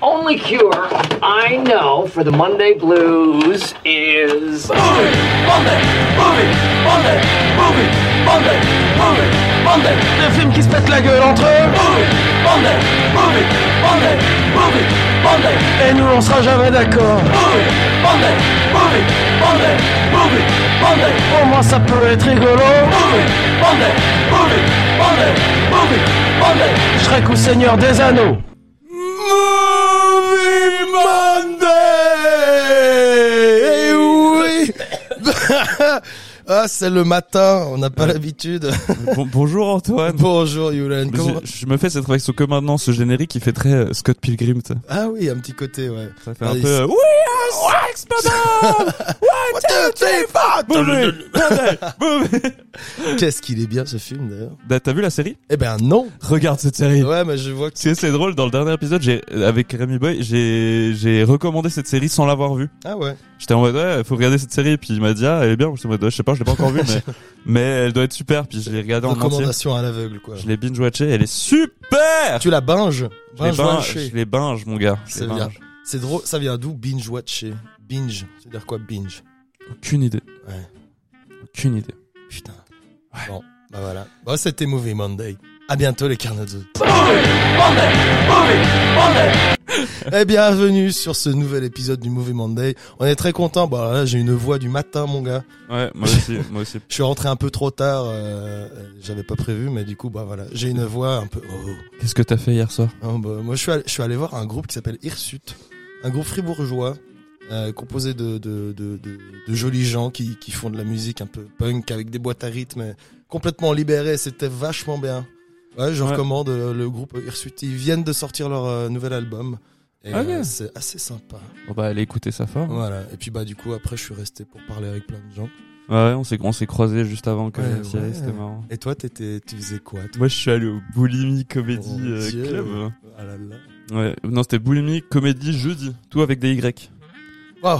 only cure I know for the Monday blues is. Deux films qui se pètent la gueule entre eux Et nous on sera jamais d'accord Au moins ça peut être rigolo Shrek ou Seigneur des Anneaux Movie Monday Eh oui Ah, c'est le matin, on n'a pas l'habitude. Bon- bonjour Antoine. Bonjour Yulen. Mais Comment- Je, je me fais cette réaction que maintenant, ce générique qui fait très euh, Scott Pilgrim. tu sais. Ah oui, un petit côté, ouais. Ça fait Ah, un il- peu. euh, We are sex, madame. What the- Boobie, boobie, boobie. Qu'est-ce qu'il est bien ce film d'ailleurs Bah, T'as vu la série Eh ben non. Regarde cette série. Ouais, mais je vois que. C'est c'est drôle. Dans le dernier épisode, j'ai avec Rémi Boy, j'ai j'ai recommandé cette série sans l'avoir vue. Ah ouais. J'étais en mode ouais, faut regarder cette série. Puis il m'a dit ah elle est bien. Moi, j'étais en mode, ouais, je sais pas, je l'ai pas encore vue, mais mais elle doit être super. Puis je l'ai regardée en entier. Recommandation à l'aveugle, quoi. Je l'ai binge watchée. Elle est super. Tu la binges Je les Binge binge, watché. je les binge, mon gars. Je C'est les bien. binge. C'est drôle, ça vient d'où binge watcher Binge. C'est-à-dire quoi binge Aucune idée. Ouais. Aucune idée. Putain. Bon, bah voilà. Bon, c'était Movie Monday. À bientôt les carnazos. Et Eh bienvenue sur ce nouvel épisode du Movie Monday. On est très content. Bon, alors là, j'ai une voix du matin, mon gars. Ouais, moi aussi, moi aussi. Je suis rentré un peu trop tard. euh, euh, J'avais pas prévu, mais du coup, bah voilà, j'ai une voix un peu. oh. Qu'est-ce que t'as fait hier soir Non, bah, moi, je suis, allé, je suis allé voir un groupe qui s'appelle Hirsute, un groupe fribourgeois euh, composé de, de, de, de, de jolis gens qui, qui font de la musique un peu punk avec des boîtes à rythme euh, complètement libérées. C'était vachement bien. Ouais, je Ouais. recommande euh, le groupe Hirsute. Ils viennent de sortir leur euh, nouvel album. Et, Ah, euh, ouais. Ah. c'est assez sympa. On va aller écouter sa femme. Ouais, Voilà. Et puis bah du coup après je suis resté pour parler avec plein de gens. ouais, on s'est on s'est croisés juste avant que Ouais, vous y alliez, ouais. c'était marrant. Et toi t'étais tu faisais quoi toi Moi, je suis allé au Boulimi Comedy Oh, euh, Dieu. Club. Ah là là. Ouais, non, c'était Boulimi Comedy jeudi, tout avec des Y. Wow.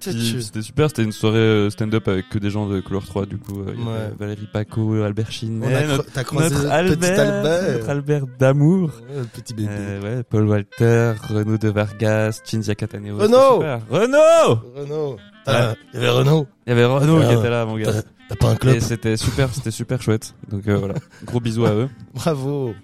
Puis, C'était super, c'était une soirée euh, stand-up avec que des gens de couleur 3 du coup, euh, il y avait Ouais. Valérie Paco, Albert Chin, On a cro- notre, T'as croisé notre le petit Albert, Albert. notre Albert d'amour. Ouais, le petit bébé. Euh, ouais, Paul Walter, Renaud de Vargas, Cinzia Cataneo. Renaud c'était super. Renaud Renaud. Ouais. Il y avait Renaud. Il y avait Renaud Ah. qui était là, mon gars. T'as t'as pas un club Et c'était super, c'était super chouette. Donc euh, voilà, gros bisous à eux. Bravo.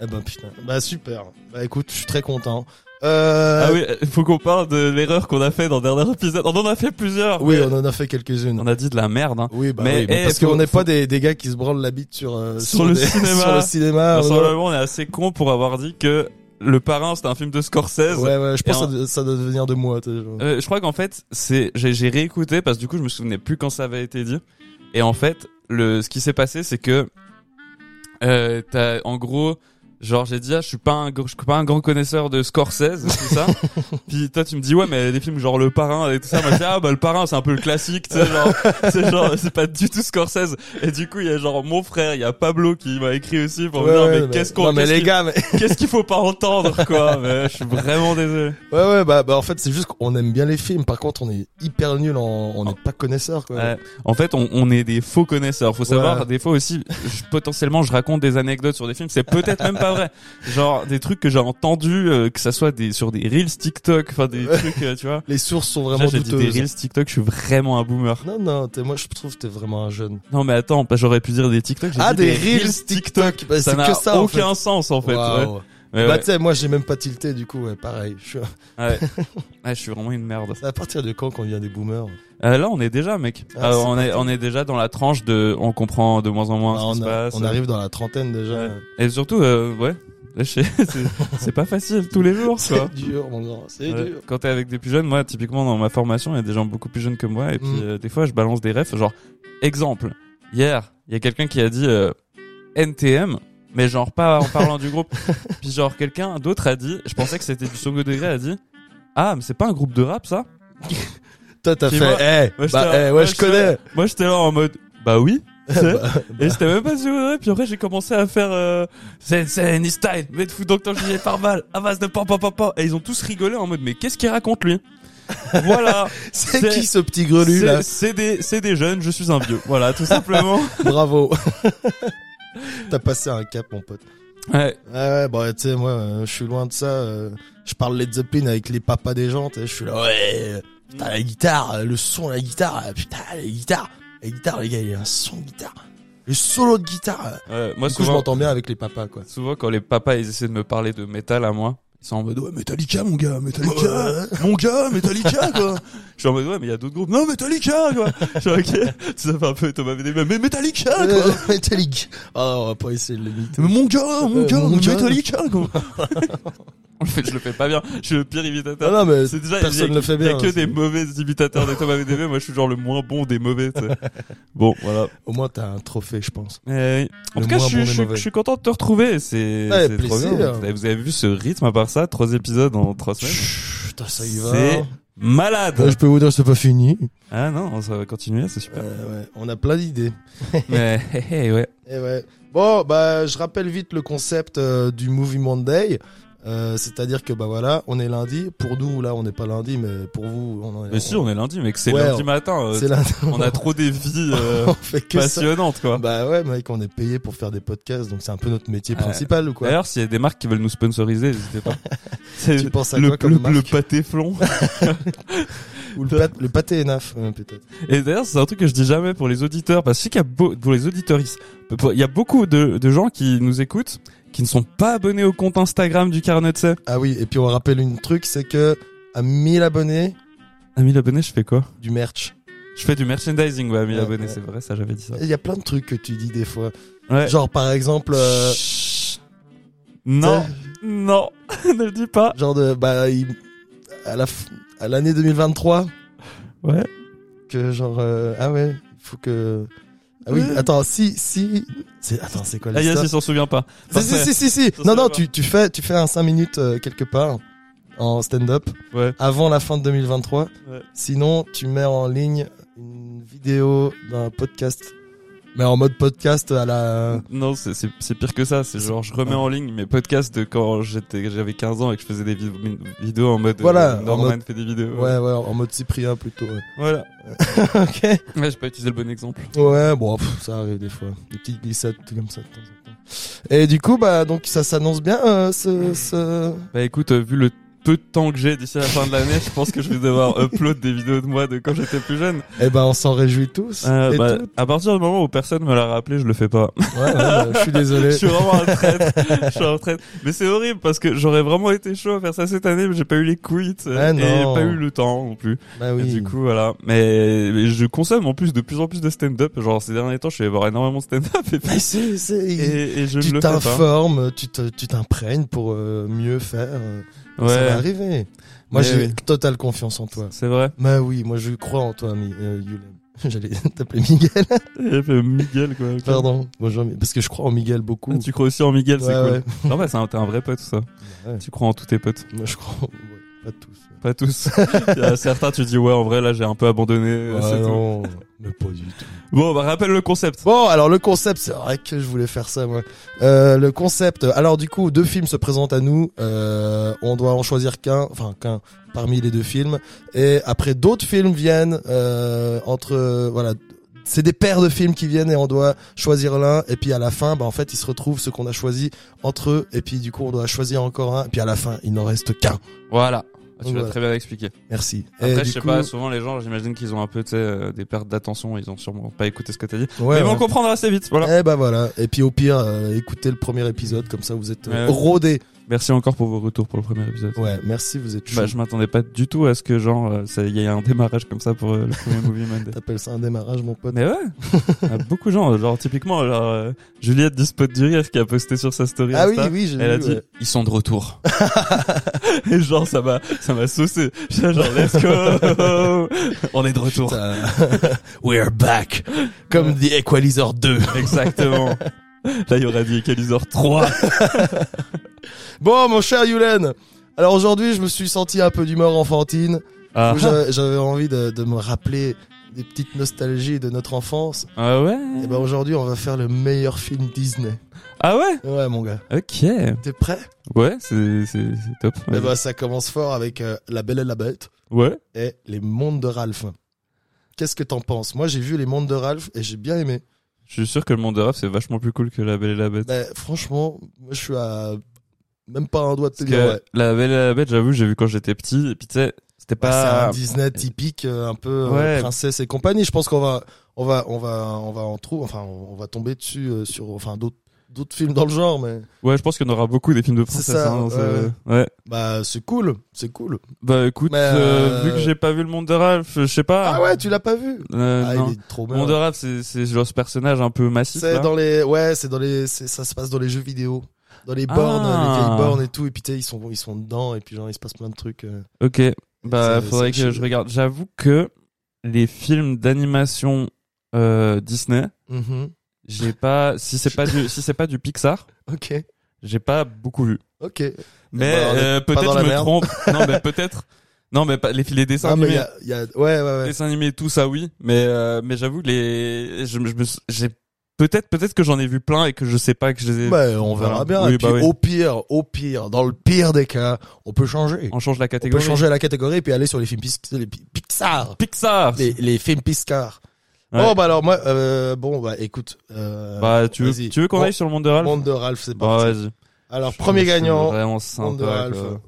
Eh ben putain. Bah super. Bah écoute, je suis très content. Euh... Ah oui, euh, faut qu'on parle de l'erreur qu'on a fait dans le dernier épisode. On en a fait plusieurs. Oui, mais on en a fait quelques-unes. on a dit de la merde. Hein. Oui, bah Mais, oui, bah, eh, parce faut- qu'on n'est faut- pas des, des gars qui se branlent la bite sur, euh, Sur le des- cinéma. sur le cinéma. Renaud. Vraisemblablement, on est assez con pour avoir dit que Le Parrain c'était un film de Scorsese. Ouais, ouais, je pense Et que ça, doit- ça doit venir de moi. tu sais, genre. Euh, je crois qu'en fait, c'est j'ai j'ai réécouté parce que du coup, je me souvenais plus quand ça avait été dit. Et en fait, le ce qui s'est passé, c'est que euh, t'as en gros genre j'ai dit ah, je suis pas un gr- je suis pas un grand connaisseur de Scorsese tout ça. Puis toi tu me dis ouais mais des films genre Le Parrain et tout ça, moi je dis ah bah Le Parrain c'est un peu le classique, tu sais genre c'est genre c'est pas du tout Scorsese. Et du coup, il y a genre mon frère, il y a Pablo qui m'a écrit aussi pour Ouais, me dire ouais, mais qu'est-ce qu'on Non, mais qu'est-ce les qu'il- gars, mais... qu'est-ce qu'il faut pas entendre quoi. Mais je suis vraiment désolé. ouais, ouais, bah, bah en fait, c'est juste qu'on aime bien les films. Par contre, on est hyper nuls en, on n'est pas connaisseurs, quoi. Ouais. En fait, on, on est des faux connaisseurs. Faut savoir, Ouais. des fois aussi, je- potentiellement, je raconte des anecdotes sur des films, c'est peut-être même pas vrai. Genre des trucs que j'ai entendus, euh, que ça soit des sur des reels TikTok, enfin des Ouais. trucs, euh, tu vois. Les sources sont Là, vraiment j'ai dit des douteuses. reels TikTok, je suis vraiment un boomer. Non, non, t'es- moi, je trouve que t'es vraiment un jeune. Non, mais attends, bah, j'aurais pu dire des TikTok. j'ai Ah, dit des reels TikTok. Bah, Ça c'est n'a que ça, en fait. aucun sens en fait. Waouh. Ouais. Ouais, Bah, ouais. tu sais, moi, j'ai même pas tilté, du coup, ouais, pareil. Je suis- Ouais. Ouais, je suis vraiment une merde. C'est à partir de quand qu'on devient des boomers Euh, là, on est déjà, mec. Ah, Euh, c'est on est, on est déjà dans la tranche de, on comprend de moins en moins Bah, ce qui on, se a- passe. euh, on arrive dans la trentaine déjà. Ouais. Et surtout, euh, ouais, je sais, c'est c'est pas facile tous les jours, quoi. C'est dur, mon grand, c'est Ouais. dur. Quand t'es avec des plus jeunes, moi, typiquement dans ma formation, il y a des gens beaucoup plus jeunes que moi, et puis Mm. euh, des fois, je balance des refs. Genre, exemple, hier, il y a quelqu'un qui a dit euh, NTM, mais genre pas en parlant du groupe. Puis genre quelqu'un d'autre a dit, je pensais que c'était du second degré, a dit, ah, mais c'est pas un groupe de rap, ça Toi, t'as Puis fait, moi- eh, moi, j'étais bah, là- eh, ouais, moi, je j'étais connais. là- Moi, j'étais là en mode, bah oui. tu sais. Bah, Et c'était même pas sûr, puis après j'ai commencé à faire euh, c'est c'est any style, mais de fou dans le gilet par balle, à base de pam pam pam pam. Et ils ont tous rigolé en mode mais qu'est-ce qu'il raconte lui Voilà, c'est c'est- qui ce petit grelu là c'est c'est des c'est des jeunes, je suis un vieux. Voilà, tout simplement. Bravo. t'as passé un cap, mon pote. Ouais. Ouais, ouais, bah, tu sais, moi, euh, je suis loin de ça. euh, je parle Led Zeppelin avec les papas des gens, tu sais, je suis là, ouais, putain, la guitare, euh, le son, la guitare, euh, putain, la guitare, la guitare, les gars, il y a un son de guitare. Le solo de guitare. euh. Ouais, moi, Du coup, je souvent, m'entends bien avec les papas, quoi. souvent, quand les papas, ils essaient de me parler de métal à moi, ils sont en mode, ouais, Metallica, mon gars, Metallica, mon gars, Metallica, quoi. Je suis en mode, ouais, mais il y a d'autres groupes. Non, Metallica, quoi. Je suis ok. Ça fait un peu Thomas Védé, mais Metallica, quoi. Euh, Metallic. Oh, on va pas essayer de le mythe. Mais mon gars, mon Euh, gars, mon mon gars. Metallica, quoi. En fait, je le fais pas bien. Je suis le pire imitateur. Non, Ah, non, mais C'est déjà, personne il y a- le fait il y a bien, que c'est- des mauvais imitateurs des Thomas VDV. Moi, je suis genre le moins bon des mauvais. tu sais. Bon, voilà. au moins, t'as un trophée, je pense. Mais, en Le tout cas, je, moins suis- bon des je suis- mauvais. je suis content de te retrouver. C'est Ouais, c'est trop Eh, plaisir. bien. Vous avez- Vous avez vu ce rythme à part ça, trois épisodes en trois semaines. Putain, ça y va. C'est Ouais, malade. je peux vous dire, c'est pas fini. Ah non, ça va continuer, c'est super. Euh, ouais, on a plein d'idées. Mais hey, hey, ouais. Eh ouais. Bon, bah, je rappelle vite le concept euh, du Movie Monday. Euh, C'est-à-dire que bah voilà, on est lundi. Pour nous, là, on n'est pas lundi, mais pour vous, on en est. Mais si, on est lundi, mec. C'est Ouais, lundi on- matin. euh, c'est lundi. On a trop des vies euh, hein. on fait que ça. passionnantes, quoi. Bah ouais, mec, on est payé pour faire des podcasts, donc c'est un peu notre métier Ouais. principal ou quoi. D'ailleurs, s'il y a des marques qui veulent nous sponsoriser, n'hésitez pas. C'est Tu penses à le, quoi comme le- marque le pâté flon. Ou le, pat- le pâté et naf, euh, peut-être. Et d'ailleurs, c'est un truc que je dis jamais pour les auditeurs, parce que je sais qu'il y a beau, pour les auditeuristes, pour- il y a beaucoup de, de gens qui nous écoutent, qui ne sont pas abonnés au compte Instagram du Carnet de Sèvres. Ah oui, et puis on rappelle une truc, c'est que à 1000 abonnés, À 1000 abonnés, je fais quoi du merch. Je fais du merchandising, ouais, à 1000 Ouais, abonnés, ouais. c'est vrai, ça j'avais dit ça. Il y a plein de trucs que tu dis des fois. Ouais. Genre par exemple, euh, Chut. Non, non, ne le dis pas. genre de bah il- à la f- à l'année 2023 Ouais. que genre euh, ah ouais faut que ah oui Ouais. attends si si c'est attends c'est quoi Ah, yes, l'histoire il s'en souvient pas. si, si Parfait. si si si. Ça, non c'est non pas. tu tu fais tu fais un 5 minutes euh, quelque part en stand-up Ouais. avant la fin de 2023 Ouais. sinon tu mets en ligne une vidéo d'un podcast mais en mode podcast à la Non, c'est c'est- c'est pire que ça. C'est genre, je remets en ligne mes podcasts de quand j'étais, j'avais 15 ans et que je faisais des vid- vidéos en mode. Voilà, euh, en Norman mode- fait des vidéos. ouais ouais en mode Cyprien plutôt ouais. Voilà. ok Ouais, j'ai pas utilisé le bon exemple. Ouais, bon, pff, ça arrive des fois. Des petites glissades tout comme ça de temps en temps. Et du coup, bah, donc ça s'annonce bien, euh, ce, ce... Bah écoute, euh, vu le peu de temps que j'ai d'ici la fin de l'année, je pense que je vais devoir upload des vidéos de moi de quand j'étais plus jeune. Eh ben, on s'en réjouit tous. Euh, et bah, toutes. à partir du moment où personne me l'a rappelé, je le fais pas. Ouais, ouais, bah, je suis je désolé. suis vraiment un traître. je suis un traître. Mais c'est horrible parce que j'aurais vraiment été chaud à faire ça cette année, mais j'ai pas eu les couilles tu sais, Ah et non. pas eu le temps non plus. Bah Et oui. Du coup, voilà. Mais, mais je consomme en plus de plus en plus de stand-up. Genre ces derniers temps, je suis allé voir énormément de stand-up et, Mais c'est, c'est... et, et je ne tu le fais pas. t'informes, tu te, tu t'imprègnes pour euh, mieux faire. euh, Ça va Ouais, arriver. Moi, Mais j'ai oui. totale confiance en toi. c'est vrai. Bah oui, moi, je crois en toi, mais, euh, Yulem. J'allais t'appeler Miguel, Il fait Miguel quoi. ok. pardon. Bonjour, parce que je crois en Miguel beaucoup. Ah, Tu crois aussi en Miguel, c'est Ouais, cool. Non, bah, c'est un- t'es un vrai pote, ça. ouais. Tu crois en tous tes potes. Moi, je crois, ouais, pas tous. Pas tous. Il y a certains, tu dis, ouais, en vrai, là, j'ai un peu abandonné. euh, Ah c'est tout. non, mais pas du tout. Bon, bah, rappelle le concept. Bon, alors le concept, c'est vrai que je voulais faire ça, moi. Euh, le concept, alors du coup, deux films se présentent à nous. Euh, on doit en choisir qu'un, enfin qu'un parmi les deux films. Et après, d'autres films viennent euh, entre, euh, voilà. C'est des paires de films qui viennent et on doit choisir l'un et puis à la fin bah en fait ils se retrouvent ce qu'on a choisi entre eux et puis du coup on doit choisir encore un et puis à la fin il n'en reste qu'un. Voilà. Ah, Tu l'as Voilà. très bien expliqué. Merci. et Après, Eh, du je sais coup, pas, souvent, les gens, j'imagine qu'ils ont un peu, tu sais, euh, des pertes d'attention. Ils ont sûrement pas écouté ce que t'as dit. ouais, Mais bon, ouais. on comprendra assez vite. Voilà. Eh bah voilà. Et puis au pire, euh, écoutez le premier épisode, comme ça vous êtes euh, Ouais. rodés. Merci encore pour vos retours pour le premier épisode. Ouais, merci, vous êtes chaud. Bah, je m'attendais pas du tout à ce que, genre, euh, ça- il y ait un démarrage comme ça pour euh, le premier Movie Monday. T'appelles ça un démarrage, mon pote. Mais ouais, Il y a beaucoup de gens, genre typiquement genre, euh, Juliette du spot du rire qui a posté sur sa story Ah oui, Insta, oui, j'ai Elle a vu, dit, ouais. ils sont de retour. Et genre, ça m'a, ça m'a saucé. J'étais Genre, let's go! On est de retour. Putain. We're back. Comme The Equalizer 2. Exactement. Là, il y aura dit Equalisor 3. Bon, mon cher Yulen. Alors aujourd'hui, je me suis senti un peu d'humeur enfantine. Ah, où j'a- J'avais envie de, de me rappeler des petites nostalgies de notre enfance. ah ouais? Et ben aujourd'hui, on va faire le meilleur film Disney. Ah ouais? Ouais, mon gars. Ok. T'es prêt Ouais, c'est, c'est, c'est top. Eh ben ça commence fort avec euh, La Belle et la Bête. Ouais. et les mondes de Ralph. Qu'est-ce que t'en penses Moi, j'ai vu les mondes de Ralph et j'ai bien aimé. Je suis sûr que le monde de Raph, c'est vachement plus cool que La Belle et la Bête. Ben, franchement, moi, je suis à même pas un doigt de te Parce dire, que ouais. La Belle et la Bête, j'avoue, j'ai vu quand j'étais petit, et puis tu sais, c'était Bah, pas... c'est un Disney typique, euh, un peu euh, Ouais. princesse et compagnie. Je pense qu'on va, on va, on va, on va en trouver. Enfin, on on va tomber dessus euh, sur, enfin, d'autres, d'autres films dans le genre, mais ouais, je pense qu'il y en aura beaucoup des films de C'est princesse. ça, hein, dans ce- ouais, ouais. bah, c'est cool, c'est cool. Bah écoute, Mais, euh, euh, vu que j'ai pas vu le monde de Raph, je sais pas. Ah ouais, tu l'as pas vu Euh, Ah, non. il est trop Le bien. monde de Raph, c'est c'est genre ce personnage un peu massif. C'est là. dans les, ouais, c'est dans les, c'est- ça se passe dans les jeux vidéo, dans les Ah. bornes, les vieilles bornes et tout. Et puis tu sais, ils sont, ils sont dedans et puis genre il se passe plein de trucs. euh. Ok, bah C'est- faudrait c'est que chez- je regarde. J'avoue que les films d'animation euh, Disney, Mhm. j'ai pas si c'est pas du si c'est pas du Pixar, Ok, j'ai pas beaucoup vu. ok. Mais bah, on est euh, dans peut-être je la me merde. trompe. Non mais peut-être. Non mais pas, les les dessins Ah mais il animés, y a, il y a, ouais, ouais, ouais. dessins animés tout ça oui, mais euh, mais j'avoue les je, me- je me sou- j'ai peut-être peut-être que j'en ai vu plein et que je sais pas que je les ai Bah, on verra Voilà. bien. Oui, et puis, bah oui. au pire, au pire, dans le pire des cas, on peut changer. on change la On peut catégorie. changer la catégorie et puis aller sur les films pis- les pi- Pixar. Pixar. Les, les films Pixar. Ouais. Bon, bah alors, moi, euh, bon, bah écoute. Euh, Bah tu veux vas-y. tu veux qu'on Bon, aille sur le monde de Ralph Monde de Ralph, c'est Bah parti. vas-y. alors, Je premier suis gagnant, Vraiment Monde de sympa. Ralph. quoi.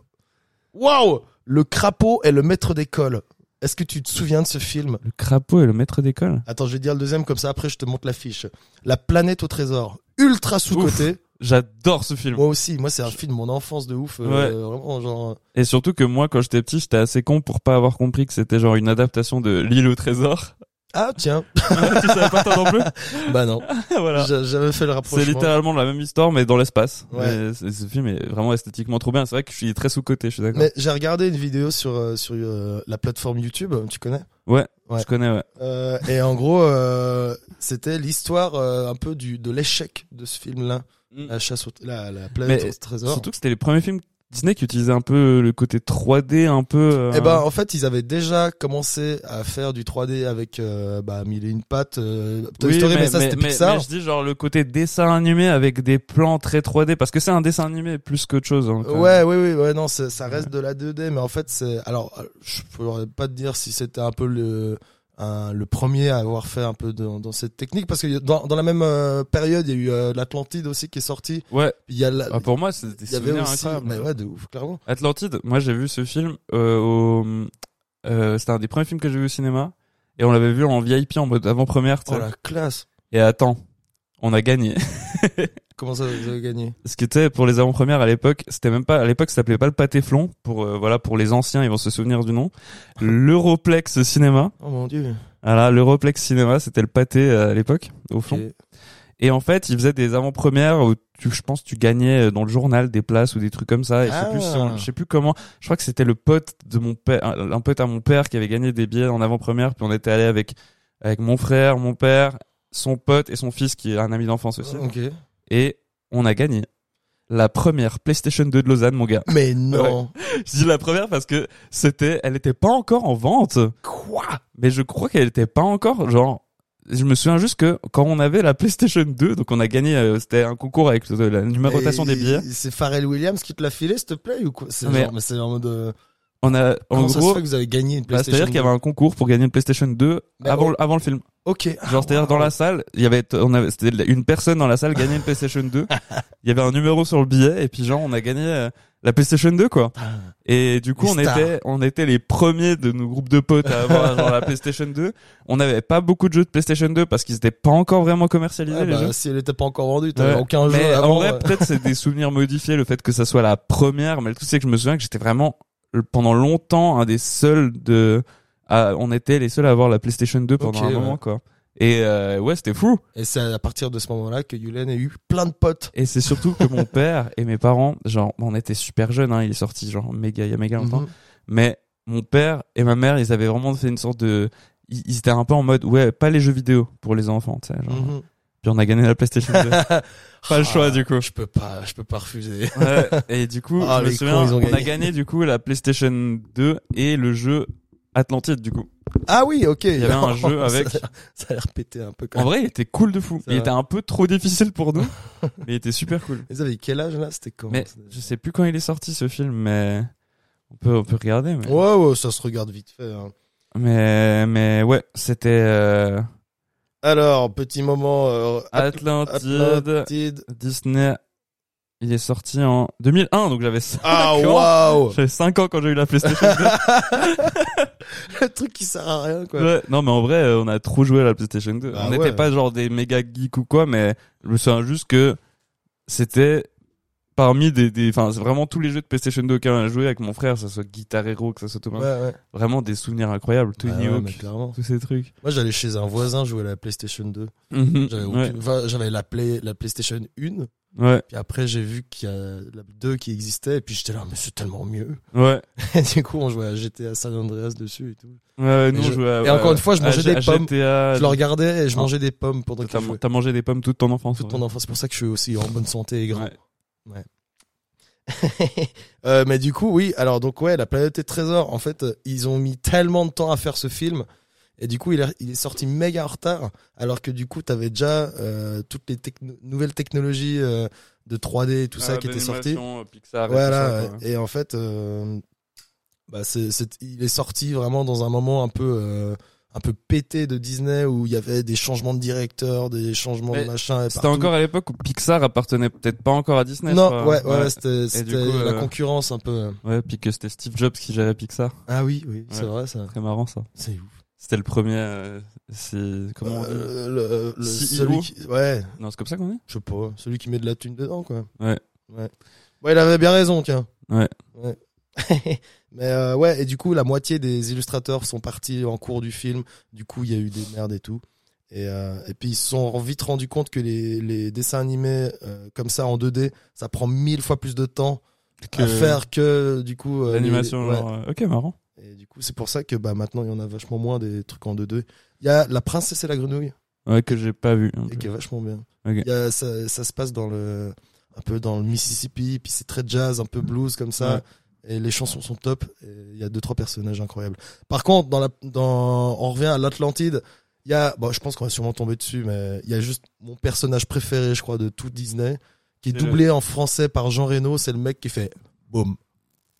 Waouh Le crapaud est le maître d'école. Est-ce que tu te souviens de ce film Le crapaud et le maître d'école Attends, je vais dire le deuxième, comme ça après je te montre l'affiche. La planète au trésor. Ultra sous-côté. J'adore ce film. Moi aussi, moi c'est un film de mon enfance de ouf. euh, Ouais. Vraiment, genre... Et surtout que moi, quand j'étais petit, j'étais assez con pour pas avoir compris que c'était genre une adaptation de L'île au trésor. Ah tiens, tu savais pas toi non plus bah non, Voilà. j'a- j'avais fait le C'est rapprochement. littéralement la même histoire, mais dans l'espace. Ouais. Mais c'est- Ce film est vraiment esthétiquement trop bien. C'est vrai que je suis très sous-côté, je suis d'accord. Mais j'ai regardé une vidéo sur euh, sur euh, la plateforme YouTube, tu connais ouais. Je connais, ouais. Euh, Et en gros, euh, c'était l'histoire euh, un peu du de l'échec de ce film-là, la chasse au la, la planète Mm. Mais au trésor. Surtout que c'était les premiers films Disney qui utilisaient un peu le côté 3D, un peu... euh, Eh ben, en fait, ils avaient déjà commencé à faire du 3D avec euh, bah, mille et une pattes, euh, Toy oui, Story, mais, ça c'était mais- Pixar. mais je dis genre le côté dessin animé avec des plans très 3D, parce que c'est un dessin animé plus qu'autre chose. hein, quand même. Ouais, oui, oui, ouais, non, c'est- ça reste de la 2D, mais en fait, c'est. Alors, euh, je pourrais pas te dire si c'était un peu le un- le premier à avoir fait un peu dans, dans cette technique, parce que y a- dans, dans la même euh, période, il y a eu euh, l'Atlantide aussi qui est sorti. Ouais. Il y a la- Ah, pour moi, c'était Euh, des il y avait souvenirs aussi. incroyables. Mais ouais, de ouf, clairement. Atlantide, moi j'ai vu ce film euh, au... euh, C'était un des premiers films que j'ai vu au cinéma. Et on l'avait vu en VIP en mode avant-première. tu Oh sais. la classe. Et attends, on a gagné. Comment ça vous avez gagné Ce qui était pour les avant-premières à l'époque, c'était même pas à l'époque, ça s'appelait pas le Patéflon. Pour euh, voilà, pour les anciens, ils vont se souvenir du nom. L'Europlex Cinéma. Oh mon dieu. Voilà, l'Europlex Cinéma, c'était le pâté euh, à l'époque, au fond. Ok. Et en fait, ils faisaient des avant-premières où tu, je pense, tu gagnais euh, dans le journal des places ou des trucs comme ça. Et je sais plus, si on- Ah. je sais plus comment. Je crois que c'était le pote de mon père, un un pote à mon père qui avait gagné des billets en avant-première. Puis on était allé avec avec mon frère, mon père, son pote et son fils qui est un ami d'enfance aussi. Ok. Et on a gagné la première PlayStation 2 de Lausanne, mon gars. Mais non. Je dis la première parce que c'était, elle était pas encore en vente. Quoi Mais je crois qu'elle était pas encore, genre, je me souviens juste que quand on avait la PlayStation 2, donc on a gagné, euh, c'était un concours avec euh, la numérotation Et- des billets. C'est Pharrell Williams qui te l'a filé, s'il te plaît, ou quoi C'est Mais- genre- mais c'est en mode. euh, On a, en comment ça se gros, fait que vous avez gagné une bah, PlayStation c'est-à-dire qu'il y avait un concours pour gagner une PlayStation 2 Bah, avant, oh. le- avant le film. Ok. Ah, Genre, c'est-à-dire dans waouh. la salle, il y avait, on avait, c'était une personne dans la salle gagnait une PlayStation 2. Il y avait un numéro sur le billet et puis genre on a gagné euh, la PlayStation 2 quoi. Et du coup Ah. Les on stars. était, on était les premiers de nos groupes de potes à avoir genre, la PlayStation 2. On n'avait pas beaucoup de jeux de PlayStation 2 parce qu'ils étaient pas encore vraiment commercialisés Ouais, les bah, jeux. si elle était pas encore vendue, t'avais Ouais. aucun jeu Mais en avant. euh, vrai, ouais. peut-être c'est des souvenirs modifiés, le fait que ça soit la première. Mais le truc, c'est que je me souviens que j'étais vraiment euh, pendant longtemps un des seuls de. à- on était les seuls à avoir la PlayStation 2 pendant Ok, un ouais. moment, quoi. Et euh, ouais, c'était fou. Et c'est à partir de ce moment-là que Yulen a eu plein de potes. Et c'est surtout que mon père et mes parents, genre, on était super jeunes. Hein, il est sorti genre méga, il y a méga longtemps. Mhm. Mais mon père et ma mère, ils avaient vraiment fait une sorte de. Ils ils étaient un peu en mode, ouais, pas les jeux vidéo pour les enfants, tu sais. Genre. Mhm. Puis on a gagné la PlayStation 2. pas le choix, Ah, du coup. Je peux pas, je peux pas refuser. Ouais, et du coup, Ah, je me les souviens, cons, ils ont on a gagné. gagné du coup la PlayStation 2 et le jeu Atlantide du coup. Ah oui, ok. Il y avait un jeu avec. Ça, a l'air pété un peu quand En même. vrai, il était cool de fou. C'est Il vrai. était un peu trop difficile pour nous, mais il était super cool. Ils avaient quel âge là C'était quand Mais je sais plus quand il est sorti ce film, mais on peut on peut regarder. Mais Ouais, ouais, ça se regarde vite fait. hein. mais, mais ouais, c'était. euh, Alors, petit moment. euh, Atl- Atlantide, Atlantide. Disney. Il est sorti en 2001, donc j'avais ça. Ah, D'accord. waouh J'avais 5 ans quand j'ai eu la PlayStation 2. Le truc qui sert à rien, quoi. Ouais. Non, mais en vrai, euh, on a trop joué à la PlayStation 2. Bah on n'était ouais. pas genre des méga geeks ou quoi, mais je me souviens juste que c'était parmi des, des, enfin, c'est vraiment tous les jeux de PlayStation 2 auxquels on a joué avec mon frère, que ce soit Guitar Hero, que ce soit Thomas. ouais. Vraiment des souvenirs incroyables, Tony Bah ouais, Hawk, mais clairement. tous ces trucs. Moi, j'allais chez un voisin jouer à la PlayStation 2. Mhm. J'avais Ouais. aucune- enfin, j'avais la, Play- la PlayStation 1. ouais, Puis après, j'ai vu qu'il y a la 2 qui existait. Et puis j'étais là, mais c'est tellement mieux. ouais. Et du coup, on jouait à GTA San Andreas dessus et tout. Ouais, Et nous, on je- jouait à- et encore une fois, je à- mangeais à des pommes. GTA, Je le regardais et je Ah. mangeais des pommes pendant que T'as, je jouais. t'as mangé des pommes toute ton enfance. hein. Toute ouais. mon enfance. C'est pour ça que je suis aussi en bonne santé et grand. Ouais. Euh, mais du coup, oui. Alors, donc, ouais, La planète des trésors. En fait, euh, ils ont mis tellement de temps à faire ce film. Et du coup, il, a- il est sorti méga en retard. Alors que du coup, t'avais déjà euh, toutes les techno- nouvelles technologies euh, de 3D et tout ça Ah, qui étaient d'animation, sorties. euh, Pixar et Voilà. tout ça, ouais. quoi. et en fait, euh, bah, c'est- c'est- il est sorti vraiment dans un moment un peu. euh, un peu pété de Disney où il y avait des changements de directeur, des changements Mais de machin. et C'était partout. encore à l'époque où Pixar appartenait peut-être pas encore à Disney. je Non, crois. ouais, ouais, c'était Et du c'était coup, la euh, concurrence un peu. Ouais, puis que c'était Steve Jobs qui gérait Pixar. Ah oui, oui, c'est Ouais. vrai ça. Très marrant ça. C'est ouf. C'était le premier. euh, c'est comment on dit Euh, le, le- CEO? celui qui, ouais, Non, c'est comme ça qu'on dit. je sais pas, celui qui met de la thune dedans quoi. Ouais. Ouais. Ouais, il avait bien raison, tiens. Ouais. Ouais. Mais euh, ouais, et du coup, la moitié des illustrateurs sont partis en cours du film. Du coup, il y a eu des merdes et tout. Et, euh, et puis ils se sont vite rendu compte que les, les dessins animés euh, comme ça en 2D, ça prend mille fois plus de temps Que- à faire que du coup euh, les- L'animation, ouais. genre. euh, Ok, marrant. Et du coup, c'est pour ça que bah, maintenant, il y en a vachement moins des trucs en 2D. Il y a La Princesse et la Grenouille, Ouais, que j'ai pas vu. et qui est vachement bien. Ok. Il y a- ça, ça se passe dans le, un peu dans le Mississippi, puis c'est très jazz, un peu blues comme ça. Ouais. Et les chansons sont top. et Il y a deux, trois personnages incroyables. Par contre, dans la, dans, on revient à l'Atlantide. Il y a, bon, je pense qu'on va sûrement tomber dessus, mais il y a juste mon personnage préféré, je crois, de tout Disney, qui est C'est le- doublé en français par Jean Reno. C'est le mec qui fait boum.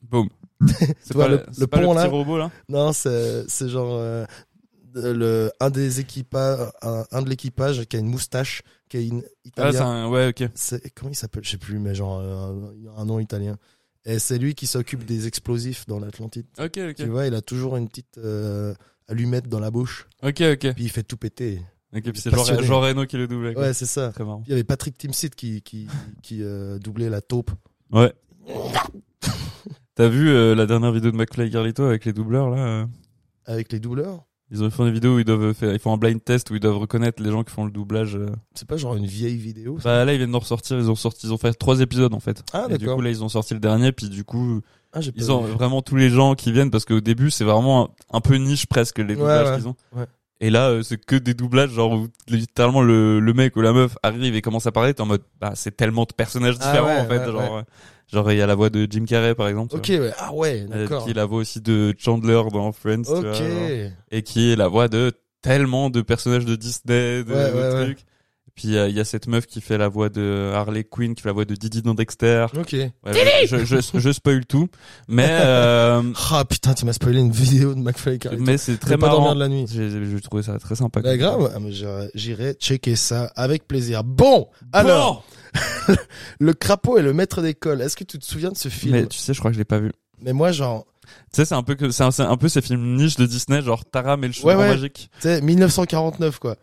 Boom. C'est vois, pas le- le, c'est le pas pont, petit là. robot là. Non, c'est c'est genre euh, le un des équipages un, un de l'équipage qui a une moustache qui est une Ah, c'est italien. un. Ouais, ok. c'est comment il s'appelle, je sais plus mais genre euh, il a un, nom italien. Et c'est lui qui s'occupe des explosifs dans l'Atlantide. Ok, Tu ok. vois, il a toujours une petite euh, allumette dans la bouche Ok, ok. puis il fait tout péter. Ok, puis c'est genre, Passionné. genre Reno qui le doublait. quoi. Ouais, c'est ça. Très marrant. Il y avait Patrick Timsit qui qui qui euh, doublait la taupe. Ouais. T'as vu euh, la dernière vidéo de McFly et Carlito avec les doubleurs là euh, Avec les doubleurs, Ils ont fait une vidéo où ils doivent faire, ils font un blind test où ils doivent reconnaître les gens qui font le doublage. euh. c'est pas genre une vieille vidéo. ça Bah là ils viennent de ressortir, ils ont sorti, ils ont fait trois épisodes en fait. Ah, et du d'accord. coup là ils ont sorti le dernier puis du coup Ah, j'ai pas ils ont vu. vraiment tous les gens qui viennent parce qu'au début c'est vraiment un, un peu niche presque les Ouais, doublages ouais, qu'ils ont. ouais. Et là euh, c'est que des doublages genre où littéralement le, le mec ou la meuf arrive et commence à parler t'es en mode bah c'est tellement de personnages Ah différents ouais, en fait ouais, genre ouais. euh, genre il y a la voix de Jim Carrey par exemple. tu OK, ouais. Ah ouais, euh, d'accord. qui est la voix aussi de Chandler dans Friends, tu vois, OK. genre. et qui est la voix de tellement de personnages de Disney, de, Ouais, de ouais, ouais. trucs. Et Puis euh, il y a cette meuf qui fait la voix de Harley Quinn, qui fait la voix de Didi dans Dexter. OK. Ouais, je, je, je, je spoil tout, mais euh, Ah putain, tu m'as spoilé une vidéo de McFly et Carlito. mais c'est Je vais très pas dormir marrant. de la nuit. J'ai j'ai trouvé ça très sympa. Bah comme grave, Ah, mais j'irai- j'irai checker ça avec plaisir. Bon, alors, le crapaud et le maître d'école. Est-ce que tu te souviens de ce film mais mais, tu sais, je crois que je l'ai pas vu. moi, genre, Tu sais, c'est un peu que c'est un, c'est un peu ces films niche de Disney, genre Taram et le chaudron ouais. magique. tu sais, 1949 quoi.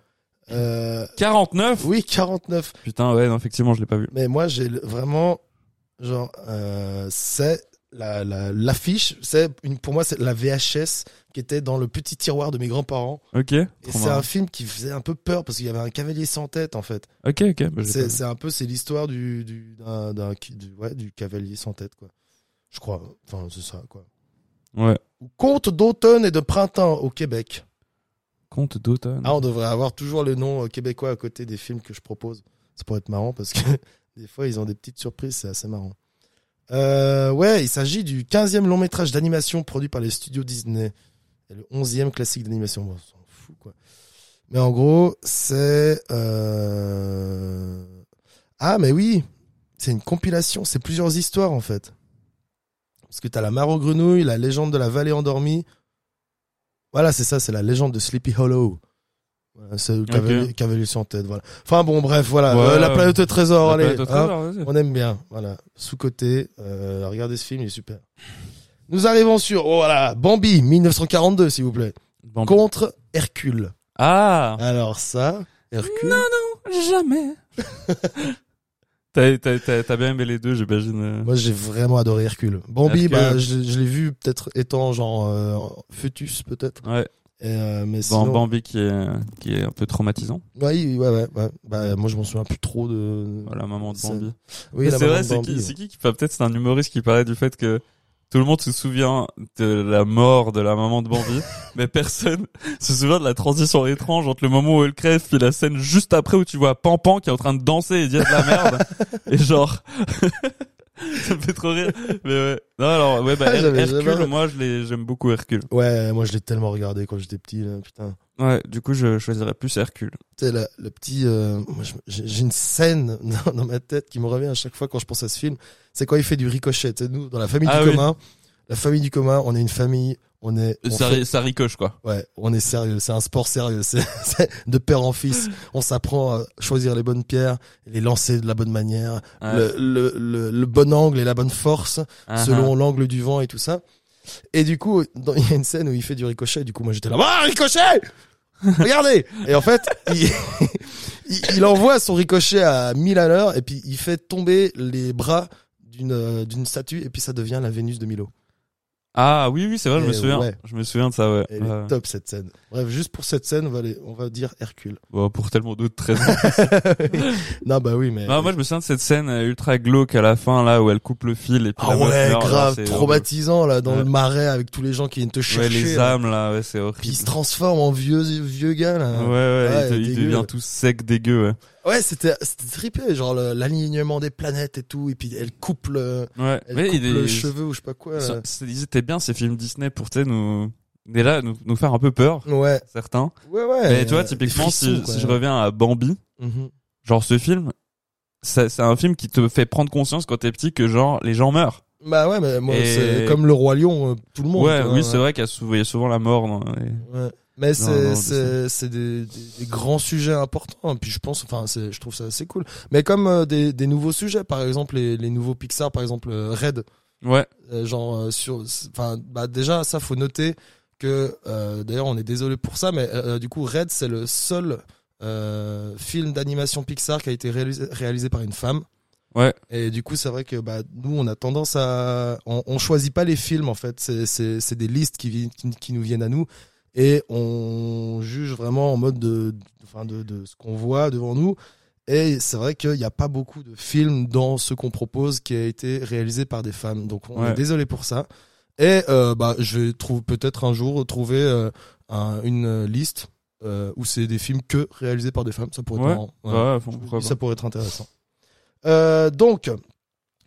Euh, 49 oui, 49. Putain, ouais, non, effectivement, je l'ai pas vu. Mais moi, j'ai le- vraiment, genre, euh, c'est la la- l'affiche, c'est une pour moi, c'est la VHS qui était dans le petit tiroir de mes grands-parents. Ok. Et trop c'est marrant. un film qui faisait un peu peur parce qu'il y avait un cavalier sans tête en fait. Ok, ok. bah, je l'ai pas C'est vu. c'est un peu c'est l'histoire du du d'un d'un- qui- du, ouais, du cavalier sans tête quoi. Je crois. Enfin c'est ça quoi. Ouais. Conte d'automne et de printemps au Québec. Conte d'automne. Ah on devrait avoir toujours le nom euh, québécois à côté des films que je propose. Ça pourrait être marrant parce que des fois ils ont des petites surprises, c'est assez marrant. Euh, ouais, il s'agit du 15e long métrage d'animation produit par les studios Disney. Et le 11e classique d'animation. Bon, on s'en fout, quoi. Mais en gros, c'est. euh, Ah, mais oui C'est une compilation, c'est plusieurs histoires, en fait. Parce que t'as la mare aux grenouilles, la légende de la vallée endormie. Voilà, c'est ça, c'est la légende de Sleepy Hollow. Voilà, c'est le cavalier, cavalier sans tête, voilà. Enfin bon, bref, voilà. Ouais. Euh, la planète au trésor, La allez. planète au hein. trésor, vas-y. on aime bien, voilà. Sous-côté, euh, regardez ce film, il est super. Nous arrivons sur, oh, voilà, Bambi, 1942, s'il vous plaît. Bon. Contre Hercule. Ah Alors ça, Hercule. Jamais T'as t'as- t'as- t'as bien aimé les deux, j'imagine. euh. Moi, j'ai vraiment adoré Hercule. Bambi, Hercule. bah, je, je l'ai vu peut-être étant genre euh, fœtus peut-être. Ouais, Et, euh, mais Ban- sinon, Bambi qui est, qui est un peu traumatisant. ouais, ouais, ouais, ouais. Bah, moi, je m'en souviens plus trop de. Voilà, maman de C'est- Bambi. Oui, Mais la c'est maman vrai, de c'est Bambi. hein. qui, c'est qui qui enfin, peut-être c'est un humoriste qui parlait du fait que tout le monde se souvient de la mort de la maman de Bambi, mais personne se souvient de la transition étrange entre le moment où elle crève puis la scène juste après où tu vois Pampan qui est en train de danser et dire de la merde et genre ça me fait trop rire. Mais ouais. Non alors ouais bah Ah, j'avais Hercule jamais- moi je les j'aime beaucoup Hercule. Ouais, moi, je l'ai tellement regardé quand j'étais petit, là, putain. Ouais, du coup je choisirais plus Hercule. Tu sais, la- le petit. euh, moi, je- j'ai j'ai une scène dans, dans ma tête qui me revient à chaque fois quand je pense à ce film. C'est quand il fait du ricochet. Tu sais, nous, dans la famille Ah du oui. commun, la famille du commun, on est une famille. On est. on Ça, fait- ri- ça ricoche quoi. Ouais, on est sérieux, c'est un sport sérieux, c'est c'est de père en fils. On s'apprend à choisir les bonnes pierres, les lancer de la bonne manière, Ouais. le, le, le, le bon angle et la bonne force, Ah, selon l'angle du vent et tout ça. Et du coup, dans- il y a une scène où il fait du ricochet, et du coup moi j'étais là, ah ricochet Regardez Et en fait, il, il, il envoie son ricochet à 1000 à l'heure, et puis il fait tomber les bras d'une euh, d'une statue, et puis ça devient la Vénus de Milo. ah oui oui c'est vrai je Eh me souviens ouais. je me souviens de ça ouais. Elle Ouais. est top cette scène. Bref, juste pour cette scène, on va, aller- on va dire Hercule. Bon, pour tellement d'autres raisons. non, bah oui, mais. Non, moi je me souviens de cette scène euh, ultra glauque à la fin là où elle coupe le fil et puis ah la meuf ouais, meurt, là, grave, c'est traumatisant là, dans Ouais. le marais avec tous les gens qui viennent te horrible. Ouais, chercher. les là. âmes là, ouais, c'est Puis ils se horrible. transforment en vieux, vieux gars Ouais, là. ouais, Ouais, il, te- Ouais, il dégueu. devient tout sec, dégueu. Ouais, c'était, c'était trippé, genre le- l'alignement des planètes et tout, et puis elle coupe le, ouais. elle mais coupe il est- le cheveu ou je sais pas quoi. ils là. sont- c'est- ils étaient bien ces films Disney pour tu sais, nous, mais là, nous, nous faire un peu peur, Ouais, certains. ouais, ouais. mais tu vois, des typiquement, si, frissons, quoi. si je reviens à Bambi, Mhm. genre ce film, ça- c'est un film qui te fait prendre conscience quand t'es petit que genre les gens meurent. Bah ouais, mais moi, Et- c'est comme le roi lion, euh, tout le monde. ouais, quoi, oui, c'est vrai qu'il y a souvent, il y a souvent la mort. dans les- Ouais. Mais non, c'est Disney. c'est c'est des, des, des grands sujets importants. Puis je pense, enfin, c'est je trouve ça assez cool. Mais comme euh, des, des nouveaux sujets, par exemple les, les nouveaux Pixar, par exemple euh, Red, Ouais, euh, genre euh, sur, enfin, bah déjà ça faut noter que euh, d'ailleurs on est désolé pour ça, mais euh, du coup Red c'est le seul euh, film d'animation Pixar qui a été réalisé, réalisé par une femme. ouais. Et du coup, c'est vrai que bah, nous, on a tendance à, on, on choisit pas les films en fait. C'est c'est c'est des listes qui, vi- qui qui nous viennent à nous et on juge vraiment en mode de, enfin de, de ce qu'on voit devant nous. Et c'est vrai qu'il n'y a pas beaucoup de films dans ce qu'on propose qui a été réalisé par des femmes. Donc on Ouais. est désolé pour ça. Et euh, bah je vais trouver peut-être un jour trouver euh, un- une euh, liste euh, où c'est des films que réalisés par des femmes. Ça pourrait être Ouais. marrant. Ouais. Ouais, Je me pourquoi dis, pas. ça pourrait être intéressant. Euh, donc,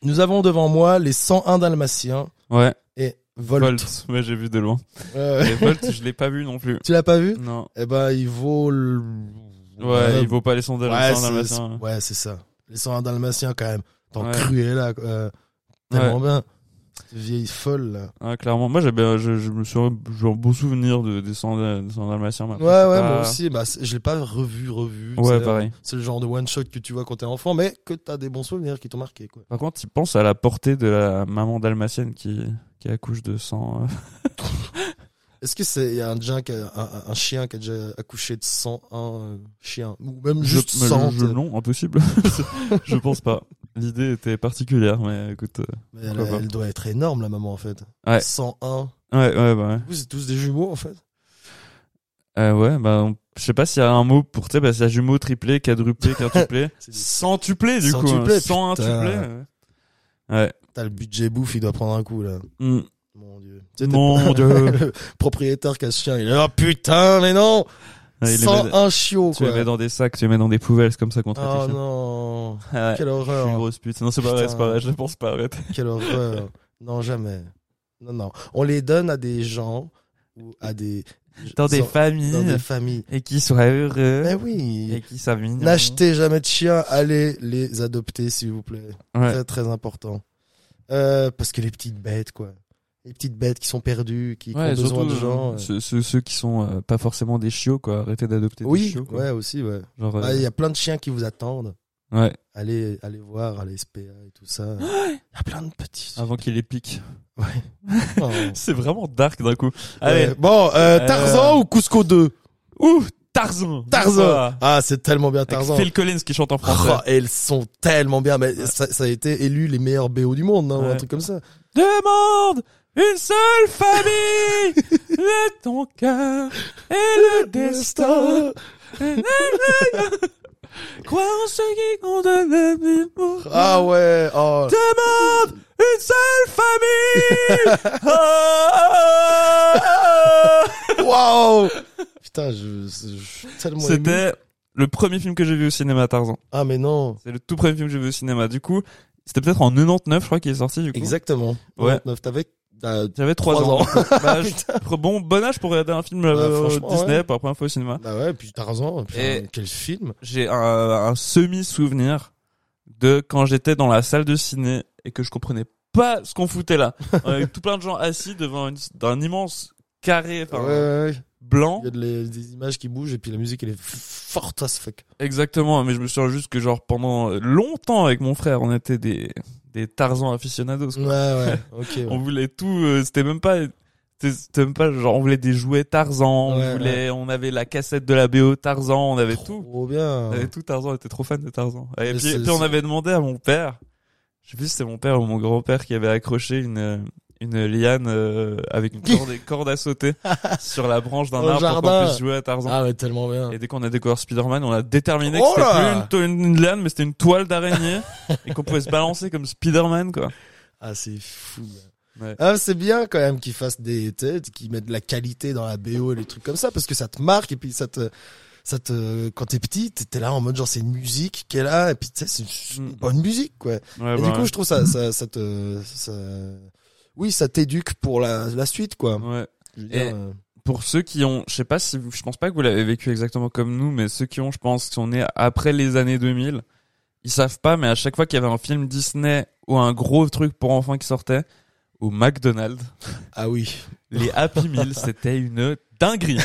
nous avons devant moi les 101 Dalmatiens ouais. et Volt. Volt, ouais, j'ai vu de loin. Euh, Et Volt, je l'ai pas vu non plus. tu l'as pas vu Non. Eh ben, il vaut. le- Ouais, il vaut pas les sondages Euh, ouais, dans c'est- la c'est- matin. ouais, c'est ça. Les 101 Dalmatiens, quand même. T'en hein. Ouais. Cruella, quoi. Euh, Tellement bien. Cette vieille folle, là. Ah, clairement. Moi, j'avais, euh, je, je me suis j'ai un beau souvenir de, des sondages des sondages dalmatiens. mais Ouais, après, c'est ouais, pas- moi aussi. Bah, c'est- je l'ai pas revu, revu. Ouais, bah, C'est- euh, pareil. C'est le genre de one-shot que tu vois quand t'es enfant, mais que t'as des bons souvenirs qui t'ont marqué, quoi. Par contre, il pense à la portée de la maman dalmatienne qui, qui accouche de sang. euh. Est-ce que c'est y a un, déjà, qui a- un, un- un chien qui a déjà accouché de 101 euh, chiens ou même juste je, mais 100 le- je- Non, impossible. je pense pas. L'idée était particulière, mais écoute. euh, mais elle, pourquoi pas. elle doit être énorme la maman en fait. Ouais. 101. Ouais, ouais, bah ouais. Du coup, c'est tous des jumeaux en fait. Euh, ouais, bah, on- je sais pas s'il y a un mot pour, tu sais, bah, s'il y a jumeau, triplé, quadruplé, quintuplé. C'est des- Centuplé, du coup. Centuplé, hein. Cent putain. intuplé. Ouais. Ouais. T'as le budget bouffe, il doit prendre un coup là. Hmm. Mon dieu. Tu sais, t'es Mon pas- dieu. le propriétaire qui a ce chien, il est là, oh, putain, mais non Ouais, Ah, il les met- 101 chiots Tu les mets quoi. dans des sacs, tu les mets dans des poubelles, c'est comme ça qu'on traite Oh les chiens. non, Ah quelle ouais, je suis une horreur, grosse pute. Non, c'est pas vrai, Putain. c'est pas vrai, je pense pas, arrête. quelle horreur. Non, jamais. Non, non. On les donne à des gens ou à des. familles, dans des familles. et qui soient heureux, Mais oui. qui soient mignons. N'achetez jamais de chiens, allez les adopter, s'il vous plaît. Ouais. Très, très important. Euh, parce que les petites bêtes, quoi. les petites bêtes qui sont perdues, qui, qui Ouais, ont besoin surtout de gens. euh, euh. ceux, ceux- ceux qui sont euh, pas forcément des chiots, quoi. Arrêtez d'adopter des Oui, chiots. quoi. ouais, aussi, ouais. Genre, euh, Ah, Il y a plein de chiens qui vous attendent. ouais. Allez, allez voir, allez SPA et tout ça. Il y a plein de petits. Avant qu'il les pique. Ouais. Oh. C'est vraiment dark d'un coup. Allez. Ouais. Bon, euh, Tarzan Euh. ou Cusco 2 Ouh, Tarzan. Tarzan Ah, c'est tellement bien Avec Tarzan. Phil Collins qui chante en français. Oh, elles sont tellement bien, mais ça, ça a été élu les meilleurs BO du monde, non, ou un Ouais. truc comme ça. Demande une seule famille. est ton cœur et le destin. Crois en ceux qui comptent même l'amour. Ah ouais, oh. Demande une seule famille. Ah. Waouh Putain, je, je- je suis tellement ému. C'était le premier film que j'ai vu au cinéma Tarzan. Ah mais non. C'est le tout premier film que j'ai vu au cinéma. Du coup, c'était peut-être en 99, je crois qu'il est sorti du coup. Exactement. Ouais. 99, t'avais t'as- J'avais 3, Trois ans. ans. Bah, je- Bon, bon âge pour regarder un film euh, Ah, Bah, franchement, Disney ouais. pour la première fois au cinéma. Bah ouais, puis Tarzan, putain, Et- quel film. J'ai un, un semi-souvenir de quand j'étais dans la salle de ciné et que je comprenais pas ce qu'on foutait là. On avait tout plein de gens assis devant une- dans un immense carré Ouais, enfin, ouais, ouais. blanc. Il y a de les- des images qui bougent et puis la musique elle est f- forte as fuck. Exactement, mais je me souviens juste que genre pendant longtemps avec mon frère, on était des, des Tarzan aficionados. quoi. Ouais ouais, ok. ouais. On voulait tout, euh, c'était même pas, c'était- c'était même pas genre on voulait des jouets Tarzan, Ouais, on ouais. voulait, on avait la cassette de la BO Tarzan, on avait tout, Trop bien. on avait Eh, tout Tarzan, on était trop fan de Tarzan. Et Ah Mais puis, c'est- puis on c'est- avait demandé à mon père, je sais plus si c'était mon père ou mon grand-père qui avait accroché une euh, une liane euh, avec une corde, et corde à sauter sur la branche d'un Au arbre pour qu'on jardin. puisse jouer à Tarzan. Ah ouais, tellement bien. Et dès qu'on a découvert Spider-Man, on a déterminé Oh que c'était là plus une, to- une, une liane, mais c'était une toile d'araignée et qu'on pouvait se balancer comme Spider-Man, quoi. Ah c'est fou. man. Ouais. Ah, c'est bien quand même qu'ils fassent des têtes, qu'ils mettent de la qualité dans la BO et les trucs comme ça parce que ça te marque et puis ça te ça te quand t'es petit t'es- t'es là en mode genre c'est une musique qui est là et puis tu sais c'est une- Mm. une bonne musique quoi. Ouais, et bah, du coup je trouve ça ça ça te ça oui ça t'éduque pour la la suite quoi. ouais. Je veux Et- dire, euh, pour ceux qui ont, je sais pas si, vous- je pense pas que vous l'avez vécu exactement comme nous, mais ceux qui ont, je pense, qui sont nés après les années 2000, ils savent pas, mais à chaque fois qu'il y avait un film Disney ou un gros truc pour enfants qui sortait, au McDonald's, ah oui. les Happy Meal, c'était une dinguerie.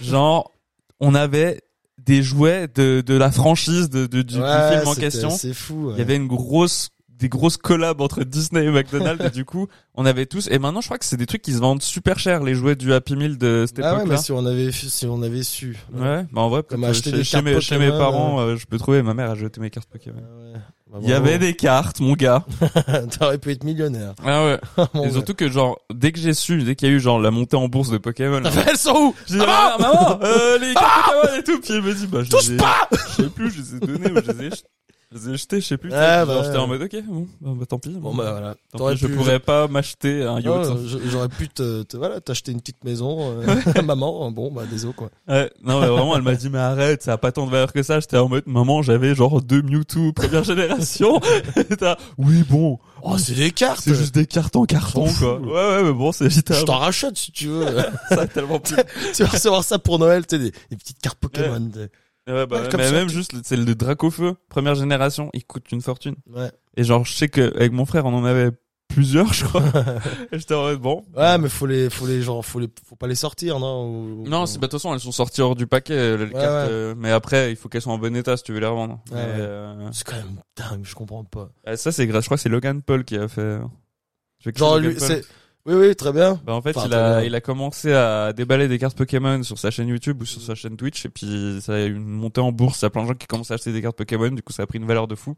Genre, on avait des jouets de, de la franchise de, de- du, du Ouais, film en c'était- question. C'est fou. Il y avait une grosse des grosses collabs entre Disney et McDonald's et du coup on avait tous et maintenant je crois que c'est des trucs qui se vendent super cher les jouets du Happy Meal de cette Ah ouais, époque là mais si on avait si on avait su. Ouais, bah en vrai, Comme peut-être, acheter chez, des chez cartes mes, chez mes Pokémon, parents, euh, je peux trouver. Ma mère a jeté mes cartes Ah Pokémon. ouais. Bah, Il y avait bravo. des cartes, mon gars. T'aurais pu être millionnaire. Ah ouais. Mon Et gars. surtout que genre, dès que j'ai su, dès qu'il y a eu genre la montée en bourse de Pokémon, là, Elles sont où j'ai dit maman, maman, euh, les cartes Pokémon et tout. Puis elle me dit, bah je les ai, je sais plus, je les ai données ou je les ai, jet- je les ai jetées, je sais plus. Ah, Genre, bah, j'étais ouais. en mode, ok, bon, bah, bah, tant pis. Bon bah voilà. Tant T'aurais pis, je pu- bah. pourrais pas m'acheter un Non, yacht. je- J'aurais pu te, te- voilà t'acheter une petite maison, euh, maman. Bon bah désolé quoi. Ouais, non, mais vraiment, elle m'a dit, mais arrête, ça a pas tant de valeur que ça. J'étais en mode, maman, j'avais genre deux Mewtwo première génération. Et t'as, oui, bon, Oh c'est des cartes. c'est juste des cartes en carton, S'en quoi. fout. Ouais, ouais, mais bon, c'est Je j'étais t'en rachète si tu veux. ça a tellement plus. tu vas recevoir ça pour Noël, tu sais, des, des petites cartes Pokémon. t'sais. Ouais, bah, Ouais, comme mais ça. même juste, le- c'est le Dracofeu, première génération, il coûte une fortune. Ouais. Et genre, je sais que, avec mon frère, on en avait plusieurs, je crois. Et j'étais en mode, bon. Ouais, mais faut les, faut les, genre, faut les, faut pas les sortir, non ou- ou- Non, c'est pas de toute façon, elles sont sorties hors du paquet, euh, les Ouais, cartes, ouais. euh, mais après, il faut qu'elles soient en bon état si tu veux les revendre. Ouais, Et, ouais. euh, C'est quand même dingue, je comprends pas. Euh, Ça, c'est grâce, je crois que c'est Logan Paul qui a fait. euh, tu vois qui Genre Logan lui, Paul c'est, oui oui très bien. Bah, en fait, Enfin, il, a, très bien. il a commencé à déballer des cartes Pokémon sur sa chaîne YouTube ou sur sa chaîne Twitch, et puis ça a eu une montée en bourse. Il y a plein de gens qui commencent à acheter des cartes Pokémon, du coup, ça a pris une valeur de fou.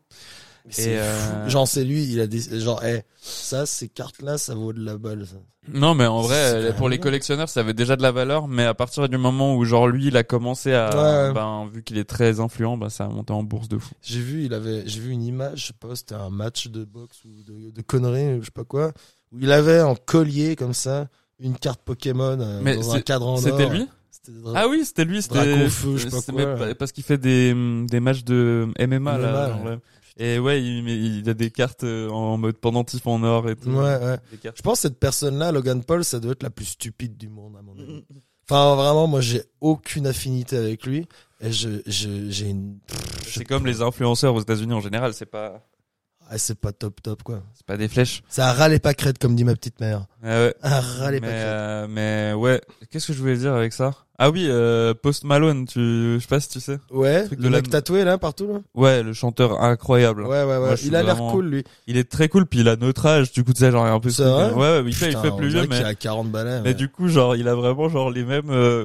Mais c'est Et, fou. euh, Genre c'est lui, il a des, genre, eh, ça ces cartes là, ça vaut de la balle. ça. Non, mais en C'est vrai, quand même pour les bien. collectionneurs, ça avait déjà de la valeur, mais à partir du moment où, genre, lui, il a commencé à. Ouais. Ben, vu qu'il est très influent, ben, ça a monté en bourse de fou. J'ai vu, il avait, j'ai vu une image, je sais pas, c'était un match de boxe ou de, de conneries, je sais pas quoi, où il avait en collier comme ça une carte Pokémon euh, Mais dans c'est- un cadran en C'était or. lui C'était Dra- Ah oui, c'était lui, c'était. Dracofeu, je sais pas c'est- quoi, mais là. pa- Parce qu'il fait des, des matchs de MMA, là. MMA, genre, ouais. ouais. Et ouais, il, mais il a des cartes euh, en mode pendentif en or et tout. Ouais, ouais. Des cartes. Je pense que cette personne-là, Logan Paul, ça doit être la plus stupide du monde à mon avis. Enfin, vraiment, moi, j'ai aucune affinité avec lui et je, je, j'ai une. C'est comme les influenceurs aux États-Unis en général, c'est pas. Ah, c'est pas top top quoi. C'est pas des flèches. Ça râle et pas crête comme dit ma petite mère. Ah ouais. Ah, râle et mais, pas crête. euh, mais ouais, qu'est-ce que je voulais dire avec ça Ah oui, euh, Post Malone, tu, je sais pas si tu sais. Ouais, truc le de mec la- tatoué là partout là. Ouais, le chanteur incroyable. Ouais ouais ouais. Moi, je suis il a l'air vraiment- cool lui. Il est très cool, puis il a notre âge, du coup tu sais genre il est un peu. C'est sous- vrai ouais, ouais, il fait, Putain, il fait on plus dirait vieux, mais, qu'il a 40 balais. mais du coup genre il a vraiment genre les mêmes. euh,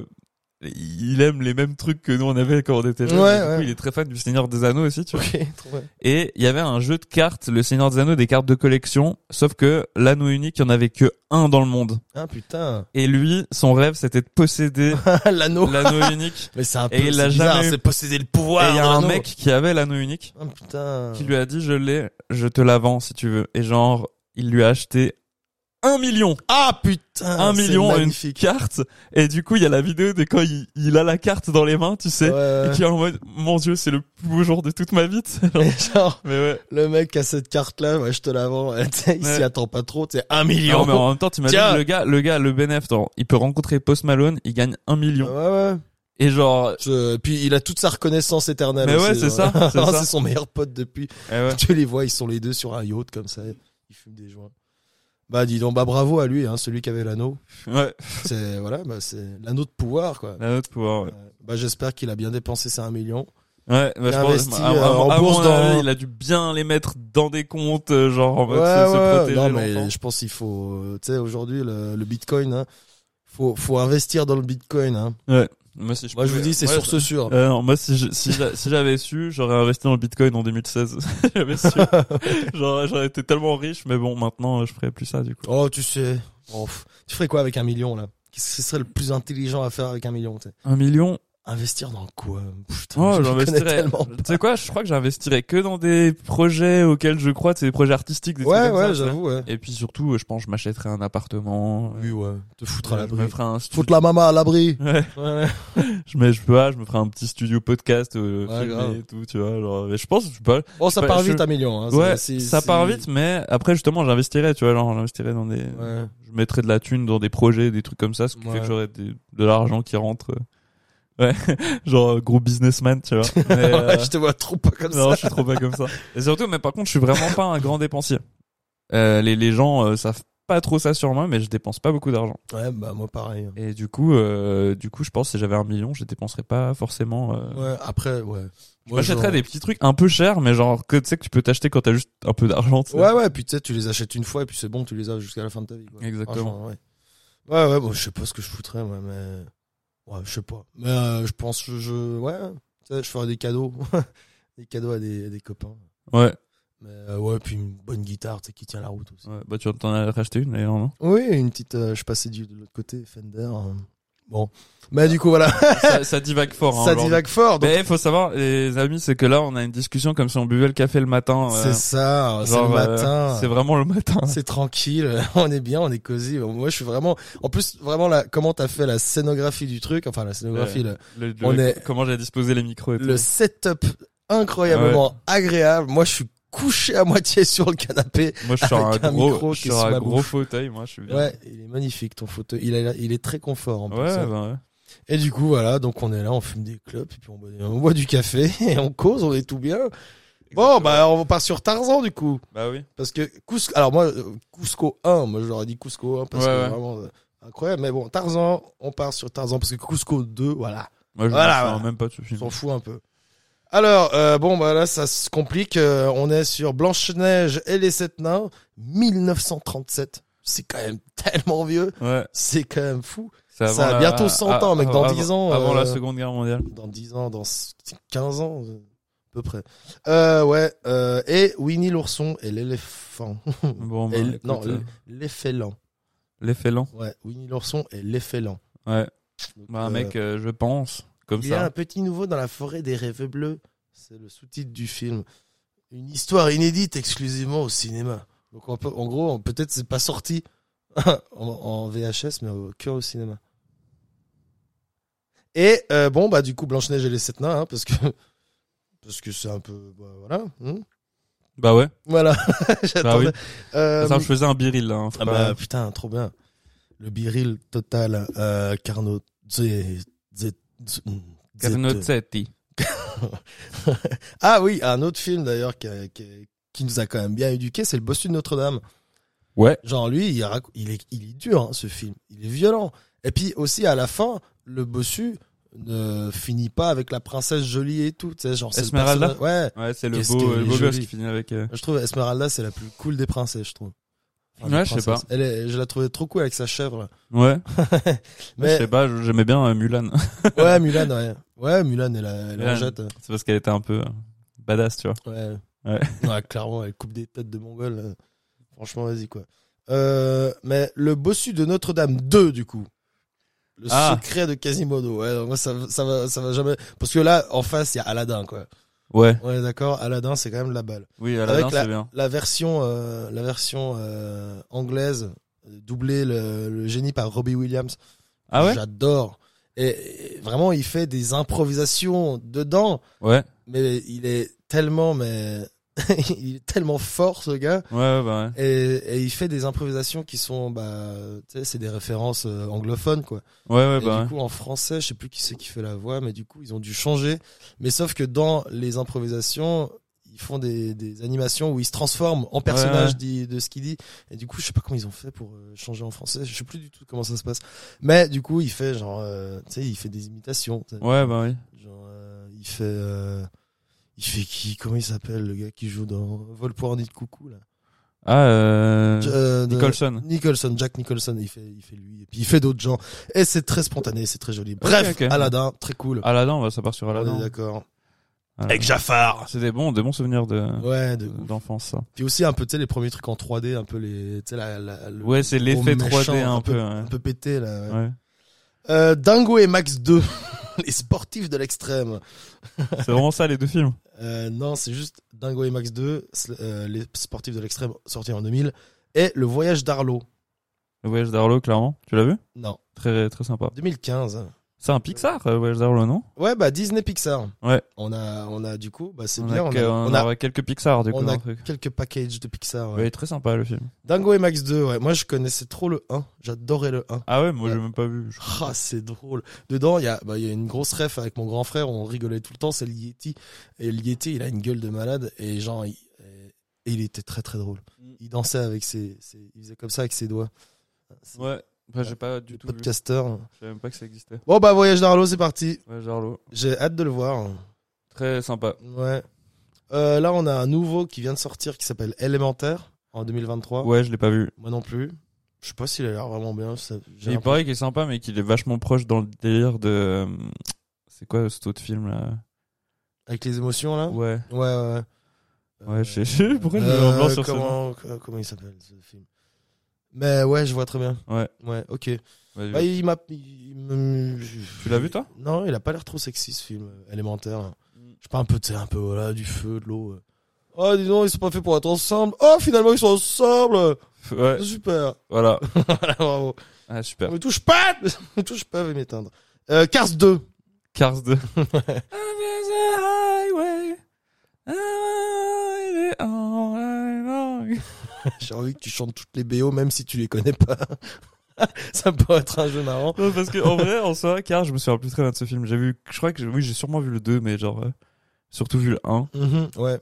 il aime les mêmes trucs que nous on avait quand on était jeunes. Ouais, Et du coup, ouais. il est très fan du Seigneur des Anneaux aussi, tu vois. Ok, trop bien. Et il y avait un jeu de cartes, le Seigneur des Anneaux, des cartes de collection, sauf que l'anneau unique, il y en avait que un dans le monde. Ah putain. Et lui, son rêve, c'était de posséder L'anneau. l'anneau unique. Mais c'est un peu Et il c'est l'a bizarre, jamais eu. c'est posséder le Et pouvoir. il y a de un l'anneau. mec qui avait l'anneau unique Ah putain. qui lui a dit je l'ai, je te la vends si tu veux. Et genre, il lui a acheté un million, Ah putain. un c'est million à une magnifique. carte. Et du coup, il y a la vidéo de quand il, il a la carte dans les mains, tu Ouais, sais, et ouais. qui est en mode mon dieu, c'est le plus beau jour de toute ma vie. tu sais. Et genre, mais ouais. le mec a cette carte-là, ouais, je te la vends. Tu sais, il Ouais. s'y attend pas trop, c'est un Et million. en, mais en même temps, t'imagines Tiens. le gars, le gars, le bénéf, genre, il peut rencontrer Post Malone, il gagne un million. Ouais, ouais. Et genre, Je- Puis il a toute sa reconnaissance éternelle. Mais aussi, ouais, c'est genre. ça, c'est Non, ça. C'est son meilleur pote depuis. eh ouais. Tu les vois, ils sont les deux sur un yacht comme ça. Ils fument des joints. Bah dis donc, bah bravo à lui, hein, celui qui avait l'anneau. ouais, C'est voilà, bah, c'est l'anneau de pouvoir quoi. la note pouvoir. Ouais, Euh, Bah j'espère qu'il a bien dépensé ses un million. ouais bah, Il je investit, pense, euh, à, à- en à mon bourse dans- avis, il a dû bien les mettre dans des comptes, euh, genre en mode se, se protéger non longtemps. mais je pense qu'il faut, euh, tu sais aujourd'hui le, le Bitcoin, hein, faut faut investir dans le Bitcoin. Hein. Moi, si je, Moi je vous pouvais- dis c'est ouais, source sûre. Euh, non, moi, si je- si j'a- si j'avais su, j'aurais investi dans le bitcoin en 2016. j'avais su. Genre, j'aurais été tellement riche, mais bon, maintenant, euh, je ferais plus ça, du coup. Oh tu sais, Oh, pff. tu ferais quoi avec un million là Qu'est-ce qui serait le plus intelligent à faire avec un million tu sais Un million? Investir dans quoi Putain, Oh, je m'y connais j'investirais. tellement Tu sais quoi? Je crois que j'investirais que dans des projets auxquels je crois, c'est des projets artistiques, des trucs Ouais comme ça, ouais tu vois. j'avoue ouais. Et puis surtout, euh, je pense, que je m'achèterais un appartement. euh, Oui ouais. Te foutre à je l'abri. me ferais un studio. Foutre la maman à l'abri. Ouais, Ouais, je mets, je peux pas, je me ferais un petit studio podcast, euh, Ouais, filmé grave. et tout, tu vois, genre, mais je pense, je sais pas, Bon ça Bah, part je- vite un million. Hein. ouais, C'est- c'est- ça part c'est- vite, mais après, justement, j'investirais, tu vois, genre, j'investirais dans des, Ouais. je mettrais de la thune dans des projets, des trucs comme ça, ce qui Ouais. fait que j'aurais des- de l'argent qui rentre. euh. Ouais, genre euh, gros businessman, tu vois. Mais, euh, Ouais, je te vois trop pas comme non, ça. je suis trop pas comme ça. Et surtout, mais par contre, je suis vraiment pas un grand dépensier. Euh, les, les gens euh, savent pas trop ça sur moi, mais je dépense pas beaucoup d'argent. Ouais, bah moi pareil. Et du coup, euh, du coup, je pense que si j'avais un million, je dépenserais pas forcément. Euh... Ouais, après, ouais. je Moi, m'achèterais genre- euh, des petits trucs un peu chers, mais genre que tu sais que tu peux t'acheter quand t'as juste un peu d'argent. tu sais. Ouais, ouais, puis tu sais, tu les achètes une fois et puis c'est bon, tu les as jusqu'à la fin de ta vie. quoi. Exactement. Franchement, Ouais, ouais, ouais bon, je sais pas ce que je foutrais, moi, mais. Ouais, je sais pas. Mais euh, je pense que je. Ouais, tu sais, je ferais des cadeaux. des cadeaux à des, à des copains. Ouais. Mais euh, ouais, puis une bonne guitare, tu sais, qui tient la route aussi. Ouais, Bah tu vas t'en as racheté une, d'ailleurs, non Oui, une petite. euh, je passais du, de l'autre côté, Fender. euh, Bon. Mais du coup, voilà, ça, ça divague fort. hein, ça aujourd'hui. divague fort. donc- Mais il faut savoir, les amis, c'est que là, on a une discussion comme si on buvait le café le matin. euh, C'est ça, c'est le genre, euh, matin. c'est vraiment le matin. C'est tranquille, on est bien, on est cosy. Moi, je suis vraiment. En plus, vraiment, là, comment t'as fait la scénographie du truc Enfin, la scénographie, le- Le- le- on est- Comment j'ai disposé les micros et le, tout. setup incroyablement agréable. Moi, je suis couché à moitié sur le canapé. Moi, je suis sur un avec un gros, micro qui je suis est sur sous un ma gros bouche. fauteuil, moi, je suis bien. Ouais, il est magnifique ton fauteuil. Il, a- il est très confort en plus. Ouais, bah ouais. Et du coup, voilà, donc on est là, on fume des clopes, et puis on boit, on boit du café, et on cause, on est tout bien. Bon, bah, on part sur Tarzan du coup. Bah oui. Parce que Cusco, alors moi, euh, Cusco 1, moi je leur ai dit Cusco 1 parce Ouais, que ouais. vraiment euh, incroyable. Mais bon, Tarzan, on part sur Tarzan parce que Cusco 2, voilà, Moi, Voilà, je me voilà. souviens même pas de ce on film. s'en fout un peu. Alors, euh, bon, bah là, ça se complique. Euh, on est sur Blanche-Neige et les Sept Nains, 1937. C'est quand même tellement vieux. Ouais. C'est quand même fou. c'est Ça avant a bientôt 100 ah, ans, mec, dans avant- 10 ans, Avant la euh, seconde guerre mondiale. Dans 10 ans, dans 15 ans, euh, à peu près. Euh, ouais. euh, et Winnie l'ourson et l'éléphant. Bon, bah, Et- écoute, non, euh, l'éphélan. l'effet lent. Ouais, Winnie l'ourson et l'éphélan. Ouais. Bah, un Euh, mec, euh, je pense, comme Il y a un ça. petit nouveau dans la forêt des rêves bleus. C'est le sous-titre du film. Une histoire inédite exclusivement au cinéma. Donc on peut- en gros, on- peut-être c'est pas sorti en, en VHS, mais au, que au cinéma. Et euh, bon, bah du coup, Blanche-Neige et les Sept Nains, hein, parce que parce que c'est un peu bah, voilà. hein. Bah ouais. voilà. J'attendais. oui. Euh, Ça, je faisais un biril, là. hein, faut Ah pas- bah putain, trop bien. Le biril total, euh, Carnot. zé- zé- zé- zé- Carnozzetti. Ah oui, un autre film d'ailleurs qui, a- qui a- qui nous a quand même bien éduqués, c'est le bossu de Notre-Dame. Ouais. Genre lui, il, rac- il est, il est dur, hein, ce film. Il est violent. Et puis aussi, à la fin, le bossu ne finit pas avec la princesse jolie et tout. Tu sais, genre, c'est le Esmeralda personnage- Ouais. Ouais, c'est le Qu'est-ce beau, qu'elle le est beau gosse jolie. qui finit avec. euh, Je trouve Esmeralda, c'est la plus cool des princesses, je trouve. Ouais, des je sais princesses. pas. Elle est- je la trouvais trop cool avec sa chèvre. là. Ouais. Je Mais sais pas, j'aimais bien euh, Mulan. ouais, Mulan, ouais. Ouais, Mulan, elle, a- elle en Mulan. jette. c'est parce qu'elle était un peu euh, badass, tu vois. Ouais. Ouais. Ouais, clairement, elle coupe des têtes de Mongols. euh. Franchement, vas-y, quoi. Euh, mais le bossu de Notre-Dame 2, du coup. Le Ah. secret de Quasimodo. Ouais, non, moi, ça, ça, va, ça va jamais. Parce que là, en face, il y a Aladdin, quoi. Ouais. On est d'accord, Aladdin, c'est quand même la balle. Oui, Avec Aladdin, la- c'est bien. La version, euh, la version euh, anglaise, doublée le, le génie par Robbie Williams. Ah ouais J'adore. Et, et vraiment, il fait des improvisations dedans, Ouais. mais il est tellement, mais il est tellement fort, ce gars. Ouais, ouais, bah ouais. Et, et il fait des improvisations qui sont, bah, tu sais, c'est des références euh, anglophones, quoi. Ouais, ouais, Et bah du coup, en français, je sais plus qui c'est qui fait la voix, mais du coup, ils ont dû changer. Mais sauf que dans les improvisations, ils font des, des animations où ils se transforment en personnage ouais. dit- de ce qu'il dit. Et du coup, je sais pas comment ils ont fait pour euh, changer en français. Je sais plus du tout comment ça se passe. Mais du coup, il fait genre, euh, tu sais, il fait des imitations. tu sais. ouais. Ouais, bah oui. Genre, euh, il fait, euh, il fait qui Comment il s'appelle le gars qui joue dans Vol pour Andy de coucou là Ah, euh. Euh, de- Nicholson. Nicholson, Jack Nicholson, il fait, il fait lui, et puis il fait d'autres gens. Et c'est très spontané, c'est très joli. Bref, ok. Aladdin, très cool. Aladdin, bah, ça part sur On est Aladdin. d'accord. Aladdin. Jafar. ah, C'est des bons, des bons souvenirs de Ouais, de ouf. d'enfance. ça. Puis aussi un peu, tu sais, les premiers trucs en 3D, un peu les, tu sais, la, la- le Ouais, c'est gros l'effet méchant, 3D un peu. un peu pété, là. ouais. ouais. Ouais. Euh, Dingo et Max 2, les sportifs de l'extrême. C'est vraiment ça les deux films. Euh, non, c'est juste Dingo et Max 2, sl- euh, les sportifs de l'extrême sortis en 2000, et Le Voyage d'Arlo. Le voyage d'Arlo, clairement. Tu l'as vu Non, Très très sympa. 2015. C'est un Pixar, euh, Voyage d'Arlo, non Ouais, bah Disney Pixar. Ouais. On a, on a du coup, bah c'est on bien. a, on que- a- on a- on a quelques Pixar du coup. on a un truc. quelques packages de Pixar. ouais. Ouais, très sympa le film. Dingo et Max 2, ouais. Moi, je connaissais trop le 1. J'adorais le 1. Ah ouais, moi Ouais. j'ai même pas vu. je- Ah, c'est drôle. Dedans, il y, a- bah, il y a une grosse ref avec mon grand frère. On rigolait tout le temps. C'est le Yeti. Et le Yeti, il a une gueule de malade. Et genre, il, et il était très très drôle. Mm. Il dansait avec ses, ses- Il faisait comme ça avec ses doigts. Ouais, bah, j'ai pas du Le tout vu. podcaster. Je savais même pas que ça existait. Bon, bah, Voyage d'Arlo, c'est parti. Voyage d'Arlo, J'ai hâte de le voir. très sympa. Ouais. Euh, là, on a un nouveau qui vient de sortir qui s'appelle Élémentaire en 2023. Ouais, je l'ai pas vu. Moi non plus. Je sais pas s'il a l'air vraiment bien. ça- j'ai Il un peu- paraît qu'il est sympa, mais qu'il est vachement proche dans le délire de. euh, C'est quoi cet autre film là Avec les émotions, là Ouais, Ouais, ouais, ouais. ouais, je sais- je sais. Pourquoi je me mets en blanc Euh, sur ce nom comment, euh, comment il s'appelle ce film Mais ouais, je vois très bien. Ouais. Ouais, ok. Vas-y. Bah, il m'a. il me- Tu l'as vu toi Mm. Non, il a pas l'air trop sexy ce film euh, élémentaire. Je sais pas, un peu, tu sais, un peu, voilà, du feu, de l'eau. euh. Oh, dis donc, ils sont pas faits pour être ensemble. Oh, finalement, ils sont ensemble. Ouais, Super. voilà. Voilà, bravo. Ah, super. On me touche pas On me touche pas, je vais m'éteindre. Euh, Cars 2. Cars 2. Highway. highway all night long. J'ai envie que tu chantes toutes les BO, même si tu les connais pas. Ça pourrait être un jeu marrant. Non, parce que en vrai, en soi, Cars, je me souviens plus très bien de ce film. J'ai vu, je crois que j'ai- oui, j'ai sûrement vu le 2, mais genre, euh, surtout vu le 1. Mhm, ouais.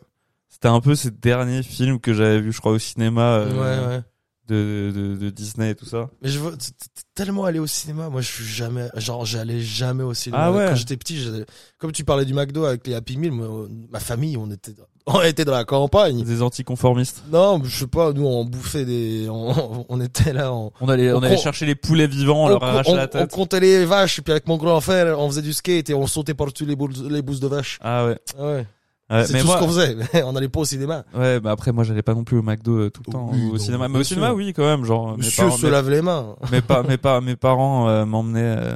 C'était un peu ces derniers films que j'avais vu, je crois, au cinéma ouais, euh, ouais. De, de, de Disney et tout ça. Mais je veux t'es- t'es tellement allé au cinéma. Moi, je suis jamais, genre, j'allais jamais au cinéma. Ah ouais. Quand j'étais petit, j'allais- comme tu parlais du McDo avec les Happy Meal, moi, euh, ma famille, on était, on était dans la campagne. Des anticonformistes. Non, je sais pas, nous, on bouffait des, on, on était là, on, On allait, On on, allait con- chercher les poulets vivants, on leur on- arrachait on- la on tête. comptait les vaches, puis avec mon grand frère, on faisait du skate et on sautait par-dessus les boules, les bousses de vache. Ah ouais. Ah Ouais. Ouais, C'est mais tout moi, ce qu'on faisait. mais on allait pas au cinéma. ouais, bah après, moi, j'allais pas non plus au McDo euh, tout le Oh, temps, oui, ou au non, cinéma. Mais bien au cinéma, sûr. oui, quand même, genre. mes Monsieur parents- se lave les mains. mes, pa- mes, pa- mes parents euh, m'emmenaient, euh,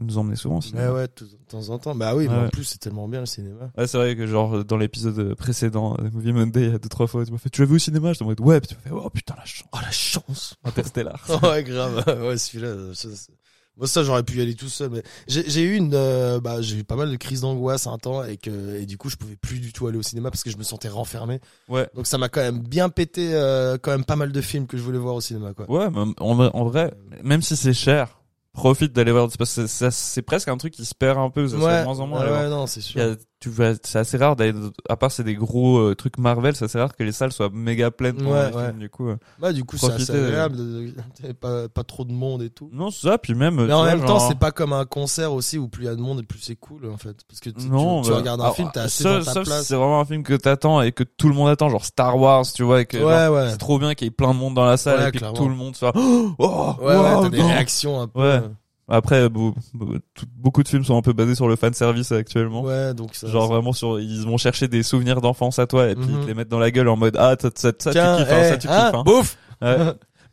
nous emmenaient souvent au Eh Ouais, cinéma. ouais, tout- de temps en temps. Bah oui, mais Ouais. en plus, c'est tellement bien le cinéma. Ouais, c'est vrai que genre dans l'épisode précédent de Movie Monday, il y a deux trois fois, tu m'as fait tu l'as vu au cinéma, je t'ai dit ouais, puis tu m'as fait oh putain la chance, Oh, la chance! Interstellar. ouais, grave. Ouais, celui-là. Ça, c'est- Moi, ça, j'aurais pu y aller tout seul. Mais j'ai j'ai eu une, euh, bah, j'ai eu pas mal de crises d'angoisse un temps et que, et du coup, je pouvais plus du tout aller au cinéma parce que je me sentais renfermé. Ouais. Donc, ça m'a quand même bien pété, euh, quand même pas mal de films que je voulais voir au cinéma, quoi. Ouais, mais en, vrai- en vrai, même si c'est cher, profite d'aller voir parce que c'est- ça- c'est presque un truc qui se perd un peu, ça se fait de moins en moins. ouais, aller voir. ouais, non, c'est Il sûr. y a tu vas, c'est assez rare d'aller, dans- à part c'est des gros euh, trucs Marvel, c'est assez rare que les salles soient méga pleines. pendant Ouais, les films, ouais. Du coup, euh. Bah, du coup, c'est assez Profiter euh, de- agréable. de- de- Pas, pas trop de monde et tout. non, c'est ça. Puis même. Mais en même temps, c'est pas comme un concert aussi où plus il y a de monde et plus c'est cool en fait. Parce que tu, tu- Non, tu bah, regardes un alors, film, t'as assez sauf- dans ta sauf si place. C'est vraiment un film que t'attends et que tout le monde attend, genre Star Wars, tu vois, et que genre, ouais, ouais. c'est trop bien qu'il y ait plein de monde dans la salle Ouais, et puis que clairement. tout le monde soit. Oh, oh, Ouais, ouais, wow, t'as des non. réactions un peu. euh, Ouais. Après, bou- bou- tout- beaucoup de films sont un peu basés sur le fan service actuellement. Ouais, donc ça. Genre vraiment sur, ils vont chercher des souvenirs d'enfance à toi et puis ils Mhm. te les mettent dans la gueule en mode ah ça, ça, ça, Tiens, tu kiffes, hein, ça eh, tu hein, kiffes. hein. bouffe Ouais.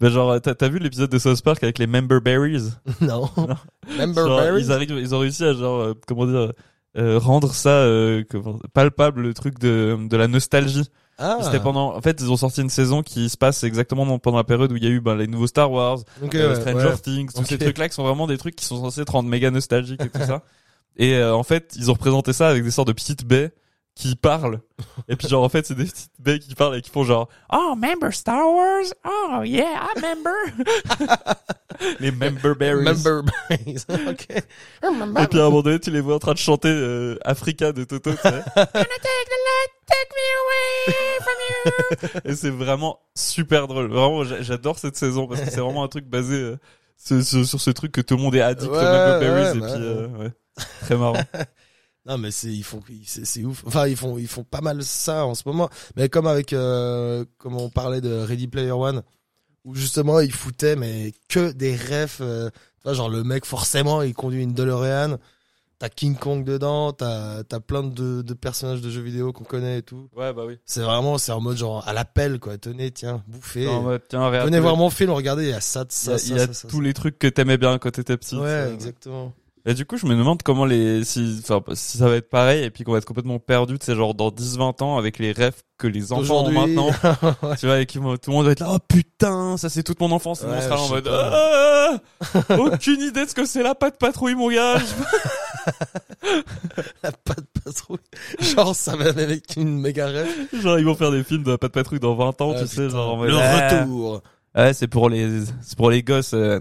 Ben genre t'as t'as vu l'épisode de South Park avec les Member Berries Non. Member Genre, Berries Ils arrivent, ils ont réussi à genre euh, comment dire euh, rendre ça euh, comment- palpable le truc de de la nostalgie. Ah, C'était pendant, en fait ils ont sorti une saison qui se passe exactement dans- pendant la période où il y a eu ben, les nouveaux Star Wars, donc, euh, euh, Stranger ouais. Things, tous Ok. ces trucs-là qui sont vraiment des trucs qui sont censés te rendre méga nostalgique et tout ça. Et euh, en fait, ils ont représenté ça avec des sortes de petites baies qui parlent. Et puis genre en fait, c'est des petites baies qui parlent et qui font genre "Oh, member Star Wars? Oh yeah, I member." les member berries. Member Berries. ok. Et puis à un moment donné, tu les vois en train de chanter euh, Africa de Toto, tu sais. Gonna take the light, take me away from you. Et c'est vraiment super drôle. Vraiment, j'a- j'adore cette saison parce que c'est vraiment un truc basé euh, sur, sur- sur ce truc que tout le monde est addict Ouais, aux Maple ouais, bah, Berries. et ouais, puis, ouais. euh, ouais. Très marrant. Non mais c'est ils font c'est c'est ouf. Enfin ils font ils font pas mal ça en ce moment. Mais comme avec euh, comme on parlait de Ready Player One où justement ils foutaient mais que des refs. euh, tu vois, genre le mec forcément il conduit une DeLorean. T'as King Kong dedans. T'as t'as plein de, de personnages de jeux vidéo qu'on connaît et tout. Ouais, bah oui. C'est vraiment c'est en mode genre à l'appel quoi. Tenez tiens bouffez. bah, tiens, regarde. Venez voir mon film. Regardez il y a ça Il y ça a, ça. il y a ça, ça, tous les trucs que t'aimais bien quand t'étais euh, petit. ça. ça. Ouais exactement. Et du coup, je me demande comment les, si, enfin, si ça va être pareil et puis qu'on va être complètement perdu, tu sais, genre dans 10-20 ans avec les rêves que les enfants ont Aujourd'hui. maintenant. Tu vois, et qui vont- tout le monde va être là, oh putain, ça c'est toute mon enfance. Et nous, on Ouais, sera là en je sais mode, pas. Ah, aucune idée de ce que c'est là, pas de patrouille, mon gars. La patte patrouille. Genre, ça va avec une méga ref. genre, ils vont faire des films de pas de patrouille dans 20 ans, Ah, Oh, tu sais, putain. genre, en mode, Le Ah, retour. Ouais, c'est pour les, c'est pour les gosses, euh,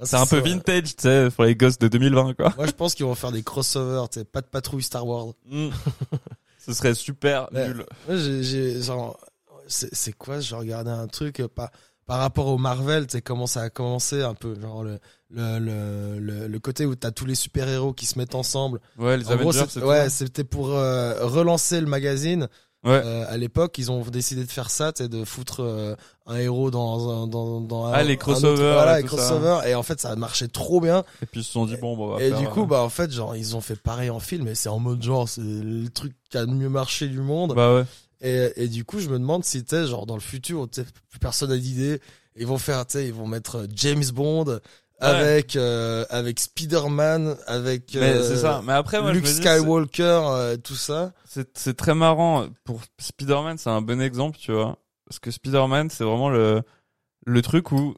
Ah, c'est un peu ça. vintage, tu sais, pour les gosses de 2020, quoi. Moi, je pense qu'ils vont faire des crossovers, tu sais, pas de patrouille Star Wars. Mm. ce serait super Ouais. nul. Moi, j'ai, j'ai- genre, c'est, c'est quoi? Je regardais un truc euh, par, par rapport au Marvel, tu sais, comment ça a commencé un peu. Genre, le, le, le, le, le côté où t'as tous les super-héros qui se mettent ensemble. Ouais, les En gros, Avengers, c'est- c'est ouais, c'était pour euh, relancer le magazine. Ouais. Euh, à l'époque, ils ont décidé de faire ça, tu sais, de foutre euh, un héros dans un, dans, dans un- Ah, un les autre- crossovers, voilà, et les tout ça. crossovers. Et en fait, ça marchait trop bien. Et puis ils se sont dit, bon, bah, on va Et faire, du coup, euh, bah en fait, genre ils ont fait pareil en film, et c'est en mode genre c'est le truc qui a le mieux marché du monde. bah ouais. Et, et du coup, je me demande si t'es genre dans le futur, tu sais, plus personne a d'idée, ils vont faire, tu sais, ils vont mettre euh, James Bond avec euh, avec Spider-Man, avec Mais euh, c'est ça. Mais après, moi, Luke je me dis, c'est- Skywalker, euh, tout ça. C'est c'est très marrant pour Spider-Man, c'est un bon exemple, tu vois. Parce que Spider-Man, c'est vraiment le le truc où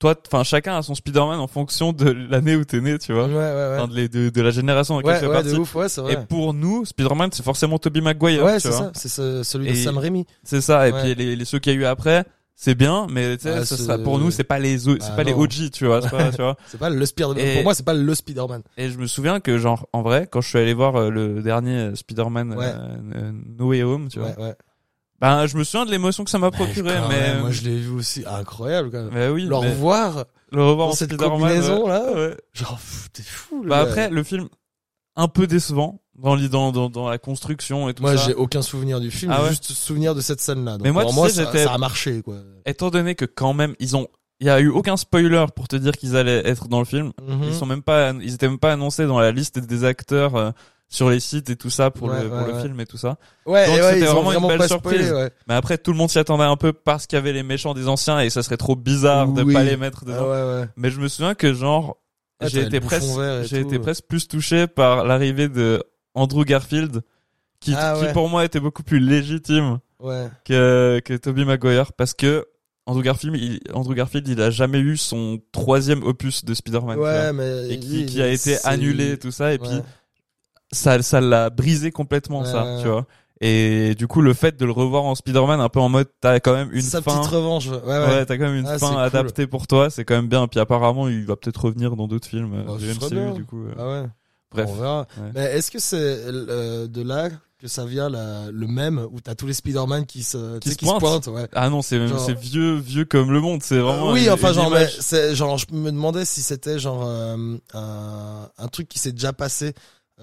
toi t- enfin chacun a son Spider-Man en fonction de l'année où t'es né, tu vois. Ouais, ouais, ouais. Enfin, de, les- de- de la génération dans laquelle Ouais, tu fais ouais, de partie. ouf, ouais, c'est Et vrai. pour nous, Spider-Man, c'est forcément Tobey Maguire, Ouais, tu c'est vois. ça, c'est ce- celui Et- de Sam Raimi. C'est ça et Ouais. puis les, les- ceux qu'il y a eu après, c'est bien, mais tu sais, Ouais, ce c'est- sera pour nous, c'est pas les o- c'est Bah, pas les non. OG, tu vois, c'est pas- tu vois. C'est pas le Spider-Man. Et- Pour moi, c'est pas le Spider-Man. Et je me souviens que genre en vrai, quand je suis allé voir euh, le dernier euh, Spider-Man Ouais. euh, euh, No Way Home, tu vois. Ouais, ouais. Ben, je me souviens de l'émotion que ça m'a procuré, Quand mais. même, moi, je l'ai vu aussi, incroyable quand même. Bah oui, le mais revoir le revoir dans en cette Spider-Man. euh, combinaison ouais. là Ouais. genre pff, t'es fou le Bah gars. après, le film, un peu décevant dans, l'id- dans, dans, dans la construction et tout moi ça. j'ai aucun souvenir du film Ah ouais. juste souvenir de cette scène là Mais moi, pour tu moi sais, ça, j'étais- ça a marché quoi Étant donné que quand même, ils ont, il y a eu aucun spoiler pour te dire qu'ils allaient être dans le film. Mhm. Ils sont même pas, ils étaient même pas annoncés dans la liste des acteurs euh, sur les sites et tout ça pour Ouais, le, pour ouais, le ouais. film et tout ça. ouais, Donc, et ouais c'était ils ont vraiment une vraiment belle pas surprise. spoilé, ouais. Mais après, tout le monde s'y attendait un peu parce qu'il y avait les méchants des anciens et ça serait trop bizarre de Oui. pas les mettre Ah dedans. ouais ouais Mais je me souviens que genre, Ah, j'ai t'avais été le bouffon presque, vert et j'ai tout. été presque plus touché par l'arrivée de Andrew Garfield, qui, Ah qui ouais. pour moi était beaucoup plus légitime ouais que que Tobey Maguire, parce que Andrew Garfield, il, Andrew Garfield, il a jamais eu son troisième opus de Spider-Man, tu vois. ouais mais et qui, lui, qui a été c'est- annulé et tout ça, et Ouais. puis ça ça l'a brisé complètement Ouais, ça, ouais, tu vois. Et du coup, le fait de le revoir en Spider-Man, un peu en mode, t'as quand même une sa fin. petite revanche ouais ouais, Ouais, t'as quand même une Ah, fin c'est cool. adaptée pour toi, c'est quand même bien. Puis apparemment, il va peut-être revenir dans d'autres films euh, Bah, du ce serait MCU, bien. du coup. euh. Ah ouais Bref. On verra. Ouais. Mais est-ce que c'est euh, de là que ça vient la- le même où t'as tous les Spider-Man qui se, tu se sais, pointent. ouais. Ah non, c'est Genre- c'est vieux, vieux comme le monde. C'est vraiment. oui, une- enfin une genre, mais image. c'est genre, je me demandais si c'était genre euh, un, un truc qui s'est déjà passé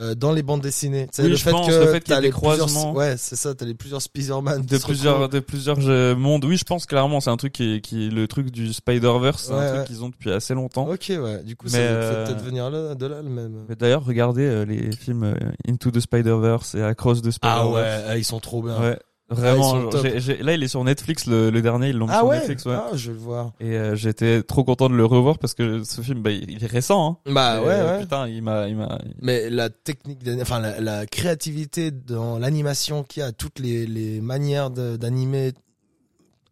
euh, dans les bandes dessinées. Tu sais, Oui, le, je fait pense, que le fait qu'il t'as y ait des les plusieurs- croisements. Ouais, c'est ça. T'as les plusieurs Spider-Man. qui de se plusieurs retrouvent. de plusieurs euh, mondes. Oui, je pense clairement c'est un truc qui est, qui est le truc du Spider-Verse, c'est Ouais, un truc ouais. qu'ils ont depuis assez longtemps. Ok, ouais. Du coup, ça Mais, fait euh, peut-être venir là, de là le même. Mais D'ailleurs, regardez euh, les films euh, Into the Spider-Verse et Across the Ah ouais, Spider-Verse. euh, ils sont trop bien. Ouais, Vraiment, Ah, ils sont genre, top. j'ai- j'ai- là il est sur Netflix le, le dernier, ils l'ont mis Ah sur ouais, Netflix, ouais. Ah, je vais le voir. Et euh, j'étais trop content de le revoir parce que ce film, bah, il, il est récent. Hein. Bah Et, ouais, euh, ouais. Putain, il m'a, il m'a. il- Mais la technique, d'ani- enfin la, la créativité dans l'animation qu'il y a, toutes les, les manières de- d'animer,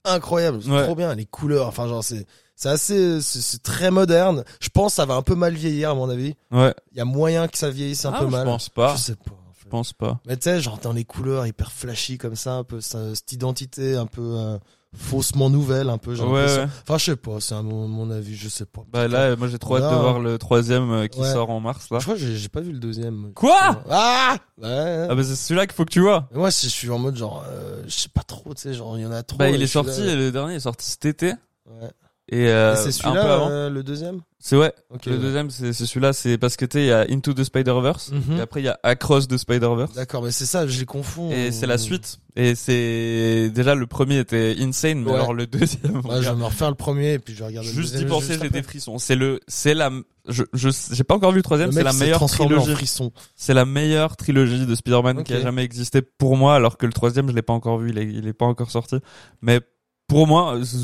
incroyable, c'est Ouais. trop bien, les couleurs, enfin genre c'est c'est assez, c'est c'est très moderne. Je pense que ça va un peu mal vieillir à mon avis. Ouais. Il y a moyen que ça vieillisse un Ah, peu je mal. pense pas. Je sais pas. en fait. Je pense pas. Mais tu sais, genre dans les couleurs hyper flashy comme ça, un peu ça- cette identité un peu euh, faussement nouvelle, un peu. j'ai Ouais, l'impression. ouais. Enfin je sais pas, c'est à mon, mon avis, je sais pas. Bah là, moi j'ai trop hâte de Voilà. voir le troisième euh, qui Ouais. sort en mars là. je crois que j'ai j'ai pas vu le deuxième. Quoi Ah ouais, ouais. Ah bah c'est celui-là qu'il faut que tu vois. Mais moi, je suis en mode genre, euh, je sais pas trop, tu sais, genre il y en a trop. Bah et il je est suis là, sorti, ouais. le dernier est sorti cet été. Ouais. Et, Et euh, c'est un peu celui-là, avant. euh, le deuxième. C'est ouais. Ok. Le deuxième, c'est c'est celui-là, c'est parce que tu sais, il y a Into the Spider-Verse. Mhm. Et après, il y a Across the Spider-Verse. D'accord, mais c'est ça, je les confonds. Et c'est la suite. Et c'est déjà le premier était insane, mais Ouais. alors le deuxième. Moi, je vais me refaire le premier et puis je vais regarder Juste le d'y deuxième. penser, j'ai après. des frissons. C'est le, c'est la, je, je, j'ai pas encore vu le Le troisième. mec C'est la s'est meilleure transformé en trilogie. frisson. C'est la meilleure trilogie de Spider-Man qui a Ok. jamais existé pour moi, alors que le troisième, je l'ai pas encore vu. Il est, il est pas encore sorti. Mais pour moi, c'est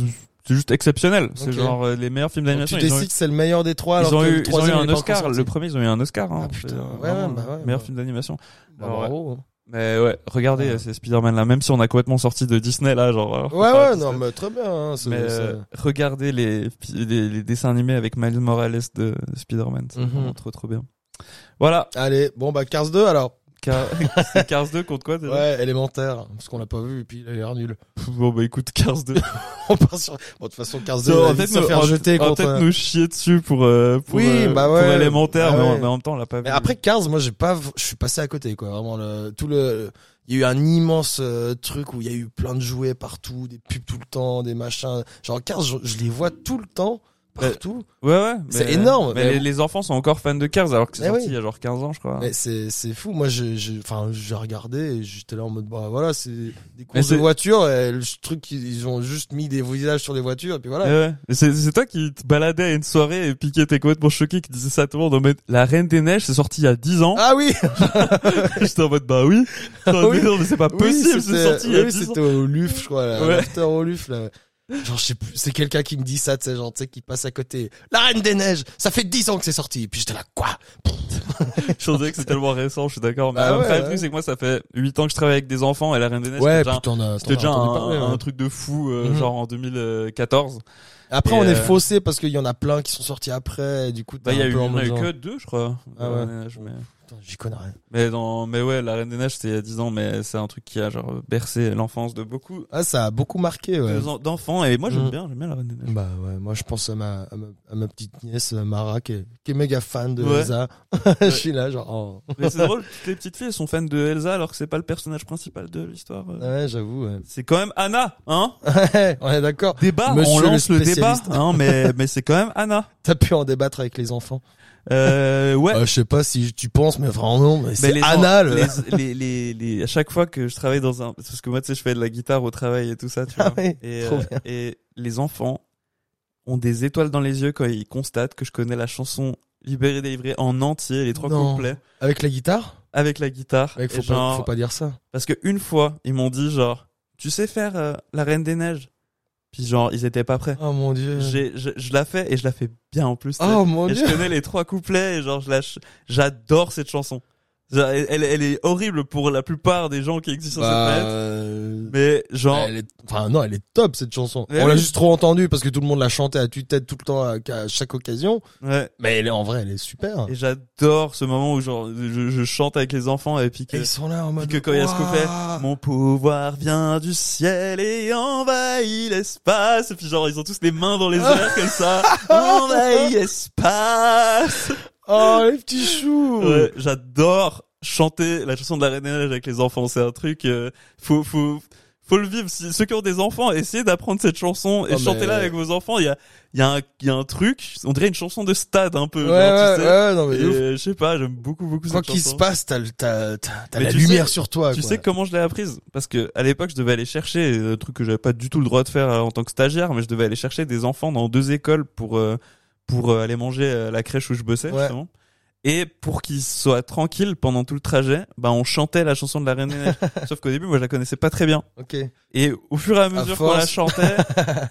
c'est juste exceptionnel. C'est Ok. genre euh, les meilleurs films Donc, d'animation. tu ils ont eu- décides que c'est le meilleur des trois alors ils ont que eu, le ils ont eu troisième un est pas encore Oscar. sorti. Le premier, ils ont eu un Oscar. Hein, Ah, putain, C'est, euh, ouais, ouais, vraiment bah le ouais, meilleur bah. film d'animation. Bah, Alors, ouais. bravo. Mais ouais, regardez Ouais. euh, ces Spider-Man là, même si on a complètement sorti de Disney là, genre. alors, faut Ouais, pas ouais, Disney. non, mais très bien. hein, c'est- Mais c'est- euh, regardez les, les, les dessins animés avec Miles Morales de Spider-Man, c'est Mhm. vraiment trop trop bien. Voilà, Allez, bon, bah, Cars 2 alors. Car... c'est Cars 2 contre quoi déjà Ouais, élémentaire. Parce qu'on l'a pas vu et puis il a l'air nul. Pff, Bon bah écoute, Cars 2. On part sur. Bon, de toute façon, Cars 2 on va va vite peut-être se nous, on faire va- jeter on va contre. euh. peut-être nous chier dessus pour, euh, pour, Oui, euh, bah pour ouais. élémentaire, Bah mais, en- ouais. mais en même temps on l'a pas vu. Mais après 15, moi j'ai pas, v- je suis passé à côté quoi. Vraiment le tout le, il y a eu un immense euh, truc où il y a eu plein de jouets partout, des pubs tout le temps, des machins. Genre 15, je, je les vois tout le temps partout. Ouais ouais. mais- C'est énorme, Mais, mais les, bon. les enfants sont encore fans de Cars alors que c'est Mais sorti oui. il y a genre 15 ans je crois. Mais c'est c'est fou. Moi je, je- enfin j'ai regardé et j'étais là en mode bah voilà c'est des Mais courses de c'est- voitures et le truc ils ils ont juste mis des visages sur les voitures et puis voilà. Ouais, ouais. Et C'est c'est toi qui te baladais à une soirée et puis qui était complètement choqué, qui disait ça à tout le monde en mode, La Reine des Neiges, c'est sorti il y a 10 ans. Ah oui, J'étais en mode bah oui. Putain, Oui. mais non, mais c'est pas Oui, possible, c'est c'était- sorti il y a oui, 10 ans. c'était au Luf, je crois, là, Ouais. l'after au Luf, là. Genre, je sais plus, c'est quelqu'un qui me dit ça, tu sais, genre, tu sais, qui passe à côté. La Reine des Neiges, ça fait 10 ans que c'est sorti. Et puis j'étais là, quoi? Je disais que c'est tellement récent, je suis d'accord. Mais Bah après, ouais, le truc, ouais. c'est que moi, ça fait 8 ans que je travaille avec des enfants et la Reine des Neiges, Ouais, c'était déjà, putain, on a, c'était déjà un, un ouais. truc de fou, euh, Mhm. genre en 2014. Après, Et, on est euh, faussé parce qu'il y en a plein qui sont sortis après, et du coup, t'es Bah, il y a un eu, peu en on a mode eu genre, que deux, je crois. de Ah La ouais. Reine des Neiges, mais, putain, J'y connais rien. mais dans, mais ouais, la Reine des Neiges, c'était il y a 10 ans, mais c'est un truc qui a, genre, bercé l'enfance de beaucoup Ah, ça a beaucoup marqué, ouais. de- d'enfants. Et moi, j'aime Mhm. bien, j'aime bien la Reine des Neiges. Bah ouais, moi je pense à ma, à ma, à ma petite nièce euh, Mara qui est, qui est méga fan de Ouais. Elsa. je suis là genre oh. Mais c'est drôle, toutes les petites filles, elles sont fans de Elsa, alors que c'est pas le personnage principal de l'histoire. euh. ouais j'avoue ouais. C'est quand même Anna, hein? on est d'accord débat, Monsieur on lance le le, débat, spécialiste. hein, mais, mais c'est quand même Anna. t'as pu en débattre avec les enfants Euh, ouais. Euh, je sais pas si tu penses, mais vraiment non, mais Mais c'est les gens- anal. les- les- les- les- à chaque fois que je travaille dans un, parce que moi, tu sais, je fais de la guitare au travail et tout ça, tu Ah vois. ouais, et, trop euh, bien. et les enfants ont des étoiles dans les yeux quand ils constatent que je connais la chanson Libéré délivré en entier, les trois Non. complets, Avec la guitare avec la guitare. Mec, faut, Et genre- pas, faut pas dire ça. Parce que une fois, ils m'ont dit genre, tu sais faire euh, la Reine des Neiges. Puis genre, ils étaient pas prêts. Oh mon dieu. J'ai, je, je la fais et je la fais bien en plus. Oh mon Et je dieu. connais les trois couplets et genre je lâche. J'adore cette chanson. Genre, Elle, elle- elle est horrible pour la plupart des gens qui existent sur cette planète. euh, Mais genre, Bah, elle est- enfin non, elle est top cette chanson. Ouais, On l'a oui. juste trop entendue parce que tout le monde l'a chantée à tue-tête tout le temps à, à chaque occasion. ouais. Mais elle est en vrai, elle est super. Et j'adore ce moment où genre je, je chante avec les enfants et puis que, Et ils sont là en puis mode. que quand il y a ce couplet, Ouah. mon pouvoir vient du ciel et envahit l'espace. Et puis genre ils ont tous les mains dans les airs comme ça, envahit l'espace. Oh, les petits choux Ouais, j'adore chanter la chanson de la Reine des Neiges avec les enfants. C'est un truc, euh, faut, faut, faut le vivre. Si- ceux qui ont des enfants, essayez d'apprendre cette chanson et Oh, mais- chantez-la avec vos enfants. Il y a, il y a un, il y a un truc. On dirait une chanson de stade un peu. Ouais, ouais, genre, tu sais. ouais, non, mais de Et, ouf. euh, je sais pas, j'aime beaucoup, beaucoup Quoi cette qu'il se chanson. passe, t'as le- t'as- t'as- t'as Mais la tu lumière sais- sur toi. Tu quoi. sais comment je l'ai apprise Parce que à l'époque, je devais aller chercher euh, un truc que j'avais pas du tout le droit de faire euh, en tant que stagiaire, mais je devais aller chercher des enfants dans deux écoles pour euh, pour euh, aller manger à la crèche où je bossais Ouais. justement. Et pour qu'ils soient tranquilles pendant tout le trajet, bah on chantait la chanson de la Reine des Neiges. Sauf qu'au début, moi, je la connaissais pas très bien. Ok. Et au fur et à À mesure qu'on force. la chantait,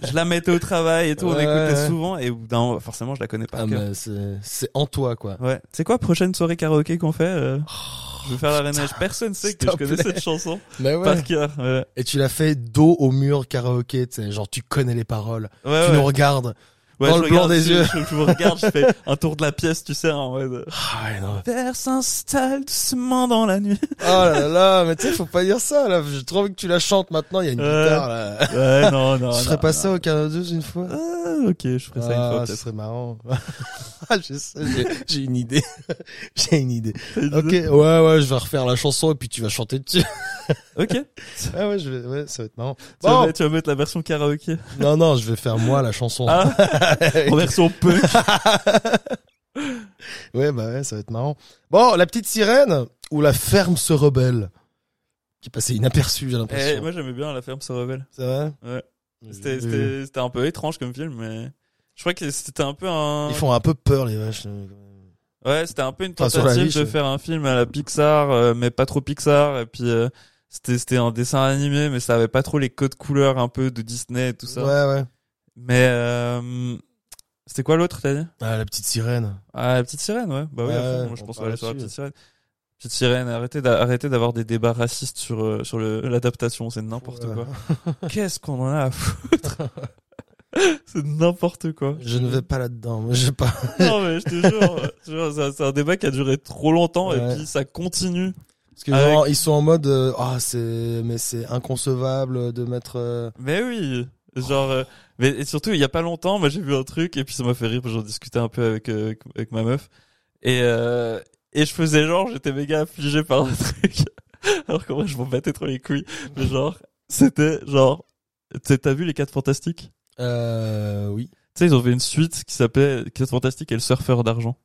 je la mettais au travail et tout. On Ouais, écoutait ouais. souvent. Et au bout d'un moment, forcément, je la connais pas. Ah, mais c'est c'est en toi, quoi. Ouais. C'est quoi prochaine soirée karaoké qu'on fait euh, Je veux faire la Reine des Neiges. Personne sait Oh. s'il que te je connais plaît. cette chanson Mais ouais. par cœur. Ouais. Et tu l'as fait dos au mur karaoké, tu sais, genre tu connais les paroles, Ouais, tu ouais. nous regardes. Ouais, dans je le blanc regarde, des je- yeux. Je, je vous regarde, je fais un tour de la pièce, tu sais, en mode. Ah ouais, non. Père s'installe doucement dans la nuit. Oh là là, mais tu sais, faut pas dire ça, là. J'ai trop envie que tu la chantes maintenant, il y a une Ouais. guitare, là. Ouais, non, non. tu serais non, passé non. au Canada une fois Ah, ok, je ferai ça une fois Ah, ce peut-être. serait marrant. Ah, je sais, j'ai- j'ai une idée. j'ai une idée. Une Ok, idée. ouais, ouais, je vais refaire la chanson et puis tu vas chanter dessus. Ok. ah ouais, je vais, ouais, ça va être marrant. Tu, vas Bon. mettre, tu vas mettre la version karaoké. Non, non, je vais faire moi la chanson. Ah, en version punk. Ouais, bah ouais, ça va être marrant. Bon, la petite sirène ou la ferme se rebelle qui passait inaperçue, j'ai Eh, l'impression. moi j'aimais bien La ferme se rebelle. C'est vrai Ouais. J'ai C'était, vu. c'était, c'était un peu étrange comme film, mais je crois que c'était un peu un. Ils font un peu peur, les vaches. euh, Ouais, c'était un peu une Enfin, sur la tentative vie, de je- faire un film à la Pixar, euh, mais pas trop Pixar. Et puis euh, c'était c'était un dessin animé, mais ça avait pas trop les codes couleurs un peu de Disney et tout ça. Ouais, ouais. Mais euh, c'était quoi l'autre t'as dit Ah, la petite sirène. Ah la petite sirène, ouais. Bah oui, à Ouais, fond, moi je on pense parle aller sur la là-dessus. petite sirène. Petite sirène, arrêtez d'a- arrêtez d'avoir des débats racistes sur euh, sur le- l'adaptation, c'est n'importe Ouais. quoi. Qu'est-ce qu'on en a à foutre C'est n'importe quoi. Je ne vais pas là-dedans. moi, Je vais pas. Non mais je te jure, je te jure, c'est un- c'est un débat qui a duré trop longtemps Ouais. et puis ça continue. Parce que Avec- genre, ils sont en mode, euh, ah, c'est, mais c'est inconcevable de mettre. euh, Mais oui, genre, euh, mais et surtout il y a pas longtemps, moi j'ai vu un truc et puis ça m'a fait rire. parce que J'en discutais un peu avec euh, avec ma meuf et euh, et je faisais genre j'étais méga affligé par un truc alors qu'en vrai je m'en battais trop les couilles. Mais genre c'était genre tu sais, t'as vu les quatre fantastiques Euh, oui. Tu sais ils ont fait une suite qui s'appelait quatre fantastiques et le surfeur d'argent.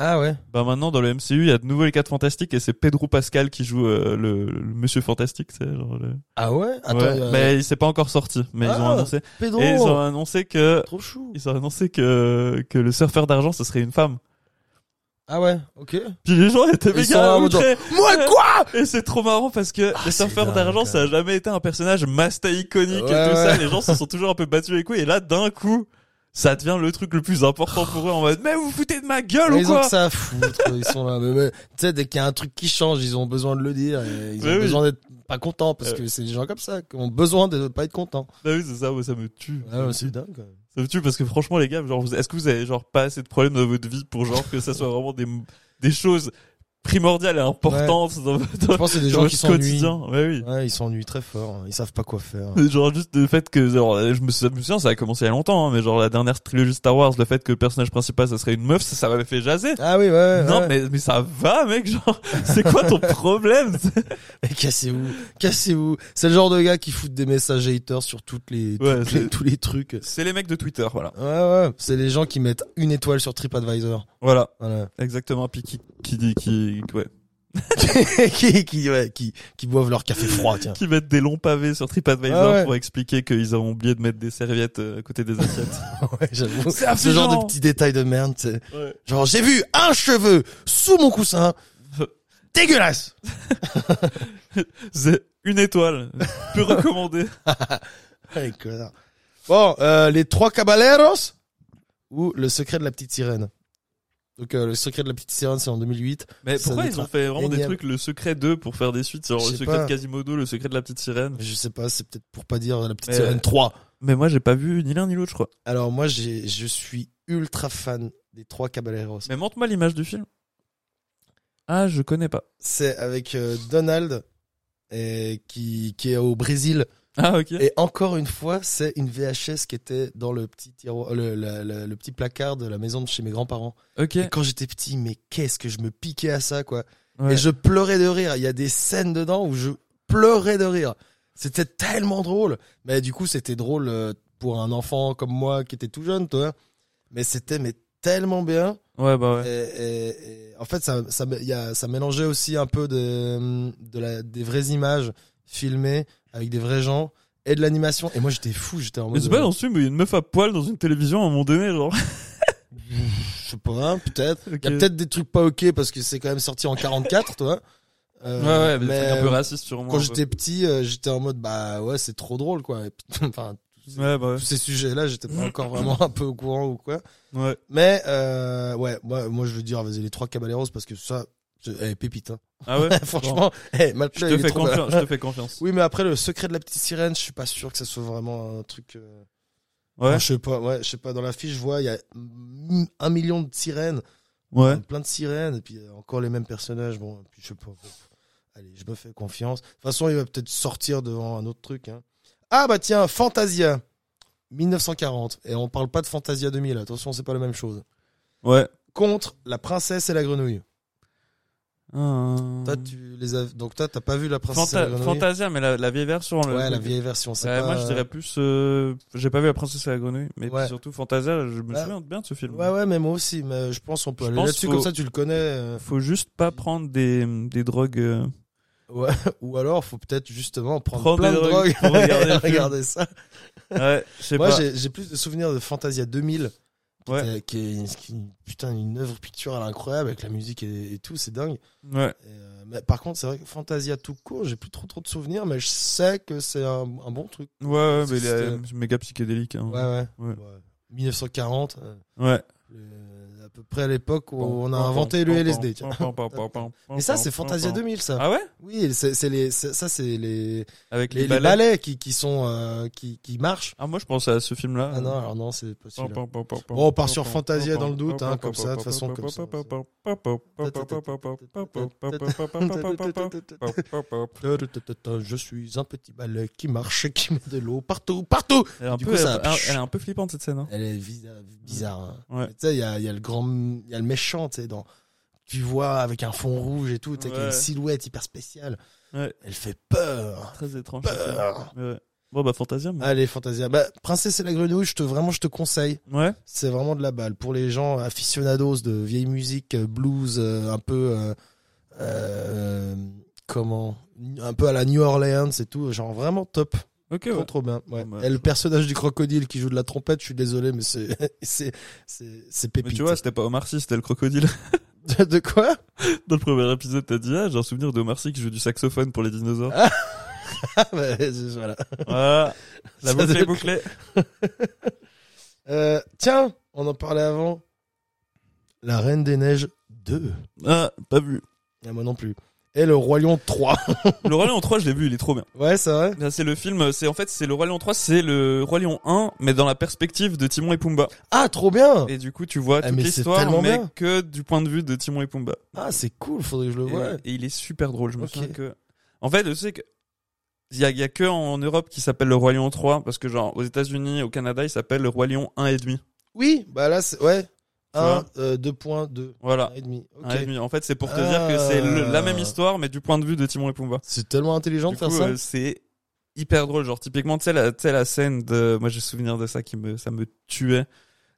Ah ouais. Bah maintenant dans le MCU il y a de nouveau les quatre fantastiques et c'est Pedro Pascal qui joue euh, le, le Monsieur Fantastique. Tu sais genre le. Ah ouais. Attends. Ouais, euh, Mais il s'est pas encore sorti mais ils ont Ah, annoncé Pedro. et ils ont annoncé que Trop chou. ils ont annoncé que, que le surfeur d'argent, ce serait une femme. Ah ouais. Ok. Puis les gens étaient Ils sont là méga en mode outrés. Moi quoi Et c'est trop marrant parce que le c'est surfeur dingue, d'argent, hein. ça a jamais été un personnage master iconique Ouais, et tout ça. ouais. Les gens se sont toujours un peu battus les couilles. Et là, d'un coup, ça devient le truc le plus important pour eux en mode, mais vous vous foutez de ma gueule Mais ou ils ont quoi? que ça à foutre, ils sont là. Mais, mais, tu sais, dès qu'il y a un truc qui change, ils ont besoin de le dire. et ils ont Oui, oui. besoin d'être pas contents parce Euh. que c'est des gens comme ça qui ont besoin de pas être contents. Ah oui, c'est ça, ouais, ça me tue. Ah, ouais, c'est dingue. Quoi. Ça me tue parce que franchement, les gars, genre, vous- est-ce que vous avez genre pas assez de problèmes dans votre vie pour genre que ça soit vraiment des, des choses primordiales et importantes dans votre, Je pense que c'est des dans gens votre qui s'ennuient. quotidien? Ouais, oui. Ouais, ils s'ennuient très fort. hein. Ils savent pas quoi faire. Mais Genre juste le fait que genre euh, je me sou- je me souviens ça a commencé il y a longtemps hein, mais genre la dernière trilogie Star Wars le fait que le personnage principal ça serait une meuf ça ça m'avait fait jaser. Ah oui, ouais. ouais non ouais. mais mais ça va mec genre c'est quoi ton problème Mais cassez-vous, cassez-vous. C'est le genre de gars qui fout des messages haters sur toutes les, Ouais, toutes c'est- les- tous les trucs. Ouais, C'est les mecs de Twitter voilà. ouais. C'est les gens qui mettent une étoile sur TripAdvisor. Voilà, Voilà. exactement puis qui qui dit qui ouais, qui, qui, ouais, qui, qui boivent leur café froid, tiens. qui mettent des longs pavés sur TripAdvisor Ah ouais. pour expliquer qu'ils ont oublié de mettre des serviettes euh, à côté des assiettes. Ouais, j'avoue. C'est Ce genre affligeant. de petits détails de merde, tu sais. Ouais. Genre, j'ai vu un cheveu sous mon coussin. Dégueulasse! C'est une étoile, peu recommandé. Allez, connard. Bon, euh, les trois caballeros ou le secret de la petite sirène. Donc, euh, le secret de la petite sirène, c'est en 2008. Mais Ça pourquoi doit ils ont être fait vraiment des énième. trucs le secret d'eux pour faire des suites genre Je le sais secret pas. de Quasimodo, le secret de la petite sirène Je sais pas, c'est peut-être pour pas dire euh, la petite Mais- sirène 3. Mais moi, j'ai pas vu ni l'un ni l'autre, je crois. Alors moi, j'ai, je suis ultra fan des trois Caballeros. Mais montre-moi l'image du film. Ah, je connais pas. C'est avec euh, Donald et qui, qui est au Brésil Ah, ok. Et encore une fois, c'est une VHS qui était dans le petit tiroir, le, la- la- le petit placard de la maison de chez mes grands-parents. Ok. Et quand j'étais petit, mais qu'est-ce que je me piquais à ça, quoi. Ouais. Et je pleurais de rire. Il y a des scènes dedans où je pleurais de rire. C'était tellement drôle. Mais du coup, c'était drôle euh, pour un enfant comme moi qui était tout jeune, toi. Mais c'était mais tellement bien. Ouais, bah ouais. Et, et- et en fait, ça, ça, il y a- ça mélangeait aussi un peu de, de la, des vraies images filmées avec des vrais gens et de l'animation. Et moi, j'étais fou, j'étais en Mais mode. c'est pas euh, dans ce film où il y a une meuf à poil dans une télévision à un moment donné, genre. je sais pas, hein, peut-être. Il Ok. y a peut-être des trucs pas ok parce que c'est quand même sorti en 44, toi. Ouais, Euh, ouais, mais des trucs un peu racistes sûrement. quand un peu. j'étais petit, euh, j'étais en mode bah ouais, c'est trop drôle quoi. Et puis, enfin, Ouais, bah tous ces sujets-là, j'étais pas encore vraiment un peu au courant ou quoi. ouais. Ouais. Mais euh, ouais, moi, moi je veux dire, vas-y les trois Caballeros parce que ça, c'est- eh, pépite. Hein. Ah ouais? Franchement, eh, Je Mathieu, te il est fais trop confiance, je bien. te fais confiance. Oui, mais après le secret de la petite sirène, je suis pas sûr que ça soit vraiment un truc. euh, Ouais. Je sais pas, ouais, je sais pas. Dans la fiche, je vois, il y a mm, un million de sirènes, Ouais. plein de sirènes, et puis euh, encore les mêmes personnages. Bon, puis je sais pas. Allez, je me fais confiance. De toute façon, il va peut-être sortir devant un autre truc. hein. Ah bah tiens, Fantasia 1940. Et on parle pas de Fantasia 2000. Attention, c'est pas la même chose. Ouais. Contre la princesse et la grenouille. Toi, Toi, tu les as. Donc toi, t'as pas vu la princesse et la grenouille. Ah. Fantasia, mais la, la vieille version. le- Ouais, la le- vieille version. c'est Ouais, pas- Moi, je dirais plus. euh, J'ai pas vu La Princesse et la Grenouille, mais Ouais. puis surtout Fantasia. Je me Ouais. souviens bien de ce film. Ouais, ouais, mais moi aussi. Mais euh, je pense qu'on peut Je aller pense là-dessus faut- comme ça, tu le connais. euh, Faut juste pas prendre des, des drogues. euh, Ouais. Ou alors, faut peut-être justement prendre, Prendre plein des de drogues drogues pour regarder le et film. regarder ça. Ouais, je sais Moi, pas. j'ai j'ai plus de souvenirs de Fantasia 2000, qui, Ouais. était- qui est, qui est une- putain, une œuvre picturale incroyable avec la musique et, et tout, c'est dingue. Ouais. Et, euh, mais par contre, c'est vrai que Fantasia tout court, j'ai plus trop trop de souvenirs, mais je sais que c'est un, un bon truc. Ouais, ouais, C'est- mais il est c'était- euh, méga psychédélique. hein. Ouais, ouais. Ouais. Ouais. 1940, euh, Ouais. le- à peu près à l'époque où on a inventé le LSD. tiens. Mais ça, c'est Fantasia 2000, ça. Ah ouais Oui, c'est c'est les, c'est- ça, c'est les, Avec les, les les balais. balais qui, qui sont, euh, qui, qui marchent. Ah, moi, je pensais à ce film-là. Ah non, alors non, c'est pas celui-là. Bon, Bon, on part sur Fantasia dans le doute, hein, comme ça, de toute façon, comme ça. Je suis un petit balai qui marche et qui met de l'eau partout, partout. Elle est un Du peu- coup, ça- elle- Elle est un peu flippante cette scène. hein. Elle est bizarre. bizarre, hein. Mais Ouais. Tu sais, il y a, il y a le grand, il y a le méchant, tu sais, dans, tu vois avec un fond rouge et tout, tu sais, qui a une Ouais. silhouette hyper spéciale. Ouais. Elle fait peur. Très étrange. Peur. Ouais. Bah. Bon, bah, Fantasia. mais- Allez, Fantasia. Bah, Princesse et la grenouille, je te, vraiment, je te conseille. Ouais. C'est vraiment de la balle. Pour les gens aficionados de vieille musique, euh, blues, euh, un peu. euh, euh, comment Un peu à la New Orleans et tout. Genre vraiment top. Ok, Trop, ouais. trop bien. Ouais. Bon, bah, et le personnage du crocodile qui joue de la trompette, je suis désolé, mais c'est c'est- c'est- c'est Mais pépite. tu vois, c'était pas Omar Sy, c'était le crocodile. de quoi Dans le premier épisode, t'as dit, ah, j'ai un souvenir d'Omar Sy qui joue du saxophone pour les dinosaures. Ah, bah, c'est- voilà. Voilà. La Ça boucle doit- est bouclée. Euh, Tiens, on en parlait avant. La Reine des Neiges 2. Ah, pas vu. Ah, moi non plus. Et le Roi Lion 3. Le Roi Lion 3, je l'ai vu, il est trop bien. ouais, c'est vrai Là, C'est le film, c'est en fait, c'est le Roi Lion 3, c'est le Roi Lion 1, mais dans la perspective de Timon et Pumba. Ah, trop bien Et du coup, tu vois Ah, toute mais c'est l'histoire, tellement mais bien. que du point de vue de Timon et Pumba. Ah, c'est cool, faudrait que je le Et, voie. et il est super drôle, je me Ok. souviens que. En fait, je sais que. Il y a, il y a que en Europe qui s'appelle le Roi Lion 3, parce que genre, aux États-Unis, au Canada, il s'appelle le Roi Lion 1 et demi. Oui, bah là, c'est. Ouais. euh, Tu 1, 2.2. Voilà. et demi. Ok. Un et demi. En fait, c'est pour te Ah. dire que c'est le- la même histoire, mais du point de vue de Timon et Pumba. C'est tellement intelligent Du de faire coup, ça. euh, c'est hyper drôle. Genre, typiquement, tu sais, la, tu sais, la scène de. Moi, j'ai souvenir de ça qui me, ça me tuait.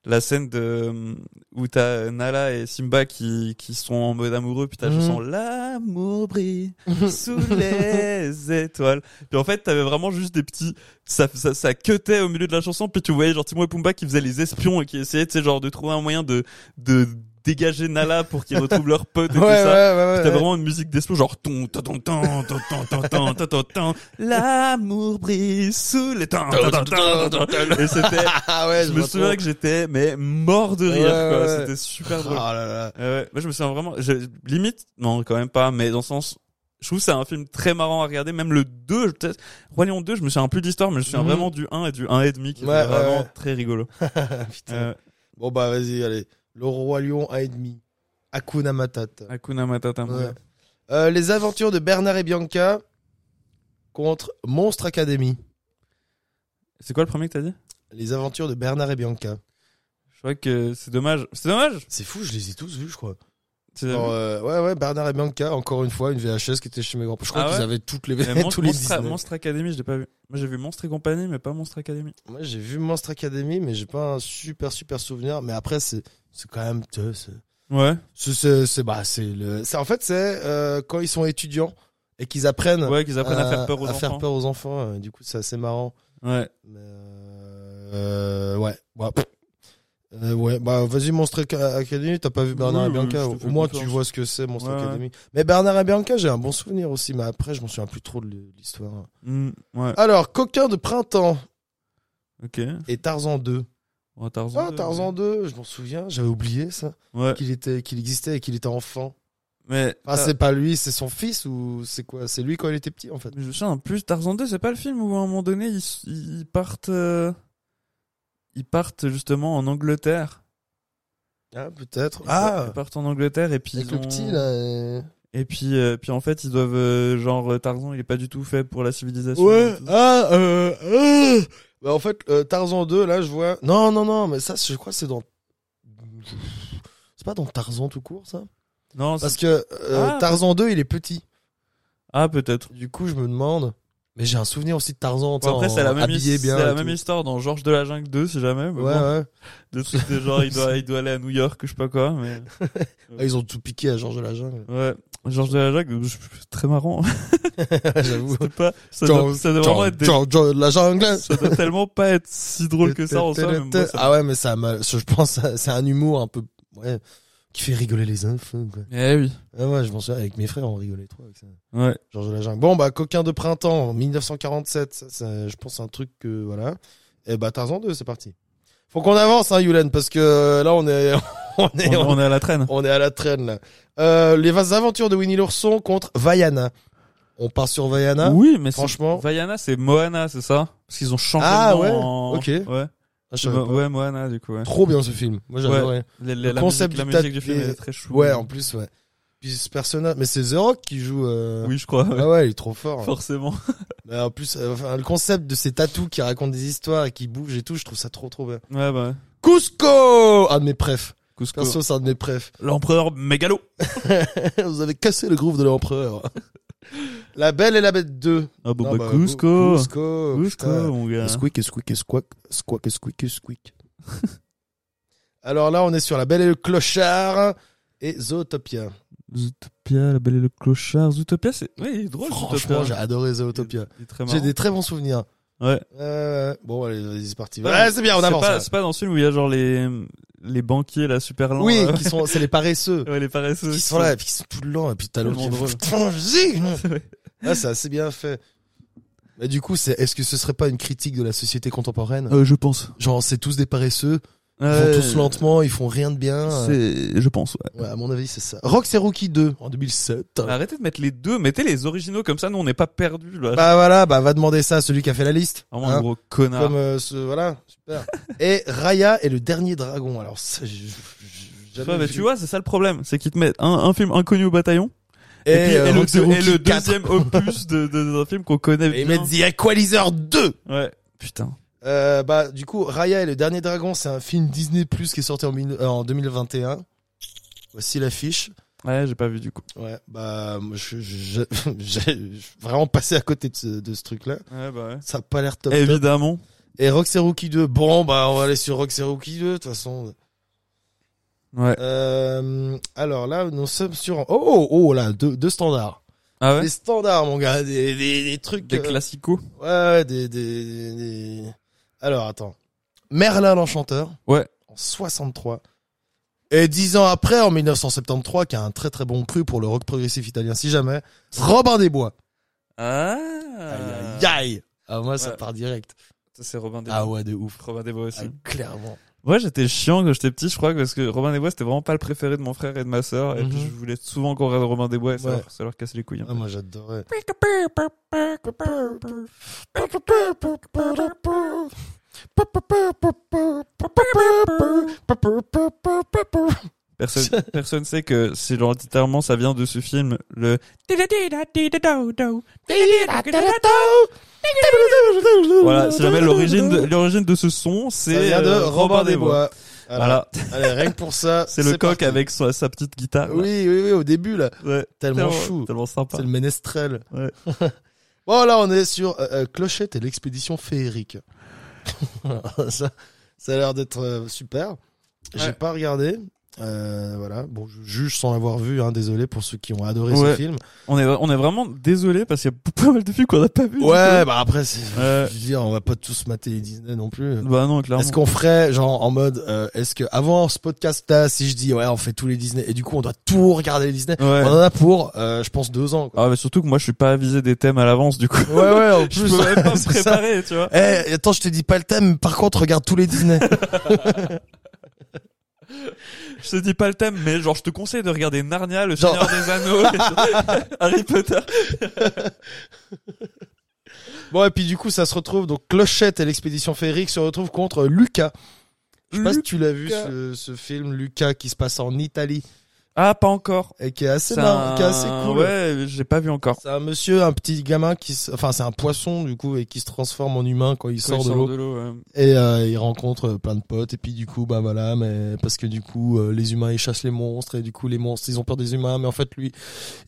La scène de euh, où t'as Nala et Simba qui, qui sont en mode amoureux, puis t'as Mhm. je sens l'amour brille sous les étoiles. Puis en fait, t'avais vraiment juste des petits, ça, ça, ça cutait au milieu de la chanson, puis tu voyais genre Timon et Pumba qui faisaient les espions et qui essayaient, tu sais, genre de trouver un moyen de, de dégager Nala pour qu'ils retrouvent leur pote et ouais, tout ouais, ça. ouais, Puis ouais, T'as ouais. vraiment une musique d'espion genre ton ton ton ton ton ton ton ton ton ton l'amour brille sous les temps et c'était Ah ouais, je me vois souviens trop. que j'étais mais mort de rire Ouais, quoi ouais. c'était super drôle Ah là là. Euh, ouais. moi je me souviens vraiment je, limite non quand même pas mais dans le sens je trouve que c'est un film très marrant à regarder même le 2 je- peut-être Roi Lion 2 je me souviens plus d'histoire mais je me souviens Mhm. vraiment du 1 et du 1 et demi qui Ouais, était ouais, vraiment ouais. très rigolo Putain. euh, Bon, bah, vas-y, allez. Le Roi Lion à et demi. Hakuna Matata. Hakuna Matata mon Ouais. gars. Euh, les aventures de Bernard et Bianca contre Monstre Academy. C'est quoi le premier que t'as dit Les aventures de Bernard et Bianca. Je crois que c'est dommage. C'est dommage C'est fou, je les ai tous vus, je crois. Tu l'as Alors, vu euh, ouais, ouais, Bernard et Bianca, encore une fois, une VHS qui était chez mes grands-parents. Je crois Ah ouais qu'ils avaient toutes les, Mais Mon- tous les Monstre, Disney. Monstre Academy, je l'ai pas vu. Moi j'ai vu Monstre et compagnie, mais pas Monstre Academy. Moi, j'ai vu Monstre Academy, mais j'ai pas un super, super souvenir. Mais après, c'est, c'est quand même, tu vois, c'est- Ouais. c'est, c'est, c'est- bah, c'est le, c'est, en fait, c'est, euh, quand ils sont étudiants et qu'ils apprennent. Ouais, qu'ils apprennent à euh, faire peur aux à enfants. faire peur aux enfants, euh, du coup, c'est assez marrant. Ouais. Mais, euh, euh, ouais, ouais. Euh, ouais, bah vas-y Monstre Ac- Academy, t'as pas vu Bernard Oui, et oui, Bianca, je te au fais moins confiance. tu vois ce que c'est Monstre Ouais, ouais. Academy. Mais Bernard et Bianca, j'ai un bon souvenir aussi, mais après je m'en souviens plus trop de l'histoire. Hmm, ouais. Alors, Coquin de printemps Ok. et Tarzan 2. Oh, Tarzan. Ah, deux, Tarzan 2, je m'en souviens, j'avais oublié ça, Ouais. Ouais. qu'il était qu'il existait et qu'il était enfant. Mais. Ah, c'est pas lui, c'est son fils ou c'est quoi C'est lui quand il était petit en fait. Mais je me souviens, en plus, Tarzan 2, c'est pas le film où à un moment donné, ils, ils partent. euh, Ils partent justement en Angleterre. Ah, peut-être. Ils par- Ah, Ils partent en Angleterre et puis. avec ils le ont- petit là. euh, Et puis, euh, puis en fait, ils doivent. euh, genre, euh, Tarzan, il est pas du tout fait pour la civilisation. Ouais, et tout. ah, euh, euh. Bah, en fait, euh, Tarzan 2, là, je vois. Non, non, non, mais ça, je crois que c'est dans. C'est pas dans Tarzan tout court, ça Non, c'est- Parce que euh, Ah. Tarzan 2, il est petit. Ah, peut-être. Du coup, je me demande. Mais j'ai un souvenir aussi de Tarzan, tu sais, après, c'est la en- même, habillé his- bien. c'est la et même tout. histoire dans Georges de la Jungle 2, si jamais. mais Ouais, bon, ouais. De trucs de genre, il doit, il doit aller à New York, je sais pas quoi, mais. Ah, ils ont tout piqué à Georges de la Jungle. Ouais. Georges de la Jungle, je- je- très marrant. J'avoue. C'est pas, ça doit, Georges ça doit vraiment être des Georges- Georges de la Jungle. hein. ça doit tellement pas être si drôle que ça en soi. mais moi, ça me- Ah ouais, mais ça m'a- je pense, que c'est un humour un peu, ouais, qui fait rigoler les enfants, quoi. Eh oui. Ah ouais, je m'en souviens, avec mes frères, on rigolait trop avec ça. Ouais. Georges de la Jungle. Bon, bah, Coquin de printemps, 1947, ça, ça, je pense un truc que, voilà. Et bah, Tarzan 2, c'est parti. Faut qu'on avance, hein, Yulen, parce que là, on est, on On, est, on, on est à la traîne. on est à la traîne, là. Euh, les vastes aventures de Winnie l'ourson contre Vaiana. On part sur Vaiana. oui, mais c'est- Franchement. Vaiana, c'est Moana, c'est ça Parce qu'ils ont changé Ah, le nom ouais, en- ok. Ouais. Ah, je savais Mo- pas. ouais, Moana, du coup, ouais. Trop bien ce film. Moi, j'adorais. Le, Le concept concept musique, du la tas musique du film des- est très chou. Ouais, en plus, ouais. Puis ce personnage, mais c'est The Rock qui joue, euh... Oui, je crois. ouais. Ah ouais, il est trop fort. Forcément. Mais en plus, euh, enfin, le concept de ces tatous qui racontent des histoires et qui bougent et tout, je trouve ça trop trop bien. Ouais, bah. ouais. Cusco Un de mes prefs. Cusco. Perso, c'est un de mes prefs. L'empereur mégalo. Oh. Vous avez cassé le groove de l'empereur. la Belle et la Bête 2. Ah, bon, Non, bah, bah, Cusco. Cusco. Cusco, putain. mon gars. Et Squeak et squeak et squack. Squack et squeak et squeak. Alors là, on est sur La Belle et le Clochard et Zootopia. Zootopia, la belle et le clochard. Zootopia, c'est. Ouais, il est drôle, Franchement, j'ai Zootopia. adoré Zootopia. Il est très marrant. J'ai des très bons souvenirs. Ouais. Euh, bon, allez, vas-y, c'est parti. Ouais, Ouais, c'est bien, on C'est avance. pas- là. C'est pas dans ce film où il y a genre les, les banquiers là super lents. Oui, là. qui sont, c'est les paresseux. Ouais, les paresseux. qui sont là, et puis qui sont tout lents, et puis t'as l'autre qui Tellement drôle. Putain, zig C'est vrai. Ah, c'est assez bien fait. Mais du coup, c'est, est-ce que ce serait pas une critique de la société contemporaine Euh, je pense. Euh, Genre, c'est tous des paresseux, ils vont tous lentement, ils font rien de bien. C'est, je pense. Ouais. Ouais, à mon avis, c'est ça. Rock c'est Rookie 2 en 2007. Arrêtez de mettre les deux, mettez les originaux comme ça, nous on n'est pas perdus. Là. Bah voilà, bah va demander ça à celui qui a fait la liste. Vraiment Hein, un gros connard. Comme euh, ce, voilà, super. et Raya et le dernier dragon. Alors, ça, j'ai- j'ai Ouais, jamais mais vu. tu vois, c'est ça le problème, c'est qu'ils te mettent un, un film inconnu au bataillon et, puis- euh, et le, Rock, c'est deux- et Rookie le 4. deuxième opus de, de- d'un film qu'on connaît Et ils bien. mettent The Equalizer 2 Ouais, putain. Euh, bah, du coup, Raya et le dernier dragon, c'est un film Disney Plus qui est sorti en, mille- euh, en 2021. Voici l'affiche. Ouais, j'ai pas vu du coup. Ouais, bah, moi, je- je- je- j'ai vraiment passé à côté de ce, de ce truc-là. Ouais, bah ouais. Ça a pas l'air top. top. Évidemment. Et Roxy Rookie 2. Bon, bah, on va aller sur Roxy Rookie 2, de toute façon. Ouais. Euh, alors là, nous sommes sur. Oh, oh, oh, là, deux, deux standards. Ah ouais. Des standards, mon gars. Des, des, des trucs. Des euh, classicos. Ouais, ouais, des, des, des- des- Alors, attends. Merlin l'Enchanteur. Ouais. En 63. Et dix ans après, en 1973, qui a un très très bon cru pour le rock progressif italien, si jamais, Robin des Bois. Ah. Aïe, aïe, aïe. Ah, moi, ça Ouais. part direct. Ça, c'est Robin des Ah ouais, de ouf. Robin des Bois aussi. Ah, clairement. Ouais, j'étais chiant quand j'étais petit, je crois, parce que Robin des Bois, c'était vraiment pas le préféré de mon frère et de ma sœur. Et Mhm. puis, je voulais souvent qu'on regarde Robin des Bois et ça, Ouais. leur, ça leur cassait les couilles. hein. Ah, moi, j'adorais. Personne, personne sait que c'est genre littéralement, ça vient de ce film, le. Voilà, si jamais l'origine de, l'origine de ce son, Ça c'est vient de euh, Robin des Bois. Voilà. Voilà, Allez, rien que pour ça. c'est le coq parti. avec sa, sa petite guitare. là. Oui, oui, oui, au début, là. Ouais. Tellement chou. Tellement sympa. C'est le ménestrel. Ouais. bon, là, on est sur euh, euh, Clochette et l'expédition féerique. ça, ça a l'air d'être euh, super. J'ai Ouais. pas regardé. Euh, voilà. Bon, je juge sans l'avoir vu. Hein, désolé pour ceux qui ont adoré Ouais. ce film. On est, on est vraiment désolé parce qu'il y a pas mal de films qu'on n'a pas vu. Ouais, bah après, c'est- Euh. je veux dire, on va pas tous mater les Disney non plus. Bah non, clairement. Est-ce qu'on ferait genre en mode euh, est-ce que avant ce podcast là si je dis ouais on fait tous les Disney et du coup on doit tout regarder les Disney Ouais. on en a pour euh, je pense deux ans quoi. Ah, mais surtout que moi, je suis pas avisé des thèmes à l'avance, du coup. ouais ouais en Je plus peux même pas me c'est ça. préparer, tu vois. Eh, attends, je te dis pas le thème, par contre, regarde tous les Disney. Je te dis pas le thème, mais genre, je te conseille de regarder Narnia, le Genre- Seigneur des Anneaux, et- Harry Potter. bon, et puis du coup, ça se retrouve, donc Clochette et l'expédition féerique se retrouvent contre Lucas. Je sais pas si tu l'as vu, Lucas. ce, ce film, Lucas, qui se passe en Italie, Ah, pas encore. et qui est assez marrant, qui est assez un- cool. Ouais, j'ai pas vu encore. C'est un monsieur, un petit gamin qui se... Enfin, c'est un poisson, du coup, et qui se transforme en humain quand il Quand sort de l'eau. l'eau. ouais. Et euh, il rencontre euh, plein de potes et puis du coup bah voilà mais parce que du coup euh, les humains ils chassent les monstres et du coup les monstres ils ont peur des humains mais en fait lui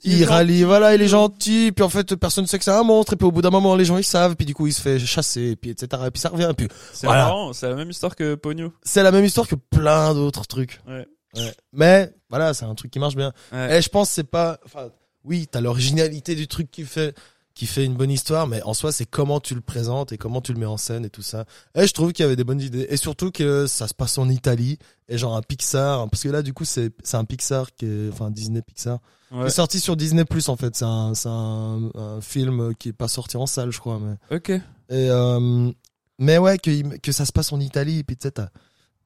Il est il, gentil. rallie voilà il est gentil puis en fait personne ne sait que c'est un monstre et puis au bout d'un moment les gens ils savent puis du coup il se fait chasser et puis etc et puis ça revient et puis C'est Voilà. marrant, c'est la même histoire que Pogno. c'est la même histoire que plein d'autres trucs Ouais. Ouais. mais voilà c'est un truc qui marche bien Ouais. et je pense que c'est pas enfin oui t'as l'originalité du truc qui fait qui fait une bonne histoire mais en soi c'est comment tu le présentes et comment tu le mets en scène et tout ça et je trouve qu'il y avait des bonnes idées et surtout que ça se passe en Italie et genre un Pixar hein, parce que là du coup c'est c'est un Pixar qui est enfin Disney Pixar Ouais. qui est sorti sur Disney Plus en fait c'est un c'est un, un film qui est pas sorti en salle je crois mais Ok. et euh, mais ouais que que ça se passe en Italie et puis tu sais t'as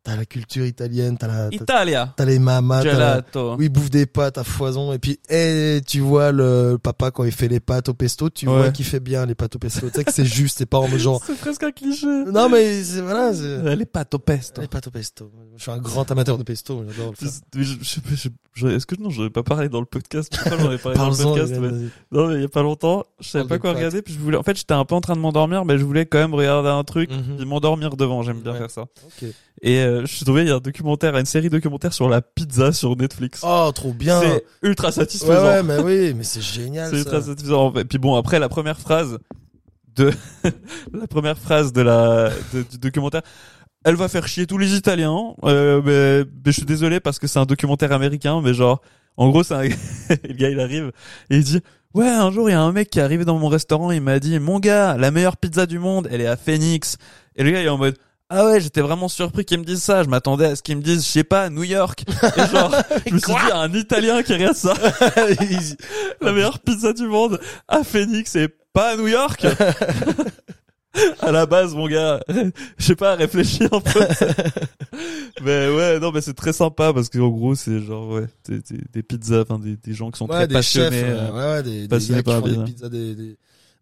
t'as la culture italienne t'as la t'as- Italia. t'as les mamas t'as la- Gelato. hein. oui, il bouffe des pâtes à foison et puis et tu vois le papa quand il fait les pâtes au pesto, tu Ouais. vois qu'il fait bien les pâtes au pesto. tu sais que c'est juste, c'est pas en mode genre. C'est presque un cliché. Non mais c'est- voilà, c'est- Elle est pas topeste. les pâtes au pesto. Je suis un grand amateur de pesto, j'adore le faire. Je- je- je- je- je- Est-ce que non, j'en ai pas parlé dans le podcast Pourquoi j'en ai parlé dans le Parle-en. podcast mais- vas-y. Non, mais il y a pas longtemps, je savais Parle pas des quoi pâtes. regarder. Puis je voulais, en fait, j'étais un peu en train de m'endormir, mais je voulais quand même regarder un truc. Mhm. Puis m'endormir devant, j'aime bien Ouais. faire ça. Ok. Et euh, je suis tombé, il y a un documentaire, une série documentaire sur la pizza sur Netflix. Oh, trop bien. c'est ultra Ouais, satisfaisant. ouais, mais oui, mais c'est génial. C'est ça. très satisfaisant. Et puis bon, après la première phrase de la première phrase de la de- du documentaire, elle va faire chier tous les Italiens. Euh, mais, mais je suis désolé parce que c'est un documentaire américain, mais genre en gros, c'est un... le gars il arrive et il dit ouais un jour il y a un mec qui est arrivé dans mon restaurant, il m'a dit mon gars la meilleure pizza du monde, elle est à Phoenix. Et le gars il est en mode ah ouais, j'étais vraiment surpris qu'ils me disent ça. Je m'attendais à ce qu'ils me disent, je sais pas, New York. Et genre, je me suis dit, un Italien qui regarde ça, Ils- la meilleure pizza du monde à Phoenix et pas à New York. à la base, mon gars, je sais pas, réfléchis un peu. mais ouais, non, mais c'est très sympa parce que en gros, c'est genre ouais, des, des- des pizzas, enfin des, des gens qui sont ouais, très des passionnés, chefs, euh, euh, ouais, ouais, des, des gars passionnés qui par la font des pizzas, pizza. des, des... des,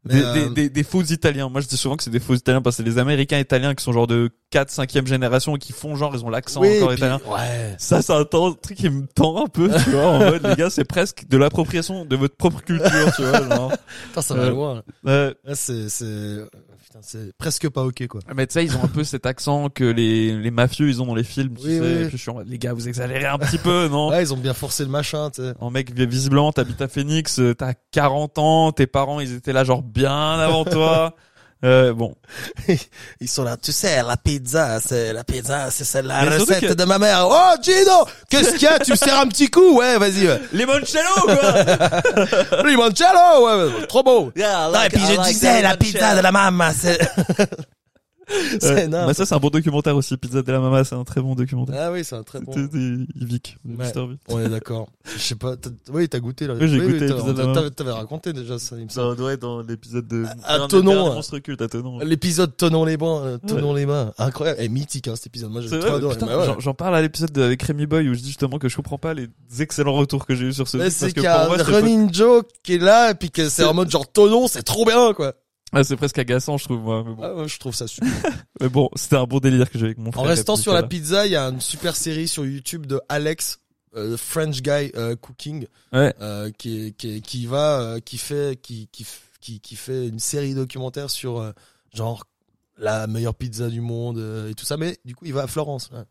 Mais, euh, des, des- des faux Italiens. Moi, je dis souvent que c'est des faux Italiens parce que c'est les Américains italiens qui sont genre de 4 5e génération et qui font genre ils ont l'accent oui, encore puis- italien. Ouais. Ça, c'est un temps- truc qui me tend un peu, tu vois, en mode, les gars, c'est presque de l'appropriation de votre propre culture, tu vois, genre. Putain, ça va Euh, loin. là. Ouais. Là, c'est, c'est, putain, c'est presque pas ok, quoi. Mais tu sais, ils ont un peu cet accent que les, les mafieux, ils ont dans les films, tu Oui, sais. oui. Puis je suis en mode, les gars, vous exagérez un petit peu, non? Ouais, ils ont bien forcé le machin, tu sais. En mec, vise blanc, t'habites à Phoenix, euh, t'as 40 ans, tes parents, ils étaient là, genre, bien avant toi. Euh, bon. Ils sont là, tu sais, la pizza, c'est la pizza, c'est celle la Mais surtout recette que- de ma mère. Oh, Gino, qu'est-ce qu'il y a Tu me sers un petit coup Ouais, vas-y. ouais. Limoncello, quoi! Limoncello, ouais, ouais, trop beau. Yeah, Non, I et like- puis I je like disais, la the limoncello. pizza de la maman, c'est... Euh, c'est énorme. bah ça, c'est un bon documentaire aussi. Pizza de la Mama, c'est un très bon documentaire. Ah oui, c'est un très bon... C'était des Ivic, de Ouais. Mr. V. On est d'accord. Je sais pas, t'as- oui, t'as goûté là. Oui, j'ai goûté t'as- l'épisode de la t'as- maman. t'avais- T'avais raconté déjà ça, il me semble. Ça doit être dans l'épisode de. à Dernier- Tonon, Dernier hein. Monstre culte à Tonon. L'épisode Tenons les mains, euh, Tenons les mains. Incroyable. Et mythique, hein, cet épisode. Moi, C'est j'ai vrai, trop mais adoré. putain, Bah ouais. j'en- J'en parle à l'épisode de- avec Rémi Boy où je dis justement que je comprends pas les excellents retours que j'ai eu sur ce Mais truc c'est parce que qu'il y pour a moi un c'est pas- running joke qui est là, et puis que c'est C'est- en mode genre Tonon, c'est trop bien, quoi. Ah, c'est presque agaçant je trouve moi. Mais bon, Ah ouais, je trouve ça super. Mais bon, c'était un bon délire que j'ai avec mon En frère. restant et sur la Nicolas. pizza, il y a une super série sur YouTube de Alex, euh, French guy euh, cooking, Ouais. euh, qui, est- qui, est- qui va, euh, qui fait, qui, qui, f- qui, qui fait une série documentaire sur euh, genre la meilleure pizza du monde euh, et tout ça. Mais du coup, il va à Florence. là.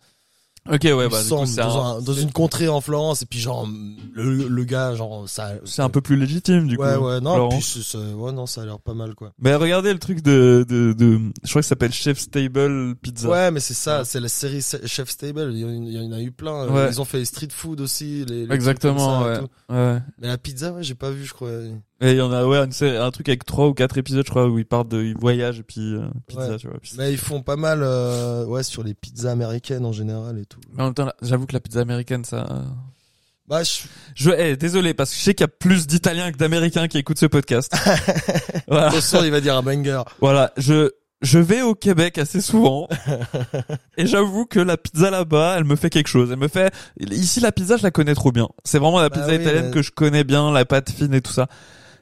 Ok, ouais, Il bah, me du coup, semble, c'est dans, un, un- dans une contrée en Florence et puis genre le, le gars genre ça. c'est un peu plus légitime, du ouais coup. ouais non. Florence. Puis c'est- c'est- ouais non, ça a l'air pas mal quoi. Mais regardez le truc de, de, de, je crois que ça s'appelle Chef's Table Pizza. Ouais, mais c'est ça, c'est la série Se- Chef Stable. Il y en a- il y en a eu plein. euh, Ouais. Ils ont fait les street food aussi. Les, les trucs comme Exactement, ça et ouais. tout. ouais. Mais la pizza, ouais, j'ai pas vu, je crois. Et il y en a, ouais, une série- un truc avec trois ou quatre épisodes, je crois, où ils partent de, ils voyagent et puis, euh, pizza, Ouais. tu vois. puis c'est- Mais ils font pas mal, euh, ouais, sur les pizzas américaines en général et tout. Mais en même temps, là, j'avoue que la pizza américaine, ça. euh, Bah, je- Je, eh, désolé, parce que je sais qu'il y a plus d'Italiens que d'Américains qui écoutent ce podcast. voilà. au sort, il va dire un banger. Voilà, je je vais au Québec assez souvent et j'avoue que la pizza là-bas, elle me fait quelque chose. Elle me fait ici la pizza, je la connais trop bien. C'est vraiment la Bah pizza oui, italienne mais- que je connais bien, la pâte fine et tout ça.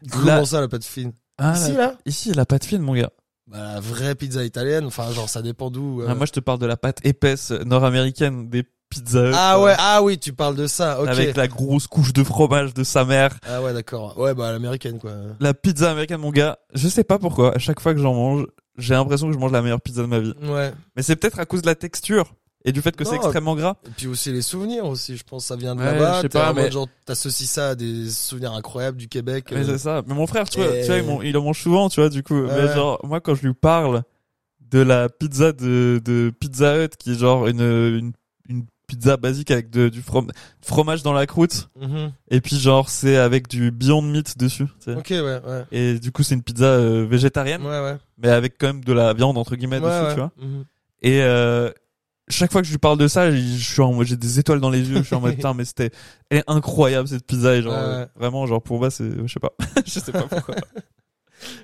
Comment La- ça, la pâte fine Ah, Ici, la- là ici la pâte fine, mon gars. Bah, la vraie pizza italienne. Enfin, genre, ça dépend d'où. euh. Ah, moi, je te parle de la pâte épaisse nord-américaine des pizzas. Ah ouais, ah oui, tu parles de ça. Ok. Avec la grosse couche de fromage de sa mère. Ah ouais, d'accord. Ouais, bah l'américaine quoi. La pizza américaine, mon gars, je sais pas pourquoi, à chaque fois que j'en mange, j'ai l'impression que je mange la meilleure pizza de ma vie. Ouais. Mais c'est peut-être à cause de la texture et du fait que c'est Non, extrêmement gras. Et puis aussi les souvenirs aussi, je pense ça vient de Ouais, là-bas. je sais T'es pas, en mode mais- genre, T'associes ça à des souvenirs incroyables du Québec. Mais euh, c'est ça. Mais mon frère, tu vois, Et- tu vois, il, m'en- il en mange souvent, tu vois, du coup. Ouais. Mais genre, moi, quand je lui parle de la pizza de, de Pizza Hut, qui est genre une, une, une pizza basique avec de- du from- fromage dans la croûte, mhm. et puis genre, c'est avec du Beyond Meat dessus, tu sais. Ok, ouais, ouais. Et du coup, c'est une pizza euh, végétarienne, Ouais, ouais. mais avec quand même de la viande, entre guillemets, Ouais, dessus, ouais. tu vois. Mhm. Et euh, chaque fois que je lui parle de ça, je je suis en mode- j'ai des étoiles dans les yeux, je suis en mode, putain, mais c'était elle est incroyable, cette pizza, et genre, Ouais, ouais. euh, vraiment, genre, pour moi, c'est, je sais pas, je sais pas pourquoi.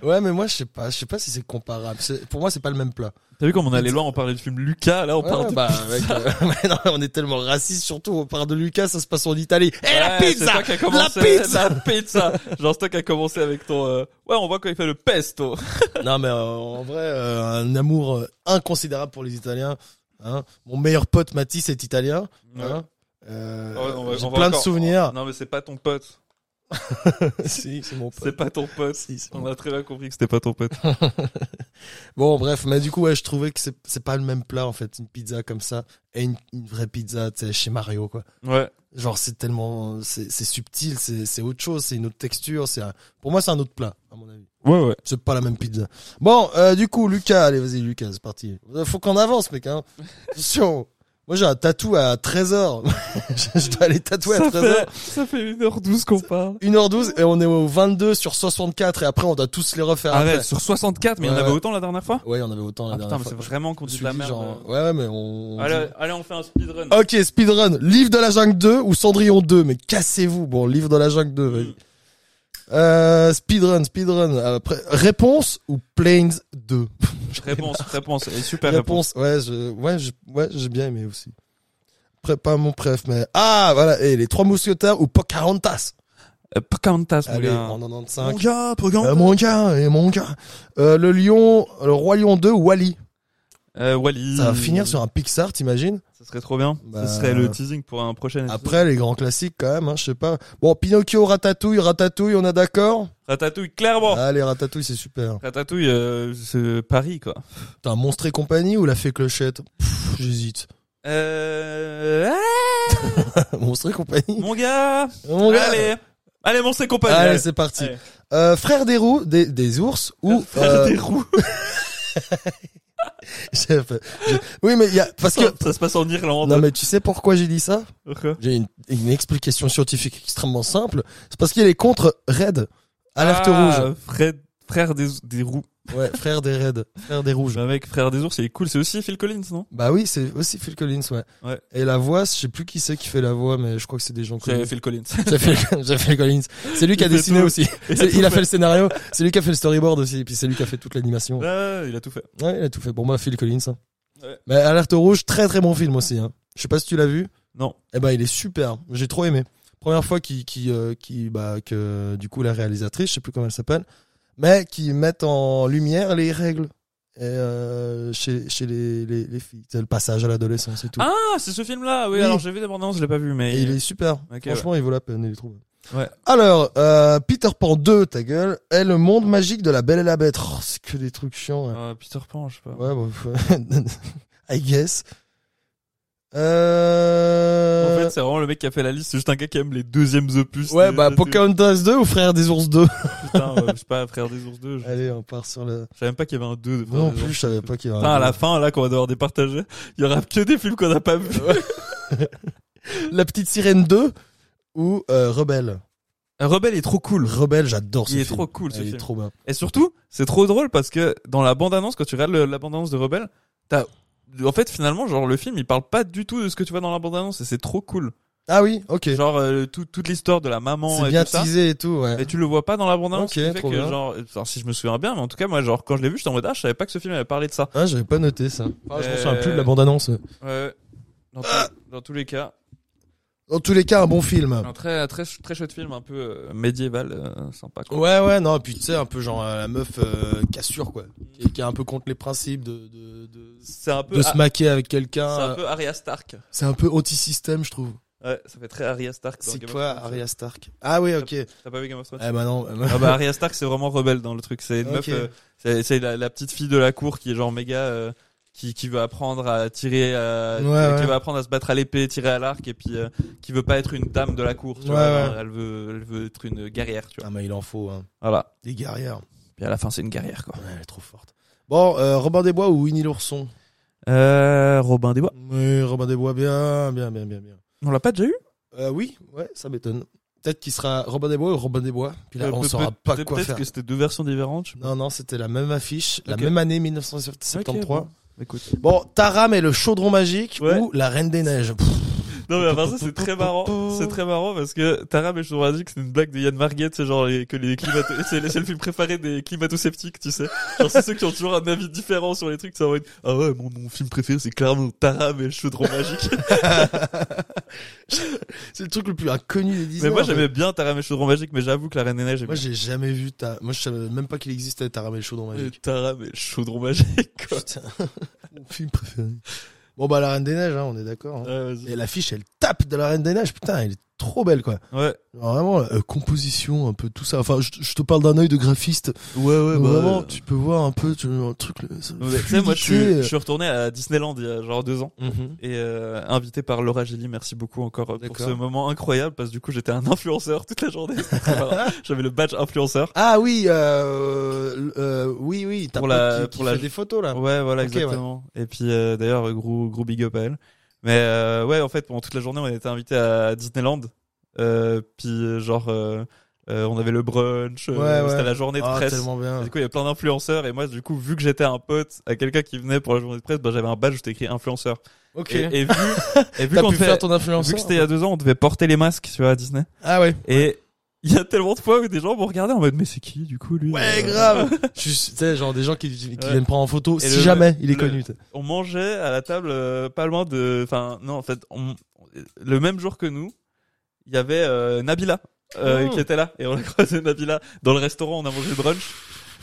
Ouais, mais moi je sais pas, je sais pas si c'est comparable. C'est- Pour moi, c'est pas le même plat. T'as vu comme on allait loin, on parlait du film Lucas, là on Ouais, parle de bah, pizza. avec, euh, mais non, on est tellement raciste surtout on parle de Lucas, ça se passe en Italie. Et Eh, la Ouais, c'est pizza toi qui as commencé, La pizza La pizza Genre c'est toi qui a commencé avec ton... euh, Ouais, on voit quand il fait le pesto Non, mais euh, en vrai, euh, un amour euh, inconsidérable pour les Italiens. Hein. Mon meilleur pote Mathis est italien. Ouais, Hein. Euh, on va- J'ai on va plein de encore- souvenirs. Non mais c'est pas ton pote, si, c'est mon c'est pote. pas ton pote Si, c'est On a très bien compris que c'était pas ton pote Bon, bref, mais du coup, ouais, je trouvais que c'est c'est pas le même plat en fait, une pizza comme ça et une, une vraie pizza, tu sais, chez Mario quoi. Ouais, Genre, c'est tellement, c'est c'est subtil, c'est c'est autre chose, c'est une autre texture, c'est un- pour moi, c'est un autre plat à mon avis. ouais, ouais C'est pas la même pizza. Bon, euh, du coup, Lucas, allez, vas-y, Lucas, c'est parti. Euh, Faut qu'on avance, mec. Hein. Attention. Moi, j'ai un tatou à 13h. je je dois aller tatouer à ça, 13h. fait, ça fait 1h12 qu'on parle 1h12 et on est au 22 sur 64 et après, on doit tous les refaire Arrête, après. Ah sur 64, mais il y en Ouais, avait ouais. autant la dernière fois Ouais, on avait autant la Ah putain, dernière mais c'est fois. vraiment qu'on Je me dit de suis la dit, merde genre, ouais, ouais, mais on... on allez, dit- allez, on fait un speedrun Ok, speedrun. Livre de la jungle 2 ou Cendrillon 2, mais cassez-vous. Bon, livre de la jungle 2, vas-y. Mm. Euh, speedrun, speedrun. Après, réponse ou Planes 2 Réponse, réponse, et super réponse réponse. Ouais, je, ouais, je- ouais, j'ai bien aimé aussi. Pré- pas mon préf, mais ah voilà. Et les trois mousquetaires ou Pocahontas. Euh, Pocahontas, mon Allez, gars en Mon 95. gars, Euh, Pocahontas mon gars, et mon gars. Euh, le lion, le roi lion 2 ou Wally. Euh, Wally Ça va finir sur un Pixar, t'imagines Ça serait trop bien. Bah, Ça serait le teasing pour un prochain épisode. Après les grands classiques quand même, hein, je sais pas. Bon, Pinocchio, Ratatouille, Ratatouille, on est d'accord Ratatouille, clairement. Allez, Ratatouille, c'est super. Ratatouille, euh, c'est Paris, quoi. T'as un monstre et compagnie ou la fée clochette Pff, J'hésite. Euh... monstre et compagnie. mon gars Ah. Mon gars. Allez Allez, mon c'est compagnie Allez, c'est parti. Allez. Euh, frère des roues, des, des ours ou Frère euh, des roues. j'ai fait- j'ai- Oui, mais il y a parce que Ça se passe en Irlande. non mais tu sais pourquoi j'ai dit ça Pourquoi J'ai une, une explication scientifique extrêmement simple. C'est parce qu'il est contre Red. Alerte Ah, rouge. Frère, frère des, des roues. Ouais, frère des Red, frère des rouges. J'ai un mec, frère des ours, il est cool. C'est aussi Phil Collins, non Bah oui, c'est aussi Phil Collins, ouais. Ouais. Et la voix, je sais plus qui c'est qui fait la voix, mais je crois que c'est des gens C'est connus. Phil Collins. C'est Phil, c'est Phil Collins. C'est lui qui a Il fait dessiné tout. aussi. Il C'est- tout Il a fait. fait le scénario. C'est lui qui a fait le storyboard aussi. Et puis c'est lui qui a fait toute l'animation. Ah, il a tout fait. Ouais, il a tout fait. Pour moi, Phil Collins. hein. Ouais. Mais Alerte Rouge, très très bon film aussi. Hein. Je sais pas si tu l'as vu. Non. Eh ben, il est super. J'ai trop aimé. Première fois qui, qui, euh, qui, bah, que du coup la réalisatrice, je sais plus comment elle s'appelle, mais qui mettent en lumière les règles et, euh, chez, chez les, les, les filles. C'est le passage à l'adolescence et tout. Ah, c'est ce film-là. Oui, Oui. alors j'ai vu des bandes annonces, je l'ai pas vu, mais. et il est super. Ok, Franchement, il vaut la peine. Il est trop. bien. Ouais. Alors, euh, Peter Pan 2, ta gueule, est le monde magique de la Belle et la Bête. Oh, c'est que des trucs chiants. hein. Euh, Peter Pan, je sais pas. Ouais, bon, I guess. Euh... En fait, c'est vraiment le mec qui a fait la liste. C'est juste un gars qui aime les deuxièmes opus. ouais, des- bah des- Pocahontas 2 ou Frères des ours 2 Putain, ouais, je sais pas, Frère des ours 2. Je, Allez, on part sur le... je savais même pas qu'il y avait un 2. de Frères Non des plus, ours. je savais pas qu'il y avait Putain, un à la fin, là, qu'on va devoir départager, il y aura que des films qu'on n'a pas vus. La Petite Sirène 2 ou euh, Rebelle. Rebelle est trop cool. Rebelle, j'adore ce Il est film. trop cool, ce Il est film. trop bien. Et surtout, c'est trop drôle parce que dans la bande-annonce, quand tu regardes le- la bande-annonce de Rebelle, t'as, en fait, finalement, genre, le film, il parle pas du tout de ce que tu vois dans la bande-annonce et c'est trop cool. Ah oui, ok. Genre, euh, tout- toute l'histoire de la maman C'est et bien tout ça. teasé et tout, ouais. Et tu le vois pas dans la bande-annonce. Ok, ce qui fait trop que, bien. genre, enfin, si je me souviens bien, mais en tout cas, moi, genre, quand je l'ai vu, j'étais en mode, ah, je savais pas que ce film avait parlé de ça. Ah, j'avais pas noté ça. Ah, je me Euh, souviens plus de la bande-annonce. Ouais. Dans, tous- Ah. dans tous les cas, Dans tous les cas, un bon film. un très, très, très chouette film, un peu euh, médiéval, euh, sympa. Quoi. Ouais, ouais, non, et puis tu sais, un peu genre euh, la meuf euh, cassure, quoi. Qui, qui est un peu contre les principes de, de, de, C'est un peu, de se ah, maquer avec c'est un quelqu'un. euh, peu Arya Stark. C'est un peu anti-système, je trouve. Ouais, ça fait très Arya Stark. dans C'est Game of quoi, Thrones. Arya Stark Ah oui, ok. Eh T'as pas vu Game of Thrones? bah non. euh, Ah bah Arya Stark c'est vraiment rebelle dans le truc. C'est une Ok. meuf, euh, c'est c'est la, la petite fille de la cour qui est genre méga, euh, qui qui veut apprendre à tirer, à- Ouais, ouais. qui veut apprendre à se battre à l'épée, tirer à l'arc et puis euh, qui veut pas être une dame de la cour. Tu Ouais, vois, ouais. genre, elle veut, elle veut être une guerrière. Tu vois. Ah, mais il en faut, hein. Voilà. Des guerrières. Puis à la fin c'est une guerrière quoi. Ouais, elle est trop forte. Bon, euh, Robin des Bois ou Winnie l'ourson Euh, Robin des Bois. Oui, Robin des Bois, bien, bien, bien, bien, bien. On l'a pas déjà eu Euh, oui, ouais, ça m'étonne. Peut-être qu'il sera Robin des Bois ou Robin des Bois. Puis là, Euh, on peut- saura peut- pas peut-être- quoi Peut-être faire. que c'était deux versions différentes. je sais pas. Non, non, c'était la même affiche, la Ok. même année Ok, 1973. bon. Écoute. Bon, Taram et le chaudron magique Ouais. ou la reine des neiges. Pff, Non mais à part ça c'est très marrant, c'est très marrant parce que Taram et Chourazik c'est une blague de Yann Marguet, c'est genre les, que les climato, c'est le c'est le film préféré des climato-sceptiques, tu sais. Genre c'est ceux qui ont toujours un avis différent sur les trucs, ça va être ah ouais mon, mon film préféré c'est clairement Taram et le chaudron magique. c'est le truc le plus inconnu des Disney. mais moi en fait. j'aimais bien Taram et le chaudron magique, mais j'avoue que la Reine des Neiges. Moi, j'aimais j'ai jamais vu ta. Moi, je savais même pas qu'il existait Taram et le chaudron bien. Et magique. Taram et le chaudron magique. Quoi. Putain, mon film préféré. Bon, bah, la reine des neiges, hein, on est d'accord. hein. Ouais, vas-y. Et l'affiche, elle tape de la Reine des Neiges. Putain, elle est trop belle, quoi. ouais. Alors, vraiment, euh, composition, un peu tout ça. Enfin, je, je te parle d'un œil de graphiste. Ouais, ouais, bah, euh, vraiment, tu peux voir un peu tu, un truc. le- Tu sais, moi je suis, je fluidité. suis retourné à Disneyland il y a genre deux ans. Mhm. et euh, invité par Laura Gelli. Merci beaucoup encore euh, pour D'accord. ce moment incroyable parce que du coup j'étais un influenceur toute la journée. Voilà. J'avais le badge influenceur. Ah oui, euh, euh, oui, oui, t'as Pour pas la- qui, qui pour la- fait des photos là. Ouais, voilà, Ah. Ok, exactement. Et puis euh, d'ailleurs gros gros big up à elle. Mais euh, ouais, en fait pendant toute la journée on était invité à Disneyland. Euh, puis euh, genre euh, euh, on avait le brunch. euh, Ouais, ouais. C'était la journée de Ah, presse. tellement Et bien. Du coup, il y a plein d'influenceurs et moi, du coup, vu que j'étais un pote à quelqu'un qui venait pour la journée de presse, bah, j'avais un badge où j'étais écrit influenceur. Ok. Et, et vu, et vu T'as qu'on pu devait- faire ton vu influenceur. que c'était il y a deux ans, on devait porter les masques, tu vois, à Disney. Ah ouais. Et il y a tellement de fois où des gens m'ont regardé en mode mais c'est qui du coup lui Ouais, Euh, grave. je suis, tu sais, genre des gens qui, qui Ouais. viennent prendre en photo. Et si le- jamais il est le- connu. t'as- On mangeait à la table euh, pas loin de enfin non en fait on- le même jour que nous, il y avait euh, Nabila euh, Mmh. qui était là et on a croisé Nabila dans le restaurant, on a mangé le brunch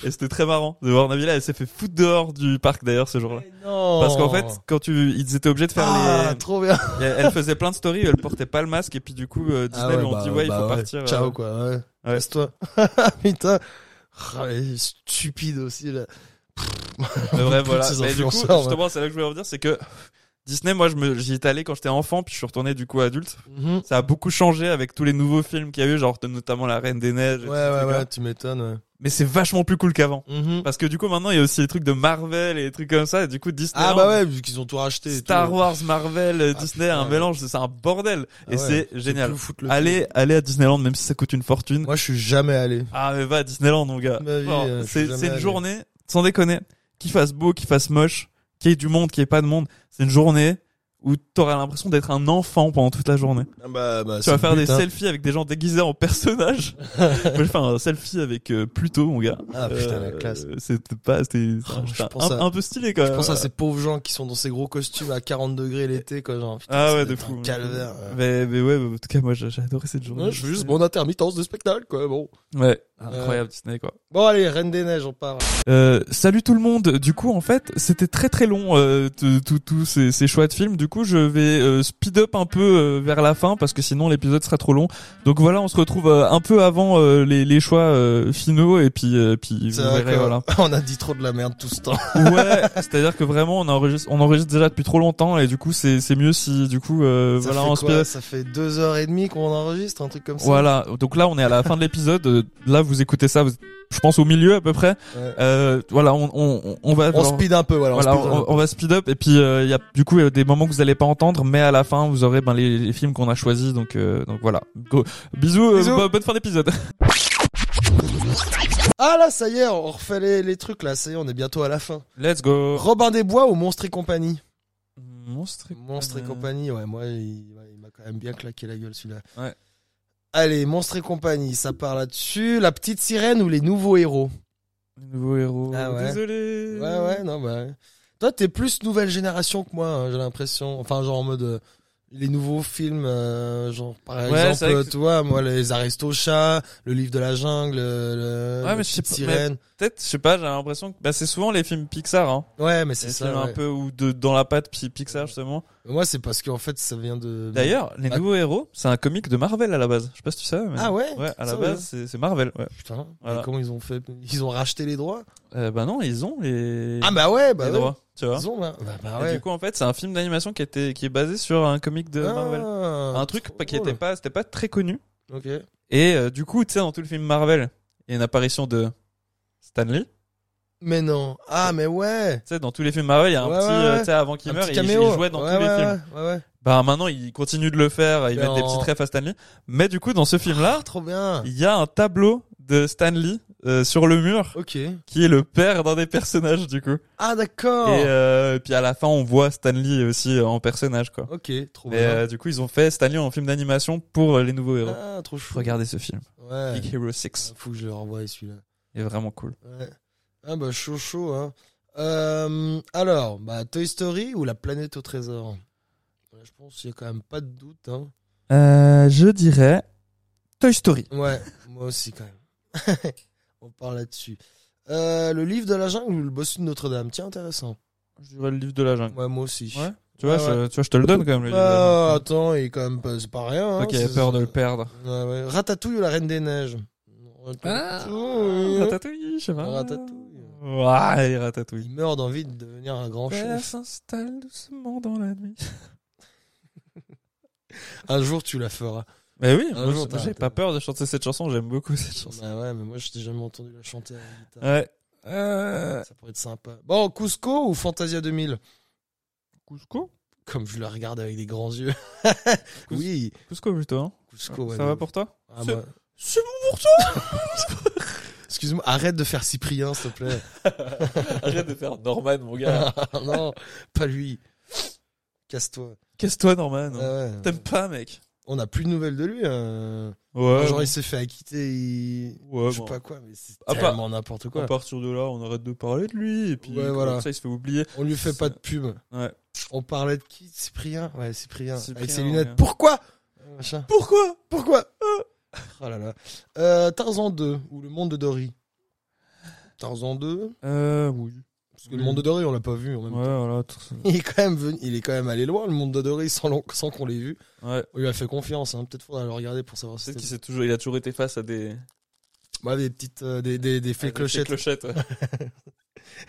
et c'était très marrant de voir Nabila, elle s'est fait foutre dehors du parc d'ailleurs ce jour-là. Non. Parce qu'en fait, quand tu ils étaient obligés de faire Oh. Ah, les trop bien. elle elle faisait plein de stories, elle portait pas le masque et puis du coup euh, Disney Ah ouais, lui ont bah, dit ouais, il bah faut ouais. partir. euh, Ciao quoi. Ouais. Ouais. Casse-toi. Putain. Ah, elle est stupide aussi là. Mais peut plus bref, voilà. de ces Mais du coup, influenceurs, ouais. justement, c'est là que je voulais revenir, c'est que Disney, moi, je me, j'y étais allé quand j'étais enfant, puis je suis retourné du coup adulte. Mhm. Ça a beaucoup changé avec tous les nouveaux films qu'il y a eu, genre notamment La Reine des Neiges. et Ouais, tous ces ouais, trucs-là. ouais, tu m'étonnes, ouais. Mais c'est vachement plus cool qu'avant. Mhm. Parce que du coup, maintenant, il y a aussi les trucs de Marvel et des trucs comme ça, et du coup, Disney. Ah bah ouais, vu qu'ils ont tout racheté. et Star tout. Wars, Marvel, euh, Ah, Disney, putain, un ouais. mélange, c'est un bordel. Ah et ouais, c'est tu peux génial. plus foutre le Allez, allez à Disneyland, même si ça coûte une fortune. Moi, je suis jamais allé. Ah mais va à Disneyland mon gars. Ma vie, Genre, euh, je suis c'est jamais c'est une allé. journée, sans déconner, qu'il fasse beau, qu'il fasse moche, qu'il y ait du monde, qu'il y ait pas de monde, c'est une journée où t'auras l'impression d'être un enfant pendant toute la journée. Ah bah, bah, Tu c'est vas le faire but, des hein. selfies avec des gens déguisés en personnages. Moi, je fais un selfie avec euh, Pluto mon gars. Ah putain, la classe. C'était pas, c'était Oh, je c'était pense un, à- un peu stylé quand même. Je pense à ces pauvres gens qui sont dans ces gros costumes à 40 degrés l'été, quoi, genre. putain, Ah ça doit ouais de être un fou. Calvaire. ouais. Mais mais ouais, en tout cas moi j'ai j'ai adoré cette journée. Ouais, je veux juste mon intermittence de spectacle, quoi, bon. Euh, Ouais. Incroyable Disney quoi. Bon allez, Reine des Neiges, on part. Euh, salut tout le monde. Du coup, en fait, c'était très très long euh, tout- tout- tous ces, ces choix de films. Du coup, je vais euh, speed up un peu euh, vers la fin parce que sinon l'épisode sera trop long. Donc voilà, on se retrouve euh, un peu avant euh, les, les choix euh, finaux et puis euh, puis C'est vous vrai verrez que- voilà. on a dit trop de la merde tout ce temps. Ouais, c'est-à-dire que vraiment on enregistre on enregistre déjà depuis trop longtemps et du coup c'est c'est mieux si du coup euh, ça, voilà fait on quoi speed ça fait deux heures et demie qu'on enregistre, un truc comme ça. voilà, donc là on est à la fin de l'épisode. Euh, Là vous écoutez ça, vous- je pense au milieu à peu près. Ouais. Euh, voilà, on, on, on- on va On speed un peu, voilà. on voilà, speed un on, on va speed up et puis euh, il y a du coup euh, des moments que vous allez pas entendre, mais à la fin vous aurez ben, les, les films qu'on a choisis. Donc euh, donc voilà. Go. Bisous, euh, Bisous. bo- bonne fin d'épisode. Ah là, ça y est, on refait les, les trucs là, ça y est, on est bientôt à la fin. Let's go. Robin des Bois ou Monstre et compagnie Monstre. et Monstre et compagnie, ouais, moi, il, ouais, il m'a quand même bien claqué la gueule celui-là. Ouais. Allez, Monstre et compagnie, ça part là-dessus. La petite sirène ou les nouveaux héros Les nouveaux héros. Ah ouais. Désolé. Ouais, ouais, non, bah. ouais. Toi, t'es plus nouvelle génération que moi, hein, j'ai l'impression. Enfin, genre en mode. euh, les nouveaux films, euh, genre par Ouais, c'est vrai exemple, euh, que- tu vois, moi, les Aristochats, le livre de la jungle, euh, le, Ouais, la mais je sais petite pas, sirène. Peut-être, je sais pas, j'ai l'impression que bah, c'est souvent les films Pixar. Hein. Ouais, mais c'est Les ça. films un ouais. peu ou de dans la patte Pi- Pixar justement. Moi, c'est parce qu'en fait, ça vient de. D'ailleurs, les Ah. nouveaux héros, c'est un comic de Marvel à la base. Je sais pas si tu savais. Mais... Ah ouais Ouais, à la Ça, base, c'est- c'est Marvel. Ouais. Putain, mais Voilà. comment ils ont fait Ils ont racheté les droits Euh, bah non, ils ont les, Ah bah ouais, bah les ouais. droits, tu vois. Ils ont, bah, bah, bah Et ouais. du coup, en fait, c'est un film d'animation qui était qui est basé sur un comic de Marvel. Ah, Un truc trop qui drôle. était pas c'était pas très connu. Ok. Et euh, du coup, tu sais, dans tout le film Marvel, il y a une apparition de Stanley. Tu Mais non. Ah, mais ouais. sais, dans tous les films Marvel, il y a un Ouais, petit, ouais, euh, ouais. tu sais, avant qu'il Un meure, petit il, caméo. il jouait dans Ouais, tous les ouais, films. Ouais, ouais. Bah maintenant, il continue de le faire, il Mais met des en- petits traits à Stanley. Mais du coup, dans ce film-là, Ah, Trop bien. il y a un tableau de Stanley euh, sur le mur Ok. qui est le père d'un des personnages du coup. Ah, d'accord. Et euh, puis à la fin, on voit Stanley aussi euh, en personnage quoi. Ok, trop Mais bien. euh, du coup, ils ont fait Stanley en film d'animation pour euh, les nouveaux héros. Ah, trop chou. Regardez ce film. Ouais. ah, Big Hero 6. Faut que je le renvoie celui-là. Il est vraiment cool. Ouais. Ah, bah, chaud, chaud, hein. Euh, alors, bah, Toy Story ou La planète au trésor Ouais, Je pense qu'il y a quand même pas de doute, hein. Euh, je dirais Toy Story. Ouais, moi aussi quand même. On parle là-dessus. Euh, le livre de la jungle ou le bossu de Notre-Dame Tiens, intéressant. Je dirais le livre de la jungle. Ouais, moi aussi. Ouais. Tu vois, Ouais, ouais. Je, tu vois, je te le donne quand même. Le livre de la Ah, jungle. attends, il est quand même pas, c'est pas rien. Hein, Toi qui avais c'est- peur de le perdre. Ouais, ouais. Ratatouille ou la Reine des Neiges Ah. Ratatouille. Ratatouille, je sais pas. Ratatouille. Ouah, allez, ratatouille. Il meurt d'envie de devenir un grand Elle chef. s'installe doucement dans la nuit. Un jour, tu la feras. Mais oui, Un moi, jour, t'as- Ah, j'ai pas peur de chanter cette chanson. J'aime beaucoup cette chanson. Bah ouais, mais moi, je t'ai jamais entendu la chanter à la guitare. Ouais. Euh... Ça pourrait être sympa. Bon, Cusco ou Fantasia 2000 Cusco Comme je la regarde avec des grands yeux. oui, Cusco plutôt. Hein. Cusco. ouais, Ça va pour toi Ah, C'est- bah. Excuse-moi, arrête de faire Cyprien, s'il te plaît. Arrête de faire Norman, mon non, pas lui. Casse-toi. Casse-toi, Norman. Ah ouais. T'aimes pas, mec. On n'a plus de nouvelles de lui. euh. Ouais. Genre, il s'est fait acquitter. il- Ouais, Je sais bon. pas quoi, mais c'est Ah, pas- tellement n'importe quoi. À partir de là, on arrête de parler de lui et puis Ouais, comme voilà. ça, il se fait oublier. On lui fait pas de pub. Ouais. On parlait de qui Cyprien Ouais, Cyprien. Cyprien, Avec ses ouais. lunettes. Pourquoi Machin. Pourquoi Pourquoi Oh là là. Euh, Tarzan 2 ou le monde de Dory Tarzan 2 Euh, oui. Parce que le monde de Dory, on l'a pas vu en Ouais, même temps. voilà. tout ça. Il est quand même venu, il est quand même allé loin, le monde de Dory, sans, l'on- sans qu'on l'ait vu. Ouais. On lui a fait confiance, hein. peut-être faudra le regarder pour savoir si Peut-être c'était. qu'il s'est toujours, il a toujours été face à des, Ouais, des petites, euh, des, des, des à fées Ah, des clochettes. clochettes. ouais.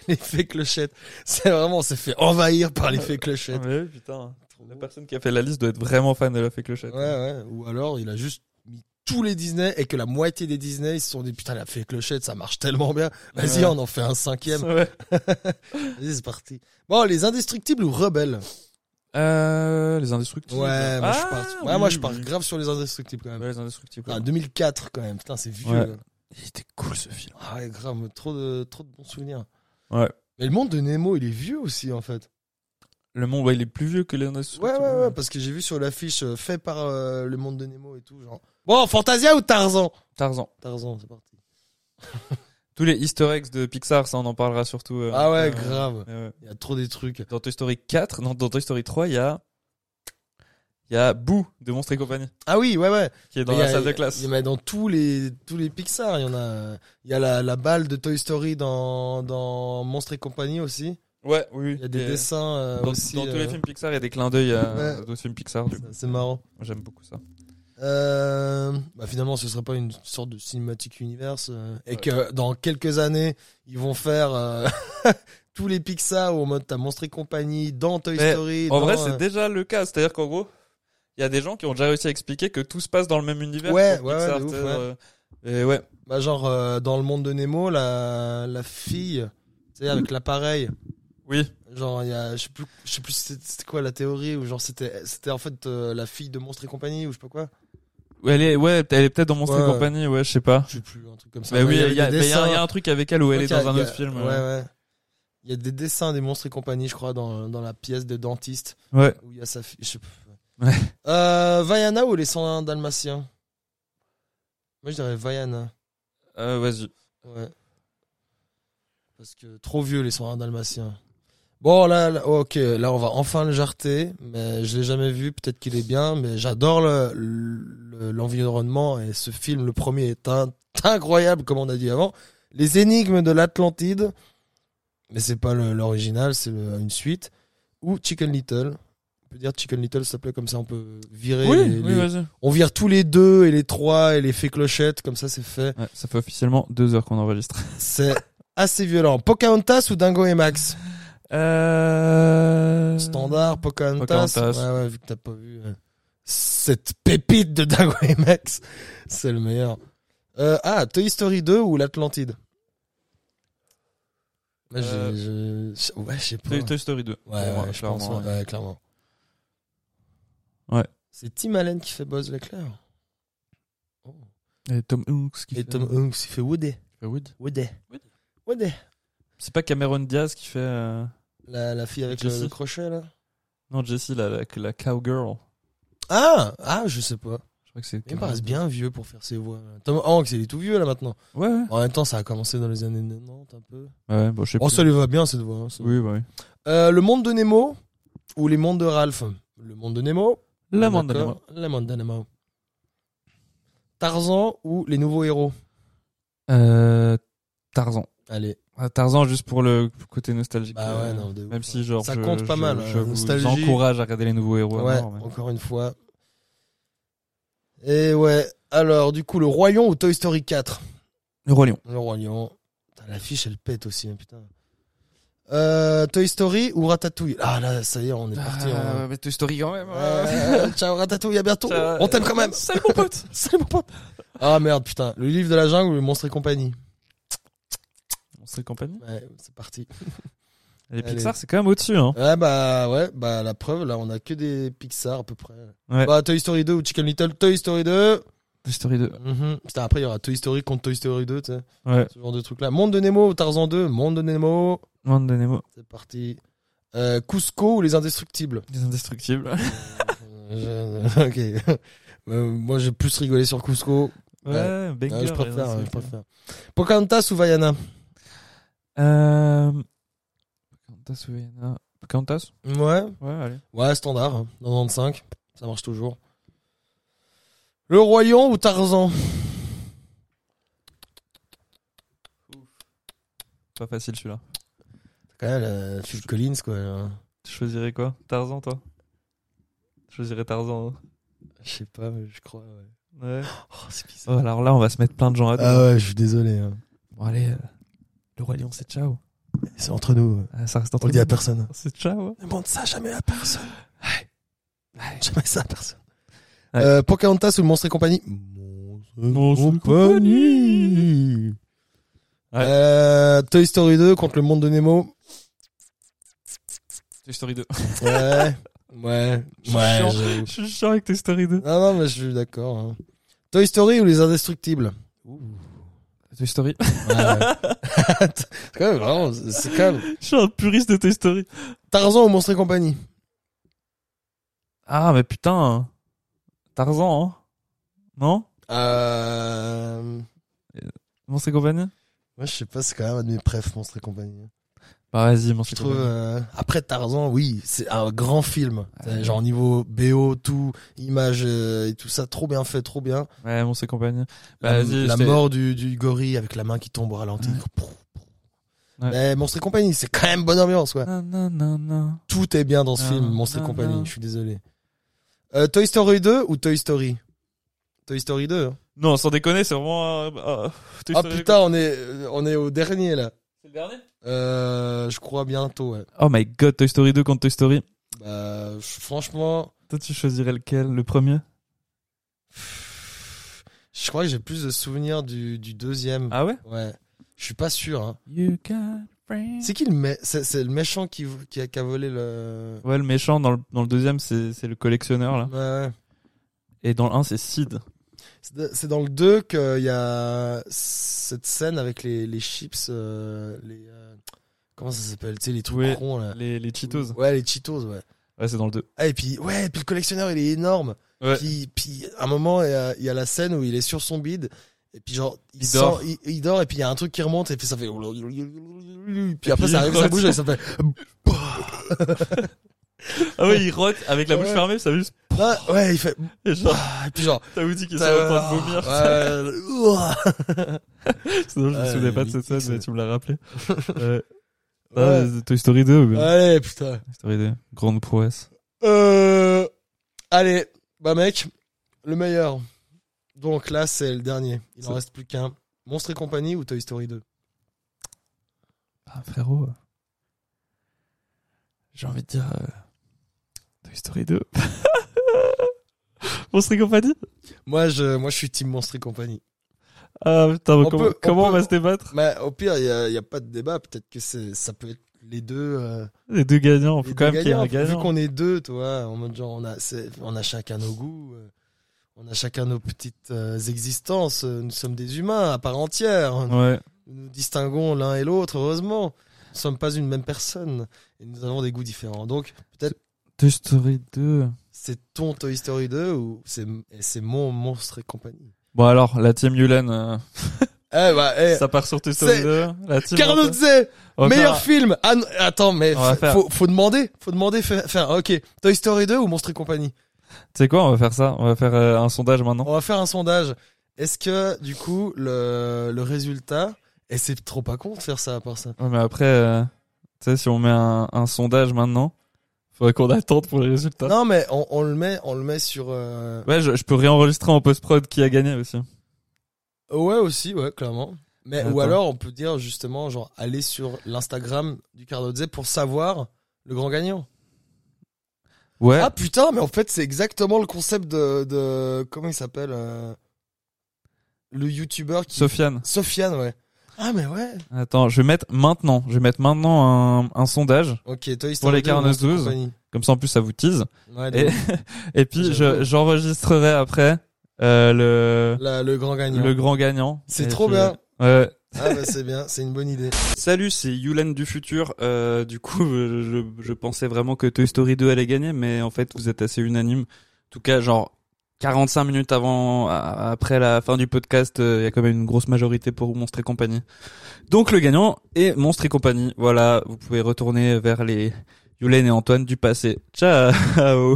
les fées clochettes. C'est vraiment, on s'est fait envahir par les fées Ah, clochettes. mais oui, putain. La personne qui a fait la liste doit être vraiment fan de la fée clochette. Ouais, ouais. Ou alors, il a juste mis tous les Disney et que la moitié des Disney, ils se sont dit, putain, la fée clochette, ça marche tellement bien. Vas-y, Ouais. on en fait un cinquième. Ouais. Vas-y, c'est parti. Bon, les indestructibles ou rebelles? Euh, les indestructibles. Ouais, moi, je Ah, pars, oui, ouais, moi, je pars oui. grave sur les indestructibles quand même. Ouais, les indestructibles. Ah, 2004 quand même, putain, c'est vieux. Ouais. là. Il était cool ce film. Ah ouais, grave, trop de, trop de bons souvenirs. Ouais. Mais le monde de Nemo, il est vieux aussi, en fait. Le monde, ouais, il est plus vieux que les indestructibles. Ouais, ouais, ouais, parce que j'ai vu sur l'affiche euh, fait par euh, le monde de Nemo et tout, genre. Bon, Fantasia ou Tarzan Tarzan. Tarzan, c'est parti. Tous les Easter eggs de Pixar, ça on en parlera surtout. euh, Ah ouais, euh, grave. ouais, ouais. Il y a trop des trucs. Dans Toy Story 4, non, dans Toy Story 3, il y a. il y a Boo de Monstres et compagnie Ah oui, ouais, ouais. qui est dans Mais la y a- salle de classe. y a- Mais dans tous les tous les Pixar, il y en a. Il y a la, la balle de Toy Story dans dans Monstres et compagnie aussi. Ouais, oui. Il y a des Et dessins euh, Dans, aussi. dans tous les euh, films Pixar, il y a des clins d'œil à Ouais. d'autres films Pixar. du coup. c'est- C'est marrant. J'aime beaucoup ça. Euh, bah finalement, ce serait pas une sorte de cinématique universe euh, et que dans quelques années, ils vont faire euh, tous les Pixar en mode t'as Monstres et compagnie dans Toy Mais Story. En dans, vrai, euh, c'est déjà le cas. C'est-à-dire qu'en gros, il y a des gens qui ont déjà réussi à expliquer que tout se passe dans le même univers. Ouais, pour ouais, ouais, Pixar, de ouf, c'est-à-dire, euh, Et ouais. bah, genre euh, dans le monde de Nemo, la la fille, tu sais Mm. avec l'appareil. Oui. Genre il y a je sais plus je sais plus c'était c'était quoi la théorie ou genre c'était c'était en fait euh, la fille de Monstres et compagnie ou je sais pas quoi. Elle est, ouais, elle est peut-être dans Monstres et Ouais. compagnie, ouais, je sais pas. Je sais plus un truc comme ça. Bah Mais oui, avait il y, a- des mais il y a- dessins. il y a un truc avec elle où elle Ouais, est il y a- dans un il y a- autre film. euh. Ouais, ouais. Ouais. Il y a des dessins des monstres et compagnie, je crois, dans, dans la pièce de dentiste Ouais. où il y a sa fille. Je sais pas. Ouais. Euh, Vaiana ou les 101 Dalmatiens Moi, je dirais Vaiana. Euh, Vas-y. Ouais. Parce que trop vieux, les 101 Dalmatiens. Bon, là, là, ok, là, on va enfin le jarter, mais je l'ai jamais vu, peut-être qu'il est bien, mais j'adore le- le- l'environnement et ce film, le premier, est un- incroyable, comme on a dit avant. Les énigmes de l'Atlantide, mais c'est pas le- l'original, c'est le- une suite, ou Chicken Little. On peut dire Chicken Little, s'il te plaît, comme ça on peut virer. Oui, les- les- oui, vas-y. On vire tous les deux et les trois et les fées clochettes, comme ça c'est fait. Ouais, ça fait officiellement deux heures qu'on enregistre. C'est assez violent. Pocahontas ou Dingo et Max Euh... Standard, Pocahontas. Pocahontas. Ouais, ouais, vu que t'as pas vu euh, cette pépite de Dingo et Max, c'est le meilleur. Euh, ah, Toy Story 2 ou l'Atlantide Ouais, j'ai- je- je- Ouais, je sais pas. Euh, Toy, Toy Story 2. Ouais, Pour moi, ouais, je clairement, pense, ouais, ouais. ouais, clairement. Ouais. C'est Tim Allen qui fait Buzz l'éclair. Oh. Et Tom Hanks qui Et fait- Tom Hanks, il fait Woody. qui fait Woody. Woody. Woody. Woody. C'est pas Cameron Diaz qui fait. euh, La, la fille avec le- Jessie. le crochet, là Non, Jessie, la, la, la cowgirl. Ah, ah, je sais pas. Je crois que c'est. Il me paraissent bien vieux pour faire ses voix. Tom Hanks, il est tout vieux là maintenant. Ouais, ouais. En même temps, ça a commencé dans les années 90 un peu. Ouais, bon, je sais Oh, plus. ça lui va bien cette voix. hein, ça. euh, Oui, bah oui. Euh, le monde de Nemo ou les mondes de Ralph Le monde de Nemo. La d'accord. bande d'animaux. Le monde de Nemo. Tarzan ou les nouveaux héros Euh, Tarzan. Allez. Ah, Tarzan, juste pour le côté nostalgique. Bah euh, ouais, non, de ouf, Même ouais. si, genre. Ça je- compte pas je- mal, Je hein, vous nostalgie. encourage à regarder les nouveaux héros. à Ouais, mort, mais- encore une fois. Et ouais. Alors, du coup, le Roi Lion ou Toy Story 4 Le Roi Lion. Le Roi Lion. Putain, L'affiche, elle pète aussi, hein, putain. Euh, Toy Story ou Ratatouille Ah là, ça y est, on est parti. hein. mais Ah, Toy Story quand même. Euh, ciao Ratatouille, à bientôt. Ciao. On t'aime quand même. Salut mon pote. Salut mon pote. Ah merde, putain. Le livre de la jungle ou le monstre et compagnie On serait compagnie. Ouais, c'est parti. Les Allez. Pixar, c'est quand même au-dessus, hein. Ouais, bah ouais, bah la preuve, là, on a que des Pixar à peu près. Ouais. Bah Toy Story 2 ou Chicken Little, Toy Story 2. Toy Story 2. Mhm. Putain, après, il y aura Toy Story contre Toy Story 2, tu sais. Ouais. Ce genre de truc là. Monde de Nemo ou Tarzan 2 Monde de Nemo. Monde de Nemo. C'est parti. Euh, Cusco ou les indestructibles Les Indestructibles. Euh, je- Ok. Euh, moi, j'ai plus rigolé sur Cusco. Ouais, banger, Euh, je les préfère. Je Indestructibles. préfère. Pocahontas ou Vaiana Euh... Pocahontas ou Vienna Pocahontas Ouais. Ouais, allez. Ouais, standard. hein. 95. Ça marche toujours. Le Roi Lion ou Tarzan Pas facile celui-là. Quand même, euh, Phil Collins, quoi. là. Tu choisirais quoi Tarzan, toi Je choisirais Tarzan. hein. Je sais pas, mais je crois. ouais. Ouais. Oh, c'est bizarre. Oh, alors là, on va se mettre plein de gens à dos. Ah ouais, je suis désolé. hein. Bon, allez, euh, le Roi Lion, c'est ciao. C'est entre nous. ouais. Ah, ça reste On entre le dit à nous. personne. C'est ciao. hein. Ne montre ça jamais à personne. Ouais. Jamais ça à personne. Ouais. Euh, Pocahontas ou Monstre et compagnie Monstre et Monstre et compagnie. Ouais. Euh, Toy Story 2 contre le monde de Nemo. Toy Story 2. Ouais. ouais. Je suis Ouais. chiant. je- je suis chiant avec Toy Story 2. Non, non, mais je suis d'accord. hein. Toy Story ou les indestructibles Toy Story. Ouais, ouais. C'est quand même vraiment, c'est- c'est quand même. je suis un puriste de Toy Story. Tarzan ou Monstre et compagnie Ah, mais putain. Tarzan, hein Non Euh. Moi, Monstre et compagnie je sais pas, c'est quand même un de mes préf, Monstre et compagnie. Bah vas-y, mon Je trouve euh, après Tarzan, oui, c'est un grand film. Ah, C'est Genre niveau BO, tout, image euh, et tout ça, trop bien fait, trop bien. Ouais, mon c'est compagnie. euh, Bah, La, vas-y, la je t'ai- mort du, du gorille avec la main qui tombe au ralenti. Ouais. Mais Monstre et compagnie, c'est quand même bonne ambiance, quoi. Non, non, non, non. Tout est bien dans ce Non, film, Monstre et non, compagnie. non. Je suis désolé. Euh, Toy Story 2 ou Toy Story Toy Story 2. hein. Non, sans déconner, c'est vraiment. euh, euh, tu Ah sais- putain, on est euh, on est au dernier là. C'est le dernier Euh, je crois bientôt. Ouais. Oh my god, Toy Story 2 contre Toy Story. Bah, je- franchement, Toi, tu choisirais lequel Le premier je crois que j'ai plus de souvenirs du, du deuxième. Ah ouais Ouais. Je suis pas sûr. Hein. You got friends. C'est qui le mé- c'est, c'est le méchant qui, qui, a, qui a volé le. Ouais, le méchant dans le, dans le deuxième, c'est c'est le collectionneur là. Ouais, ouais. Et dans le 1, c'est Sid. C'est de- C'est dans le 2 qu'il y a cette scène avec les, les chips, euh, les. euh, comment ça s'appelle Tu sais, les trucs Ouais. ronds là. Les, les Cheetos. Ouais, les Cheetos, ouais. Ouais, c'est dans le 2. Ah, et puis, ouais, et puis le collectionneur, il est énorme. Ouais. Puis, puis, à un moment, il y, a, il y a la scène où il est sur son bide. Et puis, genre, il, Il dort. sent- il, il dort, et puis il y a un truc qui remonte, et puis ça fait. Puis, après, puis, ça il arrive, ça rote. bouge, et ça fait. Ah ouais, il rote avec la bouche Ouais. fermée, ça juste. Ah, ouais, il fait. Et genre, Ah, Et puis, genre. t'as vous dit qu'il ça était en train de vomir. Sinon, je me Ouais, souvenais pas de cette mythique, scène, ça. mais tu me l'as rappelé. ouais. Ah, Toy Story 2 ou bien Allez, putain. Toy Story 2. Grande prouesse. Euh, allez, bah mec, le meilleur. Donc là, c'est le dernier. Il en C'est- reste plus qu'un. Monstre et compagnie ou Toy Story 2 Ah, frérot. J'ai envie de dire. euh, Toy Story 2. Monstre et compagnie moi je, moi, je suis team Monstre et compagnie. Ah putain, On comment, peut- on comment on peut- va se débattre Mais au pire, il n'y a, il y a pas de débat. Peut-être que c'est- ça peut être les deux. euh, Les deux gagnants, il les faut quand deux même qu'il y ait un gagnants. Vu gagnant. qu'on est deux, tu vois, en mode genre, on a, c'est- on a chacun nos goûts. euh, On a chacun nos petites euh, existences. euh, Nous sommes des humains à part entière. Ouais. Nous nous distinguons l'un et l'autre, heureusement. Nous ne sommes pas une même personne et nous avons des goûts différents. Donc, peut-être Toy Story 2. c'est ton Toy Story 2 ou c'est et c'est mon Monstre et compagnie. Bon alors, la team Yulen, euh, Eh bah, eh. ça part sur Toy Story c'est- 2. La team Carnotze, On va faire meilleur un- film. Ah, non, attends, mais On va f- faire- faut, faut demander, faut demander, fa- faire. Ok, Toy Story 2 ou Monstre et compagnie. Tu sais quoi, on va faire ça. On va faire euh, un sondage maintenant. On va faire un sondage. Est-ce que du coup le, le résultat et c'est trop pas con de faire ça à part ça. Ouais, mais après, euh, tu sais, si on met un, un sondage maintenant, faudrait qu'on attende pour les résultats. Non mais on, on le met, on le met sur. euh, Ouais, je, je peux réenregistrer en post-prod qui a gagné aussi. Ouais, aussi, ouais, clairement. Mais, Attends. ou alors, on peut dire justement, genre, aller sur l'Instagram du Cardozé pour savoir le grand gagnant. Ouais. Ah putain, mais en fait, c'est exactement le concept de. de- comment il s'appelle euh, Le youtubeur qui. Sofiane. Sofiane, ouais. Ah, mais ouais. Attends, je vais mettre maintenant. Je vais mettre maintenant un, un sondage. Ok, Toy Story. Pour les 2, Monstres 42. Compagnie. Comme ça, en plus, ça vous tease. Ouais, Et, donc, et puis, je- J'avoue. j'enregistrerai après euh, le, la- le grand gagnant. le grand Eh, gagnant. C'est Et trop puis- bien. Ouais. Ah, bah, c'est bien, c'est une bonne idée. Salut, c'est Yulen du futur. Euh, du coup, euh, je, je pensais vraiment que Toy Story 2 allait gagner, mais en fait, vous êtes assez unanime. En tout cas, genre 45 minutes avant, a- après la fin du podcast, euh, il y a quand même une grosse majorité pour Monstre et compagnie. Donc le gagnant est Monstre et compagnie. Voilà, vous pouvez retourner vers les Yulen et Antoine du passé. Ciao. Euh,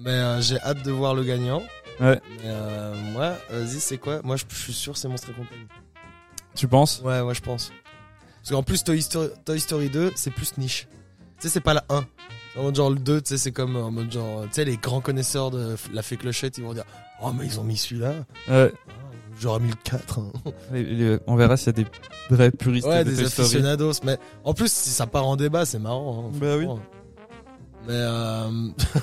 Mais euh, j'ai hâte de voir le gagnant. Ouais. Mais euh, moi, vas-y, c'est quoi Moi, je je suis sûr, c'est Monstre et Compagnie. tu penses Ouais, ouais, je pense. Parce qu'en plus, Toy Story, Toy Story 2, c'est plus niche. Tu sais, c'est pas la 1. En mode genre le 2, tu sais, c'est comme euh, en mode genre. Tu sais, les grands connaisseurs de f- la fée clochette, ils vont dire Oh, mais ils ont mis celui-là. Ouais. Ah, J'aurais mis le 4. hein. Les- les- Euh, On verra s'il y a des vrais puristes Ouais, de des Toy Story. aficionados. Mais en plus, si ça part en débat, c'est marrant. hein, Bah oui. franchement. Mais euh,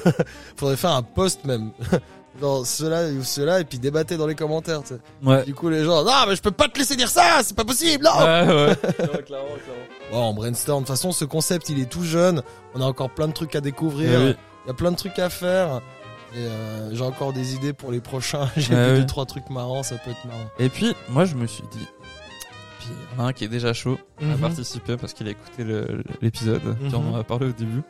faudrait faire un post même. Genre cela ou cela, et puis débattez dans les commentaires. tu sais. Ouais. Du coup, les gens, ah, mais je peux pas te laisser dire ça, c'est pas possible, non! Ah, Ouais, ouais. Bon, on brainstorm. De toute façon, ce concept, il est tout jeune. On a encore plein de trucs à découvrir. Ouais, Eh oui. Il y a plein de trucs à faire. Et euh, j'ai encore des idées pour les prochains. J'ai Ouais, vu deux, Eh oui. trois trucs marrants. Ça peut être marrant. Et puis, moi, je me suis dit, puis il y en a un qui est déjà chaud à Mhm. participer parce qu'il a écouté le- l'épisode, Mhm. on en a parlé au début.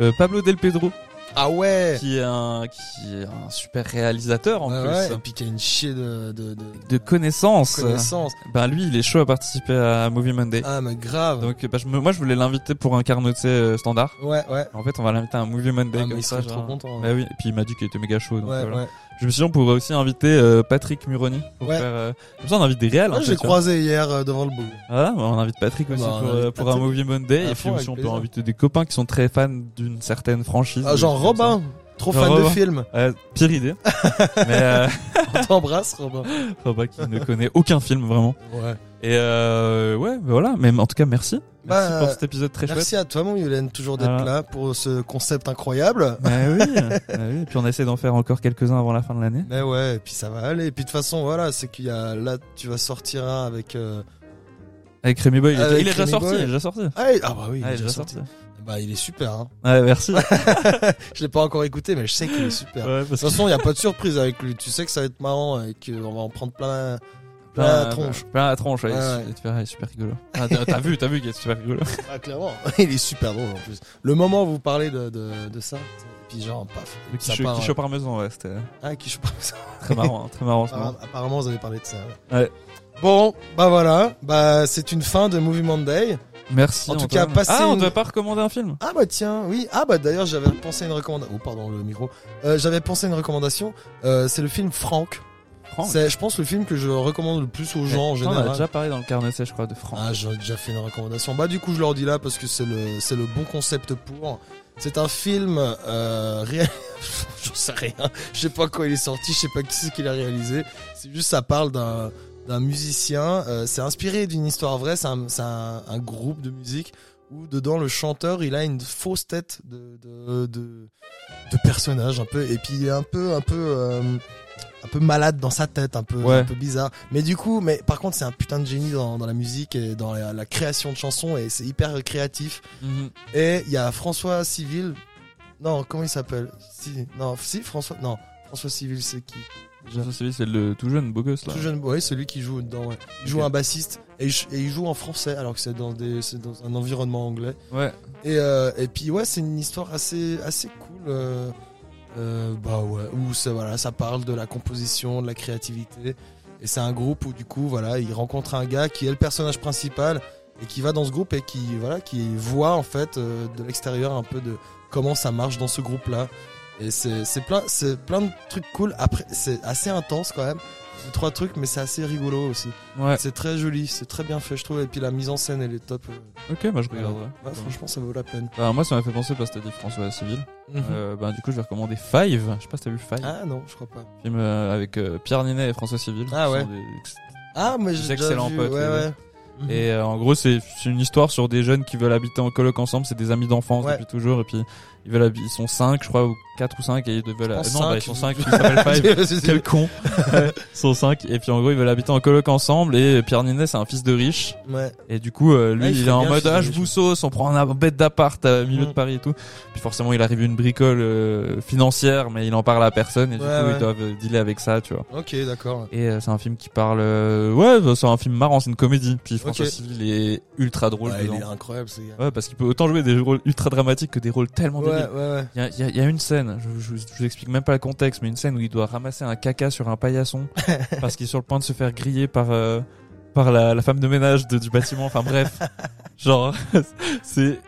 Euh, Pablo Del Pedro. Ah ouais. qui est un, qui est un super réalisateur en Ouais, plus. ouais, Et puis qui a une chier de, de, de De connaissances. connaissances. Ben lui, il est chaud à participer à Movie Monday. Ah mais grave. Donc bah, je me- moi, je voulais l'inviter pour un carnot euh, standard. ouais ouais. En fait, on va l'inviter à un Movie Ah, Monday. comme mais il ça, serait genre. trop content. Bah oui, et puis il m'a dit qu'il était méga chaud. ouais Donc voilà. Ah, ouais. Je me suis dit, on pourrait aussi inviter euh, Patrick Muroni pour Ouais. faire. euh, Comme ça, on invite des réels. Moi, en je fait, l'ai tu vois. Ah, croisé hier euh, devant le bout. Voilà, bah, on invite Patrick aussi Bah, on pour, invite euh, pour un Patrick. Movie Monday. À fond, Et puis aussi, avec on peut plaisir. inviter des copains qui sont très fans d'une certaine franchise. Ah, genre Des trucs comme Robin, trop Genre fan de Ah, Robin. films. ça. Euh, pire idée. Mais euh, On t'embrasse Robin. Robin qui ne connaît aucun film vraiment. Ouais. Et euh, ouais, bah voilà. Mais en tout cas, merci. Merci Bah, pour cet épisode très chouette. Merci à toi mon Yulen toujours d'être Ah. là pour ce concept incroyable. Bah oui, bah oui. Et puis on essaie d'en faire encore quelques-uns avant la fin de l'année. Mais ouais, et puis ça va aller. Et puis de toute façon, voilà, c'est qu'il y a là, tu vas sortir un avec. euh, Avec Rémi Boy, il est- Avec il est déjà Rémi sorti, Boy. il est déjà sorti. Ah, il- ah bah oui, Ah, il est déjà sorti. Bah il est super. Hein. Ouais, merci. Ouais, Je l'ai pas encore écouté, mais je sais qu'il est super. De parce toute façon, il y a pas de surprise avec lui. Tu sais que ça va être marrant et qu'on va en prendre plein, plein Ah, la tronche. Plein la tronche, ouais. Ouais, ouais. il est super- il est super rigolo. Ah, t'as t'as vu, t'as vu qu'il est super rigolo. Ah clairement, il est super drôle en plus. Le moment où vous parlez de, de, de ça, et puis genre paf, Le ça quiche part, quiche au parmesan, ouais, c'était Ah qui je pense. très marrant, hein, très marrant ce moment. Apparemment, apparemment, vous avez parlé de ça. ouais. Ouais. Bon, bah voilà, bah c'est une fin de Movie Monday. Merci. En tout Antoine. cas, passez Ah, on une- devait pas recommander un film. Ah bah tiens, oui. Ah bah d'ailleurs, j'avais pensé à une recommandation. Oh pardon, le micro. Euh, j'avais pensé à une recommandation. Euh, c'est le film Franck. Franck. C'est, je pense, le film que je recommande le plus aux gens en Putain, On a général. déjà parlé dans le carnet je crois, de Franck. Ah, j'ai déjà fait une recommandation. Bah du coup, je leur dis là parce que c'est le, c'est le bon concept pour. C'est un film euh, réel. J'en sais rien. Je sais pas quand il est sorti. Je sais pas qui c'est qui l'a réalisé. C'est juste, ça parle d'un d'un musicien. Euh, c'est inspiré d'une histoire vraie. C'est un, c'est un, un groupe de musique où dedans le chanteur il a une fausse tête de de, de, de personnage un peu et puis il est un peu un peu euh, un peu malade dans sa tête, un peu Ouais. un peu bizarre. Mais du coup, mais par contre c'est un putain de génie dans, dans la musique et dans la, la création de chansons et c'est hyper créatif. Mhm. Et il y a François Civil. Non, comment il s'appelle Si non, si François non, François Civil c'est qui Jean Sosévi, c'est le tout jeune beau gosse là. tout jeune, ouais, celui qui joue dedans. ouais. Il joue Ok. un bassiste et il, ch- et il joue en français alors que c'est dans, des- c'est dans un environnement anglais. Ouais. Et, euh, et puis ouais, c'est une histoire assez, assez cool. euh, euh, bah ouais, où ça, voilà, ça parle de la composition, de la créativité. Et c'est un groupe où du coup, voilà, il rencontre un gars qui est le personnage principal et qui va dans ce groupe et qui, voilà, qui voit en fait euh, de l'extérieur un peu de comment ça marche dans ce groupe-là. Et c'est c'est plein, c'est plein de trucs cool. Après, c'est assez intense quand même. Deux, trois trucs, mais c'est assez rigolo aussi. Ouais. C'est très joli, c'est très bien fait, je trouve. Et puis la mise en scène, elle est top. euh, Ok, bah je voilà. regarderai. Ouais, franchement, ça vaut la peine. Bah, moi, ça m'a fait penser parce que t'as dit François Civil. Mhm. Euh, bah, du coup, je vais recommander Five. Je sais pas si t'as vu Five. Ah non, je crois pas. Film euh, avec euh, Pierre Ninet et François Civil. Ah qui ouais. sont des- Ah, mais j'ai Des déjà excellents vu, potes, ouais, les ouais. Mhm. Et euh, en gros, c'est c'est une histoire sur des jeunes qui veulent habiter en coloc ensemble. C'est des amis d'enfance Ouais. depuis toujours. Et puis ils veulent hab- ils sont cinq, je crois, ou quatre ou cinq, et ils veulent. pense non, bah, ils cinq. sont cinq. Ils s'appellent Five. Quel con. Ouais, ils sont cinq. Et puis en gros, ils veulent habiter en coloc ensemble. Et Pierre Ninet, c'est un fils de riche. Ouais. Et du coup, euh, lui, Ah, il il, ferait est en bien mode fils de ah, je riche, vous sauce, on prend un bête d'appart à milieu Mhm. de Paris et tout. Puis forcément, il arrive une bricole euh, financière, mais il en parle à personne. Et du Ouais, coup, ouais. ils doivent euh, dealer avec ça, tu vois. Ok, d'accord. Et euh, c'est un film qui parle. euh, Ouais, bah, c'est un film marrant, c'est une comédie. Puis François Ok. Civil est ultra drôle Ouais, il dedans. est incroyable, ce gars. Oh, Ouais, parce qu'il peut autant jouer des rôles ultra dramatiques que des rôles tellement Ouais, ouais, débiles. ouais. Il y a, il y a- il y a une scène, je, je, je vous explique même pas le contexte, mais une scène où il doit ramasser un caca sur un paillasson parce qu'il est sur le point de se faire griller par euh, par la, la femme de ménage de- du bâtiment. Enfin bref, genre c'est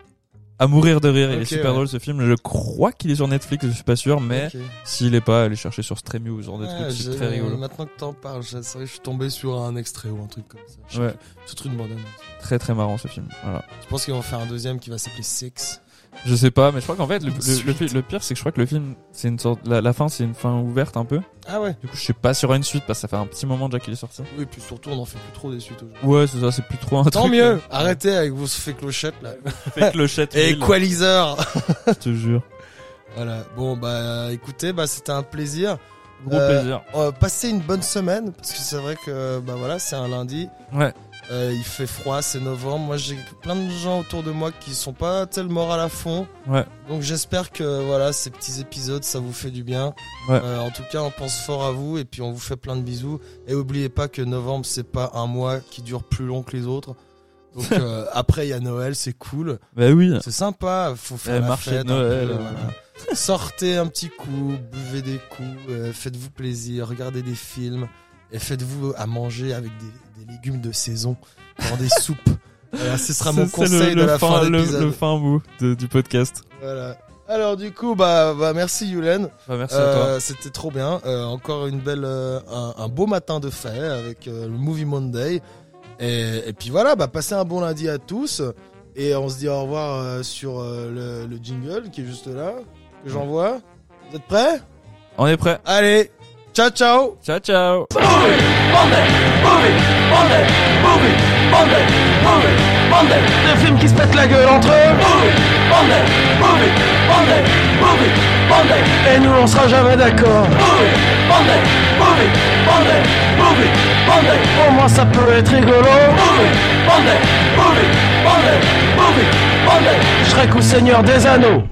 à mourir de rire. il est Ok, super ouais. drôle ce film. Je crois qu'il est sur Netflix, je suis pas sûr, mais Ok. Ah, s'il est pas, allez chercher sur Stremio ou ce genre de Ouais, trucs, c'est j'ai- très rigolo. Maintenant que t'en parles, je, c'est vrai que je suis tombé sur un extrait ou un truc comme ça. Je sais Ouais. plus. Tout truc de bande-annonce. Très très marrant ce film. Voilà. Je pense qu'ils vont faire un deuxième qui va s'appeler Six. Je sais pas, mais je crois qu'en fait, le, le- Suite. le, fi- le pire, c'est que je crois que le film, c'est une sorte, la, la fin, c'est une fin ouverte un peu. Ah ouais. Du coup, je sais pas sur une suite parce que ça fait un petit moment déjà qu'il est sorti. Oui, puis surtout, on en fait plus trop des suites aujourd'hui. Ouais, c'est ça, c'est plus trop un Tant truc, mieux. euh, Arrêtez avec vos faits clochettes là. Fait clochette. Et Will, Qualiseur. Je te jure. Voilà. Bon bah écoutez, bah c'était un plaisir. Gros Euh, plaisir. Euh, passez une bonne semaine parce que c'est vrai que bah voilà, c'est un lundi. Ouais. Euh, il fait froid, c'est novembre. Moi, j'ai plein de gens autour de moi qui sont pas tellement morts à la fond. Ouais. Donc j'espère que voilà, ces petits épisodes, ça vous fait du bien. Ouais. Euh, en tout cas, on pense fort à vous et puis on vous fait plein de bisous. Et oubliez pas que novembre, c'est pas un mois qui dure plus long que les autres. Donc euh, après il y a Noël, c'est cool, Bah oui. c'est sympa, faut faire Eh, la marché de fête un peu, Noël, euh. voilà. Sortez un petit coup, buvez des coups, euh, faites-vous plaisir, regardez des films et faites-vous à manger avec des, des légumes de saison dans des soupes. Voilà, ce sera mon C'est- c'est le- conseil le, de la fin, fin le- de Le, l'épisode. fin mot de- du podcast. Voilà. Alors du coup, bah, bah merci Yulen. Bah, merci à toi. Euh, C'était trop bien. Euh, encore une belle, euh, un, un beau matin de fête avec euh, le Movie Monday. Et, et puis voilà, bah, passez un bon lundi à tous. Et on se dit au revoir euh, sur euh, le, le jingle qui est juste là, que j'envoie. Vous êtes prêts On est prêt. Allez, ciao ciao Ciao, ciao. Deux films qui se pètent la gueule entre eux Et nous on sera jamais d'accord Au moins ça peut être rigolo Je serai qu'au seigneur des anneaux